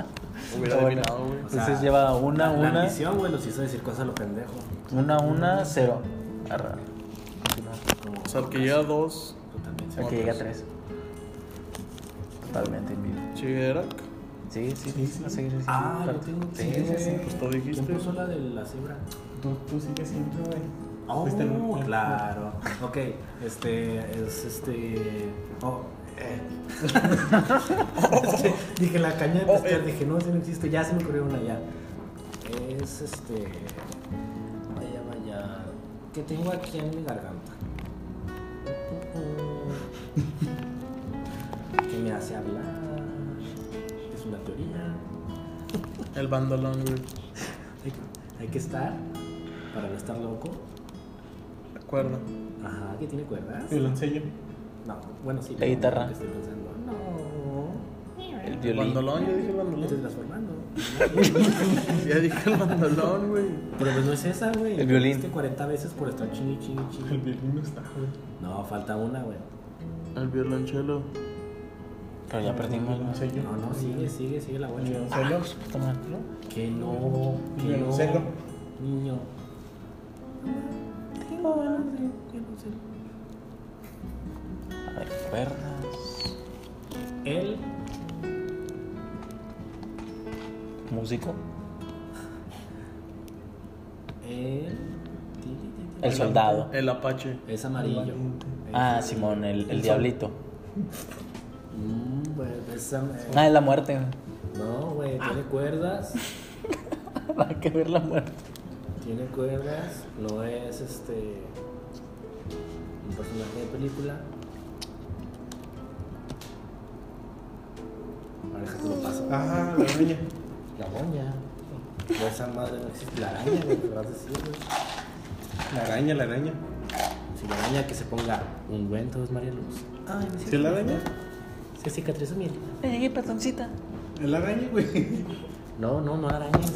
hubiera
Bueno.
adivinado, güey.
O sea,
Entonces lleva una,
La, la
una,
ambición, güey, los hizo decir cosas a lo pendejo.
una, una, cero. Arra.
Como,
O sea, el que llega a dos,
totalmente.
El que llega a tres. Totalmente invido.
sigue Erak.
Sí, sí, sí, sí, sí, sí,
Ah,
sí,
yo tengo
sí, sí, sí.
Pues tú dijiste.
¿Quién puso la de la cebra?
Tú, tú sigues siempre, güey.
Oh,
Fuiste el-
claro. Ok, este es este. Oh, eh. Es que dije la caña de
Oh,
pescar,
eh.
dije no, ese no existe, ya se me ocurrió una ya. Es este. Vaya, vaya. Que tengo aquí en mi garganta. Que me hace hablar. Es una teoría.
El bandolón, güey.
Hay, hay que estar para no estar loco.
La cuerda.
Ajá, que tiene cuerdas.
El ensayo.
No, bueno, sí.
La
pero
guitarra.
lo que estoy pensando. No.
El
El
violín.
bandolón, yo dije el
Me estoy
bandolón.
transformando.
Ya dije el bandolón, güey.
Pero pues no es esa, güey.
El violín.
Dijiste 40 veces por estar chini, chini,
El
chini.
violín no está, güey.
No, falta una, güey.
El violonchelo.
Pero ya perdimos.
El
¿no?
ensayo.
No, no, sigue, sigue, sigue la
El
guacha.
violonchelo.
Puta madre, ¿no?
Que no, que no.
Violoncelo.
Niño. Tengo ganas de violoncelo.
A ver, cuerdas.
El
Músico.
el
El soldado.
El apache.
es amarillo.
Ah, Simón, el, el diablito.
Mm, güey, es am-
Ah, es la muerte.
No, güey, tiene cuerdas.
Nada que ver la muerte.
Tiene cuerdas, no es este. un personaje de película. Ahora déjate lo paso.
Ah, la araña.
La moña. No, esa madre no existe. La araña, güey, ¿qué vas a decir, güey?
La araña, la araña.
Si la araña que se ponga ungüento es María Luz. Ay, me
¿Sí es la araña?
Se cicatriza mil.
Le llegué, patoncita.
Es la araña, güey.
No, no, no arañas.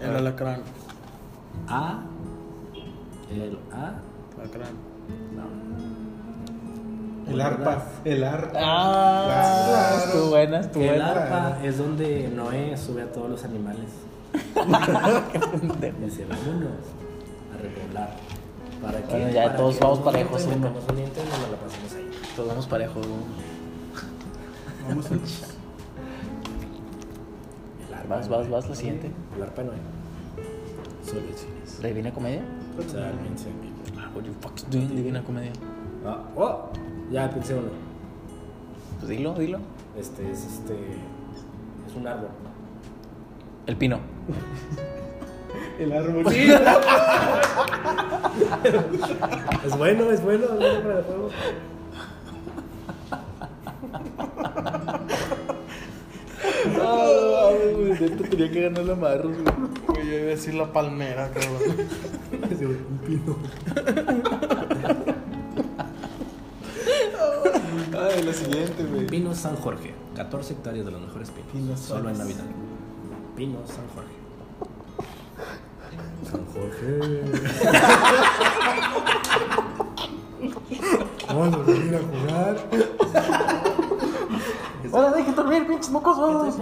El alacrán.
A. El A.
Alacrán.
No.
El arpa. El arpa.
Ah,
Claro.
tú buenas, tú
El
buena.
arpa es donde Noé sube a todos los animales. Dice, vámonos a repoblar. ¿Para qué?
Bueno, ya
Para
todos
que
vamos
nos
parejos,
metan,
uno.
metamos un diente y nos la pasemos ahí.
Todos vamos parejos. ¿no?
Vamos a
El arpa
Vas,
de
vas,
Noé.
vas, la siguiente.
El arpa de Noé. Soluciones.
¿La Divina Comedia?
Totalmente en vivo.
Ah, what the fuck's doing Divina Comedia?
Ah, oh, ya pensé uno.
Pues dilo, dilo.
Este es este. Es un árbol.
El pino.
El árbol.
Es bueno, es bueno, es bueno para el juego.
Ah, Neto tenía que ganar la marros, güey. Yo iba a decir la palmera, cabrón. Ay, la siguiente, güey.
Pino San Jorge, 14 hectáreas de los mejores pinos.
Pinos
solo en
San-
Navidad. Pino San Jorge. San Jorge.
Vamos a venir a jugar.
Ahora dejen dormir, pinches mocos, vamos.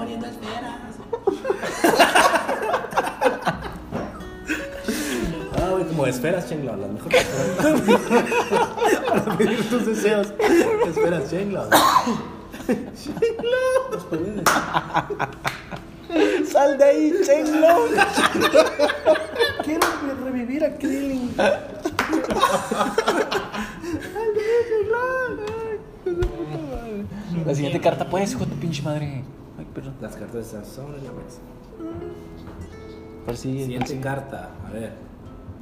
Ah, güey, como esperas, Chengla, las mejores personas. Para pedir tus deseos. Esperas, Chengla.
Sal de ahí, chenlo.
Quiero revivir a Krillin.
La siguiente carta, pues, hijo de tu pinche madre. Ay, perdón.
Las cartas están sobre la mesa.
¿Cuál sigue? ¿Cuál
Siguiente
sigue?
carta, a ver.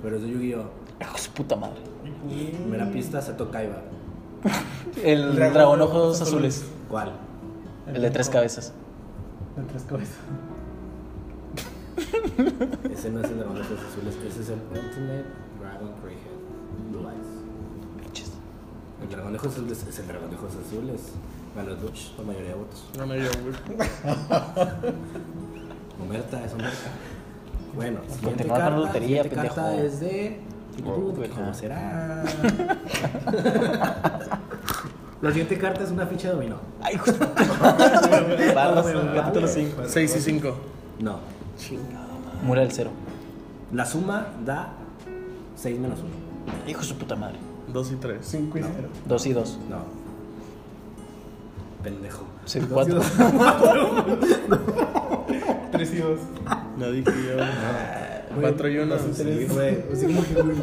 Pero es de Yu-Gi-Oh!
Hijo de su puta madre.
Primera
Mm.
pista, Seto Kaiba.
El dragón, ojos azules.
¿Cuál?
El de tres cabezas.
De tres cabezas.
Ese no es el dragón de ojos azules, ese es el Ultimate Dragon Greyhead Blue Eyes.
Pinches.
El dragón de ojos azules es el dragón de ojos azules. Ganó Dutch, la mayoría de votos.
Gané yo, güey.
Humberta, es Humberta. Bueno, siguiente
te van a
carta,
ganar lotería,
siguiente
pendejo.
carta es de...
pendejo.
¿Cómo será? La siguiente carta es una ficha de dominó.
Ay, hijo de su puta
Ah, güey,
Barras,
güey.
capítulo 5.
6 y 5.
No.
Mura del cero.
La suma da 6 menos 1.
Hijo de su puta madre.
2 y 3.
5 y 0.
Dos y dos.
No. Pendejo.
Sí, cuatro.
3 y 2.
No dije yo.
Ah,
4 y 1.
Pues Sí, güey.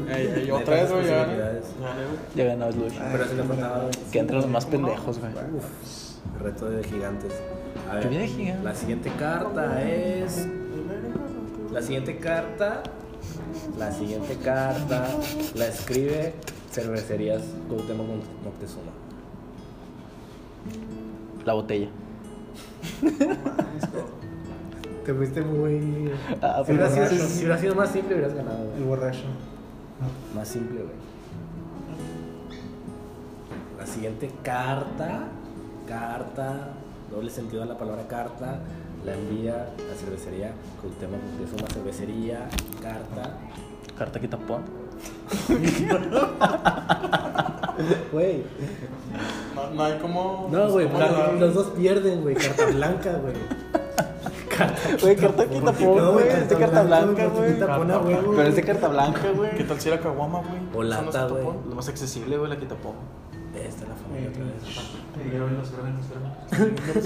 Ey, yo otra vez, güey. ya gané. Gané, güey.
Ya ganabas, Luis.
Pero se le faltaba
Que entre los más pendejos, güey.
el reto de gigantes. A
Lluvia de gigantes.
La siguiente carta es. La siguiente carta. La siguiente carta la escribe Cervecerías Cuauhtémoc Mont- Moctezuma.
La botella.
Te fuiste muy.
Ah,
Si
pero
hubiera sido,
borracho.
si hubiera sido más simple, hubieras ganado. güey.
El borracho.
Más simple, güey. La siguiente carta, carta, doble sentido a la palabra carta, la envía a cervecería Cuauhtémoc es una cervecería, carta.
Carta que tapón.
Güey,
No, no hay como.
no, güey,
Pues,
como
claro,
llevar-
los dos pierden, güey, carta blanca, güey. Carta
Güey, carta que tapón, güey. Es de carta blanca, güey.
tapona, güey.
Pero es de carta blanca,
¿Qué
güey.
tal si era caguama, güey?
O
Esa no
lata,
se tapó.
güey.
Lo más accesible, güey, la que tapó.
Esta es la
Eh,
familia otra vez.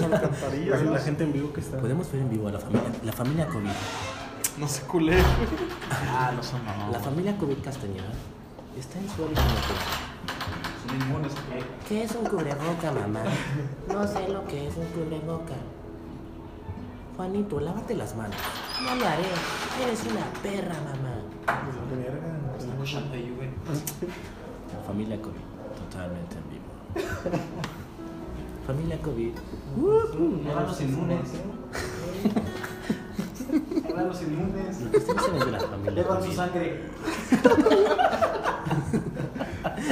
Son alcantarillas,
La
güey.
gente en vivo que está.
Podemos ver en vivo a la familia, la familia COVID.
No se culé, güey.
Ah, no son mamá.
La familia COVID Castañeda está en su hábitat natural.
¿Qué es un cubreboca, mamá? No sé lo que es un cubreboca.
Juanito, lávate las manos.
No lo haré. Eres una perra, mamá.
pues,
La familia COVID, totalmente en vivo. familia COVID. Llévanos inmunes. Llévanos inmunes. Los de la familia. Llevan su sangre.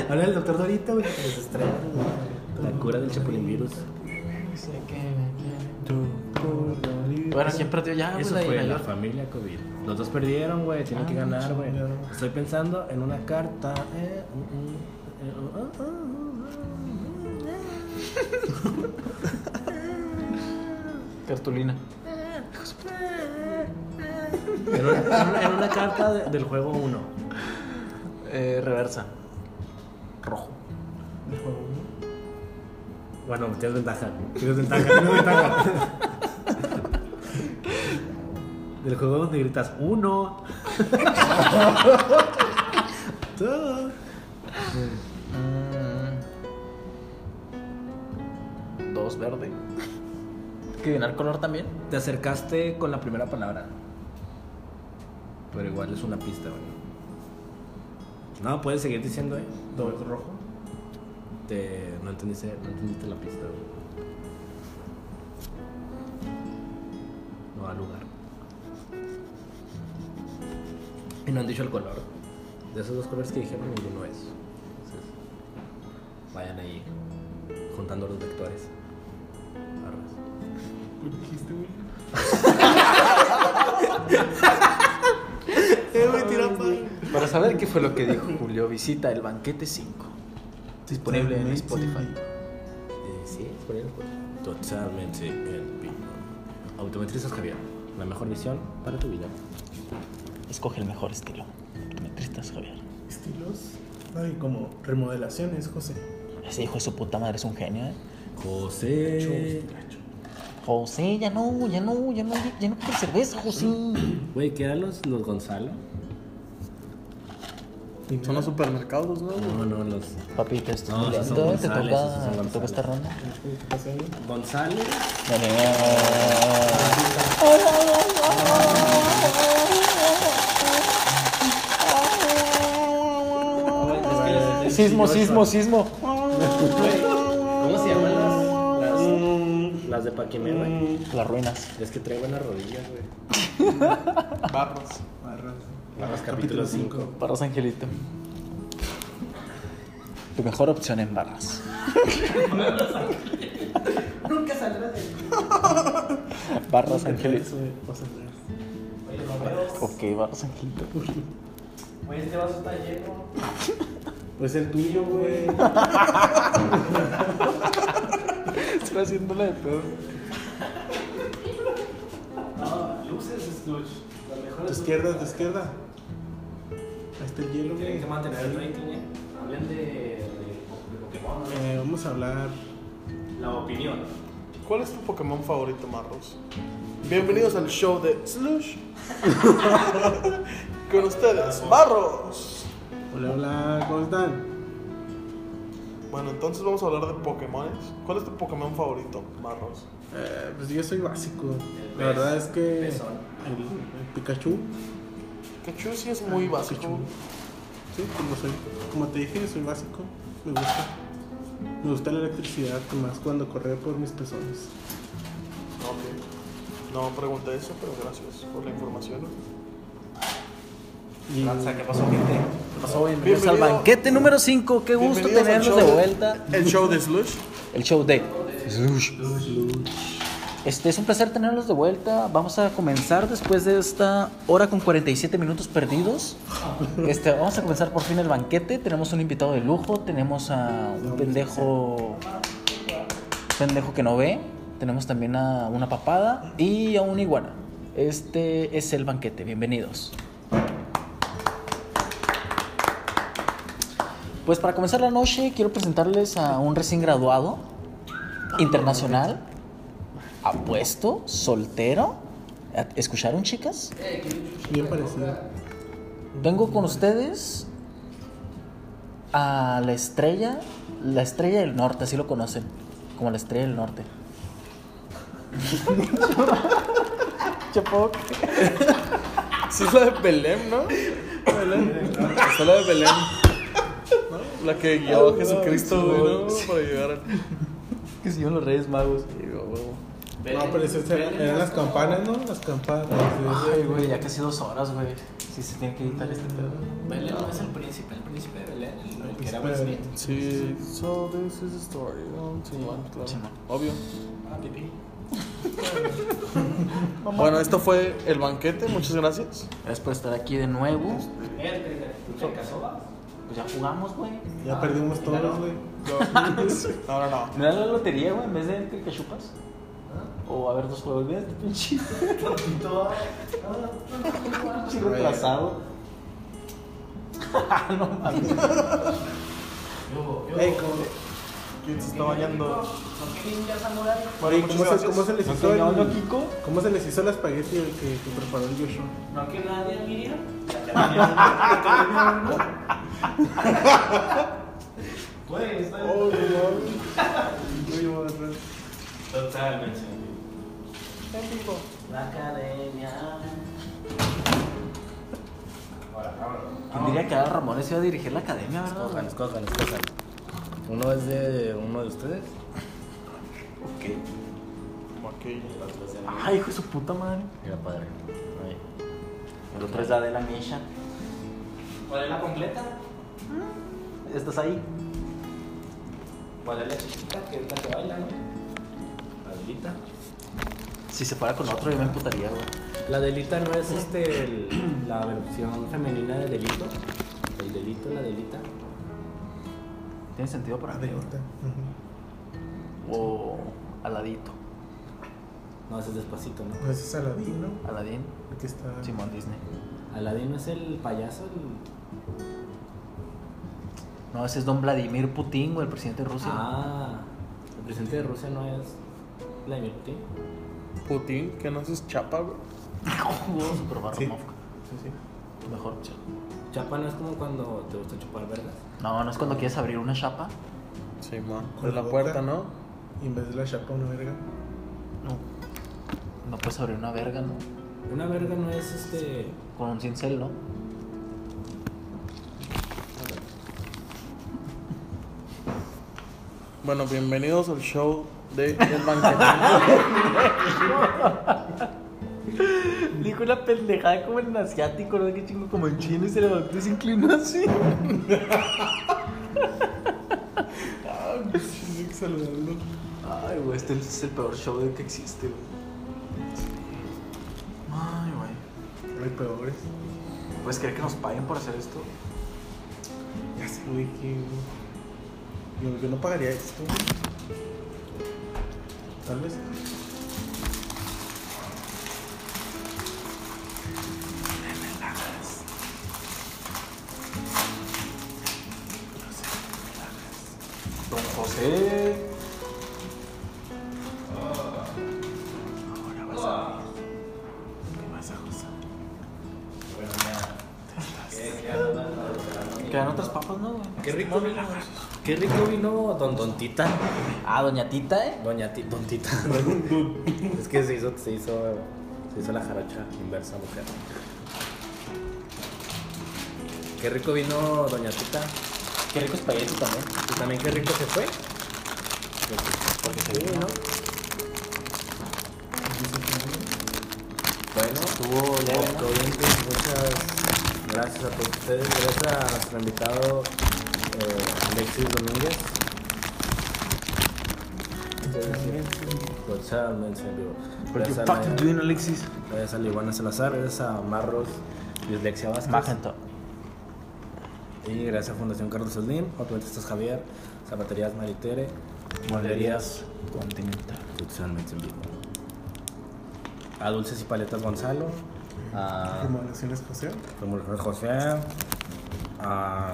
Habla el doctor Dorito, güey. que les estrena, güey. La cura del chapulín virus.
Bueno, ¿quién perdió ya, güey?
Eso
La
fue la
mayor.
familia COVID. Los dos perdieron, güey. Tienen que ganar, güey. Estoy pensando en una carta. eh, mm, mm, eh, oh, oh, oh, oh, oh.
Cartulina.
En una, en una- en una carta de- del juego 1.
Eh, reversa.
Bueno, tienes ventaja. Tienes ventaja, tienes ventaja. Del juego donde gritas 1. Dos.
Mm. Dos verde. ¿Que ganar color también?
Te acercaste con la primera palabra. Pero igual es una pista, güey. No, puedes seguir diciendo, eh.
Todo es rojo.
Te, no, entendiste, no entendiste la pista, güey. No, mal lugar. Y no han dicho el color. De esos dos colores que dijeron, ninguno es. Entonces, vayan ahí juntando los vectores.
¿Qué dijiste, güey?
Eh, güey, tira pa- Para saber qué fue lo que dijo Julio, visita el banquete 5. Disponible en Spotify.
sí, es por ahí, pues. Totalmente en vivo. Autometristas Javier, la mejor visión para tu vida.
Escoge el mejor estilo. Optometristas, Javier.
Estilos. Ay, como remodelaciones, José.
Ese hijo de su puta madre es un genio, ¿eh?
José.
José, ya no, ya no, ya no, ya no quiero cerveza, José.
Güey, ¿qué eran los, los Gonzalo?
Son los supermercados, ¿no? güey?
No, no, los.
Papi, te estoy
No, esos son
mirando, te
González, esos
toca,
son
te toca
González.
esta ronda.
González.
Dale, Sismo, sismo, sismo.
¿Cómo se llaman las, las, las de Paquimé, güey?
Las ruinas.
Es que traigo en las rodillas, güey.
Barros.
Barras capítulo 5.
Barras Angelito. Tu mejor opción en barras.
Nunca saldrá de
Barras Angelito.
José Andrés.
Ok, Barras Angelito.
Oye, este vaso está lleno.
Pues el tuyo, güey.
Estoy haciéndole de peor.
No, luces es clutch. Las
Tu
mejores.
izquierda, tu izquierda. Ahí está el hielo, güey.
Tienen que mantener el rating, eh. Hablan de, de Pokémon, ¿no?
Eh, vamos a hablar.
La opinión.
¿Cuál es tu Pokémon favorito, Marros? Bienvenidos al show de Slush. Con ustedes, Marros.
Hola, hola, ¿cómo están?
Bueno, entonces vamos a hablar de Pokémon. ¿Cuál es tu Pokémon favorito, Marros?
Eh, pues yo soy básico.
El
La
pez.
verdad es que.
Pezón.
El, el Pikachu.
Pikachu sí es muy básico.
Pikachu. Sí, como soy. Como te dije, soy básico. Me gusta. Me gusta la electricidad, más cuando corre por mis pezones.
Ok. No pregunté eso, pero gracias por la información.
Y
Lanza, ¿qué pasó, gente?
Bienvenidos al banquete número 5. Qué gusto
Bienvenidos al
tenerlos de
show
vuelta.
El show de Slush.
El show de. Este es un placer tenerlos de vuelta. Vamos a comenzar después de esta hora con 47 minutos perdidos. Este, vamos a comenzar por fin el banquete. Tenemos un invitado de lujo. Tenemos a un pendejo. Pendejo que no ve. Tenemos también a una papada y a una iguana. Este es el banquete. Bienvenidos. Pues para comenzar la noche quiero presentarles a un recién graduado internacional, apuesto, soltero. ¿Escucharon chicas?
bien parecido.
Vengo con ustedes a la estrella, la estrella del norte, así lo conocen, como la estrella del norte.
Sí, es la de Belém, ¿no? Está la de Belém. ¿no? La que guió a Jesucristo, güey, ¿no? Para llegar al.
Que si yo los Reyes Magos.
No, pero esas eran, eran las campanas, ¿no? Las campanas.
Ay, güey, ya casi dos horas, güey. Sí, se tiene que editar este pedo.
Belén no es el príncipe, el príncipe de Belén, el que era Will
Pero-
Smith.
Sí, so this is the story. ¿no? Simón, claro.
Simón.
Obvio. bueno, esto fue el banquete, muchas gracias.
Gracias por estar aquí de nuevo. Pues ya jugamos, güey.
Ya perdimos todos, güey.
No, no, no.
Me dan la lotería, güey, en vez de cricachupas.
¿Ah?
O a ver dos juegos, mira este pinche. Pinche retrasado. no mames.
Ey, ¿cómo,
¿Quién se está bañando?
ey,
Bueno,
¿cómo
muchas
se, cómo se
gracias.
les hizo el, ¿Cómo se les hizo el espagueti el que, que preparó el Yoshua?
No que nadie mira.
Oh, no, no.
Totalmente.
La academia.
¿Quién diría que ahora Ramones iba a dirigir la academia, verdad?
Escojan, escojan, escojan. Uno es de uno de ustedes.
Ok.
Bueno,
Ay, hijo de su puta madre.
Era padre.
Ay. El otro es la de la Misha.
¿Cuál es la completa?
Mm. ¿Estás ahí?
¿Cuál es la chiquita que ahorita que baila, no?
Adelita.
Si se fuera con otro, yo me emputaría, güey.
La delita no es este el- la versión femenina de delito. El delito, la delita.
Tiene sentido
Ah,
para mí. güey. O Aladito.
No, ese es despacito, ¿no?
No, ese es Aladín, ¿no?
Aladín,
El que está.
Simón Disney.
Aladino es el payaso. el-
No, ese es don Vladimir Putin, güey, el presidente de Rusia.
Ah, el presidente de Rusia no es Vladimir Putin.
Putin, que no es chapa, güey.
Ah, Jugó super barro,
Sí.
mofo.
Sí, sí.
Mejor opción.
Chapa no es como cuando te gusta chupar vergas.
No, no es cuando quieres abrir una chapa.
Sí, man.
Con
De
la
la
boca.
puerta, ¿no?
Y en vez de la chapa, una verga.
No. No puedes abrir una verga, ¿no?
Una verga no es este.
Con un cincel, ¿no?
Bueno, bienvenidos al show de El Banquete.
Dijo una pendejada como en asiático, ¿no? Que chingo, como en chino y se levantó y se inclinó así.
Tiene que saludarlo.
Ay, güey, este es el peor show de que existe, güey. Ay, güey.
No hay peores.
¿Puedes creer que nos paguen por hacer esto?
Ya sé, güey, que. Yo, yo no pagaría esto. Tal vez.
Don José. Ahora vas a ver. ¿Qué vas a gozar? Quedan otras papas, ¿no? güey?
Qué rico vino. Qué rico vino Don Don Tita.
Ah, doña Tita, ¿eh?
Doña Tita. Don Tita. es que se hizo, se hizo. Se hizo la jarocha inversa mujer. Qué rico vino Doña Tita.
Qué rico espagueti también.
Y también qué rico se fue.
Porque se vino.
Bueno,
Estuvo leve,
Bueno, oyentes, muchas gracias a todos ustedes, gracias a nuestro invitado eh, Alexis Domínguez. Muchas gracias en vivo. Gracias a la-
Alexis?
gracias a la Ivana Salazar, gracias a Marros Dislexia Vázquez.
Magento.
Y gracias a Fundación Carlos Slim, Autoventistas Javier, Zapaterías Maritere, Molerías
Continental.
Totalmente en vivo. A Dulces y Paletas Gonzalo, a
Remodelaciones José.
Remolcador José, a,
A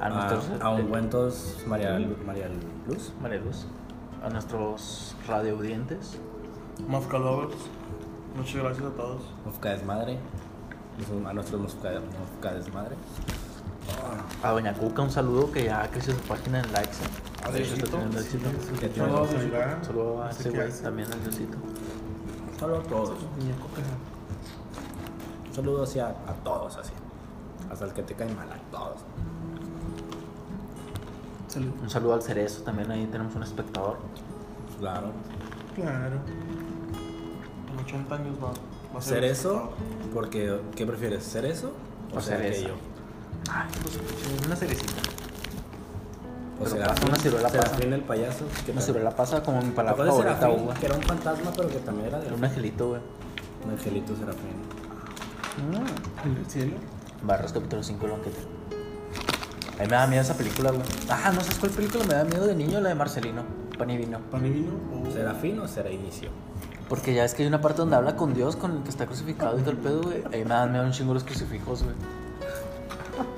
a,
Ah,
nuestros.
a Ungüentos María, María Luz,
María Luz. A nuestros radioaudientes.
Mafka Lovers. Muchas gracias a todos.
Mofca Desmadre, a nuestros Mofca, Mofca Desmadre,
A Doña Cuca, un saludo que ya creció su página en likes. ¿eh?
A
De hecho, está
Diosito.
teniendo éxito.
que tiene
Saludos a Iván.
Saludo a
No sé
ese
qué
güey
hace.
también, al Diosito.
solo a todos.
Niña Coca.
Un saludo hacia a todos, así. Hasta el que te cae mal, a todos.
Salud.
Un saludo al Cerezo también, ahí tenemos un espectador.
Claro.
Claro.
En 80 años va. va a ser
Cerezo, porque, ¿qué prefieres? ¿Cerezo o,
O
sea
cerezo.
aquello?
Ay, pues una cerecita.
O
Pero
sea,
pasa, una ciruela pasa.
Serafín el payaso. ¿qué
Una
tal?
ciruela pasa como mi
¿Te
palabra
acuerdas
favorita,
de Serafín,
uva.
que era un fantasma, pero que también era de
Era un angelito, güey.
un angelito Serafín.
En el cielo.
Barras capítulo 5 banquete. A mí me da miedo esa película, güey. Ah, no sabes cuál película me da miedo de niño, la de Marcelino. Pan y vino.
Pan y vino. O...
¿Serafín o será inicio?
Porque ya es que hay una parte donde habla con Dios, con el que está crucificado y todo el pedo, güey. Ahí me dan miedo un chingo los crucifijos, güey.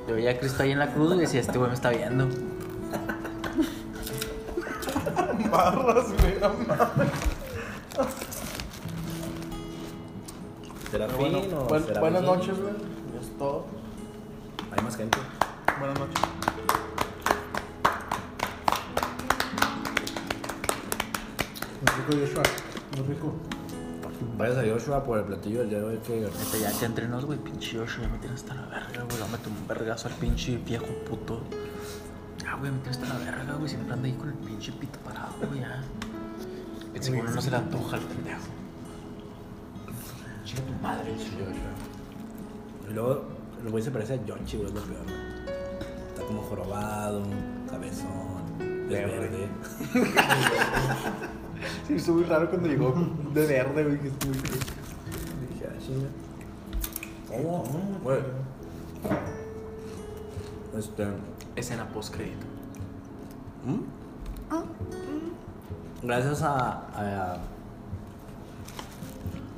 Yo veía a Cristo ahí en la cruz, güey, y decía, este güey me está viendo.
Barras, güey. no mames.
¿Serafín
Bueno,
o
buen-
será
buenas
Benito?
noches, güey. Ya es todo.
Hay más gente.
Buenas noches.
Muy rico, Joshua. Muy rico.
Gracias a Joshua por el platillo del día de hoy que
Neta, ya que entre nos, güey, pinche Joshua, ya me tiene hasta la verga, güey. Lo meto un vergazo al pinche viejo puto. Ya, güey, me tiene hasta la verga, güey. Siempre anda ahí con el pinche pito parado, güey, ya. Que seguro no se le antoja al pendejo.
Chica tu madre, Y luego, el güey se parece a John Chivo, es lo peor. güey. Está como jorobado, cabezón, es verde.
Sí, estuvo muy raro cuando llegó de verde, güey. Que estuvo
Dije, ah, chinga. ¿Cómo? Oh, ah, Güey. Este.
Escena post crédito.
¿Mm? Gracias a, a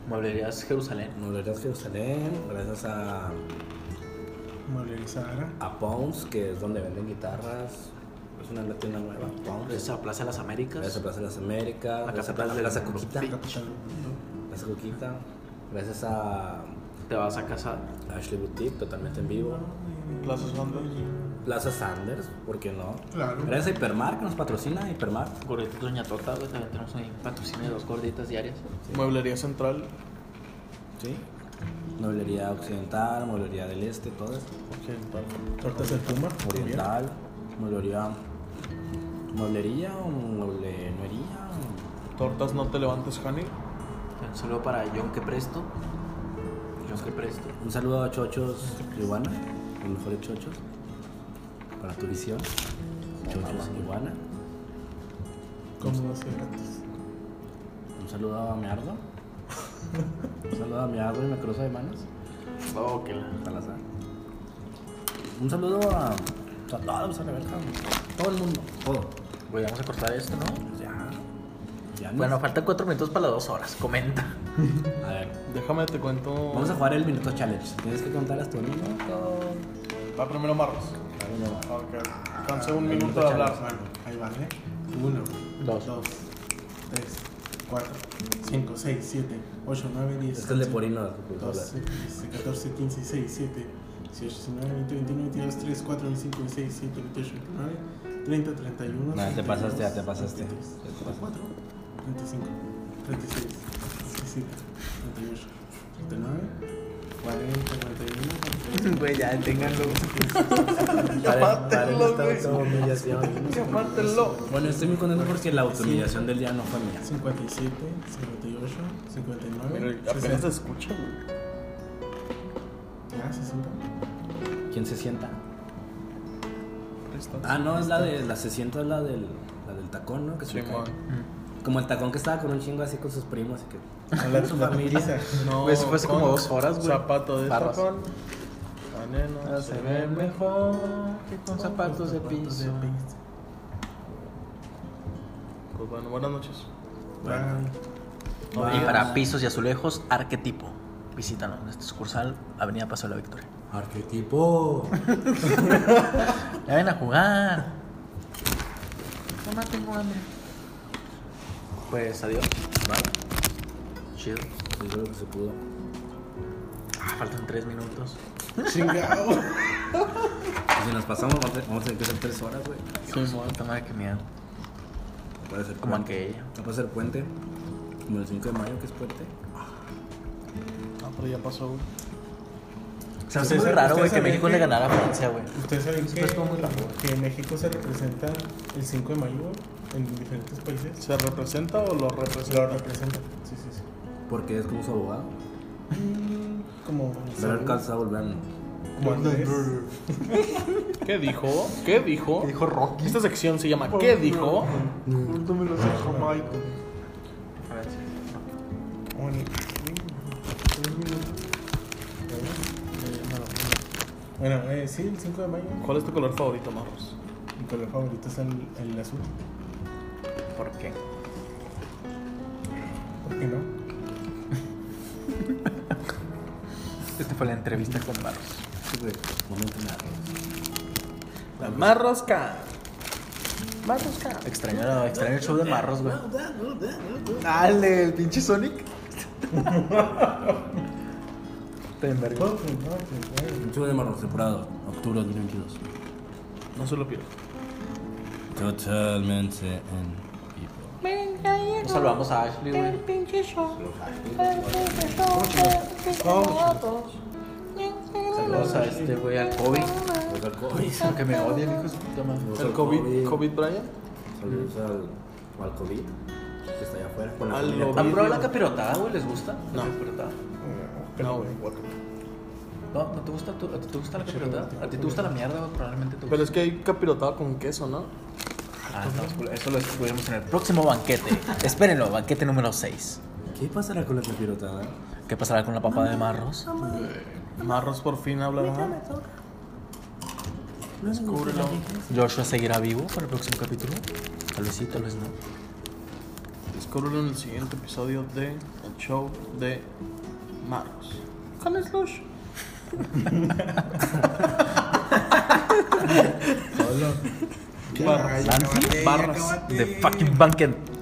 Mueblerías Jerusalén.
Mueblerías Jerusalén, gracias a,
Molerizar.
a Pons, que es donde venden guitarras. Es una latina nueva, Pons.
Gracias a Plaza de las
Gracias a
Américas.
Plaza de las Américas,
La
gracias a
capital
Plaza
de
de
la
la Coquita,
Europa.
Plaza Coquita, gracias a
Te vas a casa.
Ashley Boutique, totalmente en vivo,
Plaza Sanders.
Plaza Sanders, ¿por qué no?
Claro.
Gracias a Hipermar, que nos patrocina, Hipermar.
Gordita Doña Tota, güey. También tenemos ahí un patrocinio de dos gorditas diarias.
Mueblería Central.
Sí. Mueblería occidental, mueblería del este, todo eso.
Occidental.
Tortas del Puma.
Oriental, mueblería. Mueblería o mueblería.
Tortas No Te Levantes, Honey.
Un saludo para John Que Presto. John Que Presto.
Un saludo a Chochos Iguana, los mejores chochos. Para tu visión. Chochos Iguana.
Como hace ratos.
Un saludo a Meardo. Un saludo a Meardo y me cruzo de manos.
Oh, que la.
Salazar. Un saludo a, a todos, a la verga. Todo el mundo. Todo.
Güey, vamos a cortar esto, ¿no?
Ya. Ya no.
Bueno, faltan cuatro minutos para las dos horas. Comenta.
a ver.
Déjame te cuento.
Vamos a jugar el minuto challenge. Tienes que contar hasta un minuto.
Va Ah, primero Marros.
Ahí no va.
Ok. Alcancé un minuto de hablar.
Bueno, ahí vale. Uno,
Dos.
dos, tres, cuatro, cinco, seis, siete, ocho, nueve, diez.
Este es de
once,
Porino. pues, hablar.
12, 13, 14, 15, 16, 17, 18, 19, 20, 21, 22, 23, 24, 25, 26, 27, 28, 29, 30, 31.
Nah, te pasaste, ya te pasaste.
33, 34, 35, 36, 37, 38, 39, 40, 41, 42,
Güey, ya, ténganlo.
Paren- paren
mátenlo,
esta
güey.
autohumillación.
Ya, mátenlo.
Bueno, estoy muy contento porque la autohumillación del día no fue mía.
57, 58, 59,
Apenas se
60.
escucha, güey.
Ya, 60.
¿Quién se sienta?
Listo.
Ah, no, es la de la se sienta es la del la del tacón, ¿no? Que se le cae.
Simón.
Como el tacón que estaba con un chingo así con sus primos, así que
Habla de su familia.
No,
Güey, eso fue hace como
con
dos horas, güey.
Zapato de
Barras. Ah,
tacón. Canela, se ve mejor que con
zapatos de piso.
Pues bueno, buenas noches.
Bye.
Y para pisos y azulejos, arquetipo. Visítanos en este sucursal, Avenida Paso de la Victoria.
arquetipo.
Ya ven a jugar. Mamá, tengo hambre. Pues adiós. Vale. Chido.
Yo creo que se pudo.
Ah, faltan tres minutos.
Chingado.
Y si nos pasamos vamos a, vamos a tener que hacer tres horas, güey.
Sí, puta madre, qué miedo.
No Puede ser
Como
puente.
aquella.
No puede ser puente. Como el 5 de mayo que es puente.
Ah, pero ya pasó, güey.
Se me hace
Ustedes
muy
saben-
raro, güey,
ustedes
que
saben
México
que-
le ganara a Francia, güey.
Ustedes saben que, que México se representa el 5 de mayo en diferentes países.
¿Se representa o lo
Lo
representa?
representa. Sí, sí, sí.
Porque es como su abogado.
Como.
Pero él calza volviendo.
como Andrés.
¿Qué dijo? ¿Qué dijo?
Dijo Rocky.
Esta sección se llama ¿Qué dijo?
No me lo dijo Michael.
Francia.
Bueno, eh, sí, el 5 de mayo.
¿Cuál es tu color favorito, Marros?
Mi color favorito es el, el azul.
¿Por qué?
¿Por qué no?
Esta Este fue la entrevista con Barros.
Sí, güey. Momento narroso.
Marrosca.
Extraño, extraño el show de Marros, güey.
Dale, el pinche Sonic.
Porque no, que, güey.
Un chivo de marrón temporada, octubre de 2022.
No se lo pido.
Totalmente en vivo.
Nos saludamos a Ashley, güey. Saludos a este, güey, al Kobe.
Saludos al COVID.
Aunque me odien, hijo de su puta madre.
Saludos
¿El
al
COVID, COVID Brian?
Saludos al, al COVID. que está allá afuera. Con la
Al
familia.
lobismo.
¿Han probado la capirotada, güey? ¿Les gusta?
No.
La capirotada.
No, güey, guácala.
No, no te gusta, ¿Tú- a ti te gusta la capirotada. A ti te gusta la mierda, güey, probablemente te gusta.
Pero es que hay capirotada con queso, ¿no?
Ah, no, eso lo descubrimos en el próximo banquete. Espérenlo, banquete número 6.
¿Qué pasará con la capirotada?
¿Qué pasará con la papa de marros?
Marros por fin habla. Descúbrelo.
¿Joshua seguirá vivo para el próximo capítulo? Tal vez sí, tal vez no.
Descúbrelo en el siguiente episodio de El Show de Marros. Con Slush.
Qué
Barras.
gallo,
Nancy
cábate,
Barras
cábate.
de fucking banquet.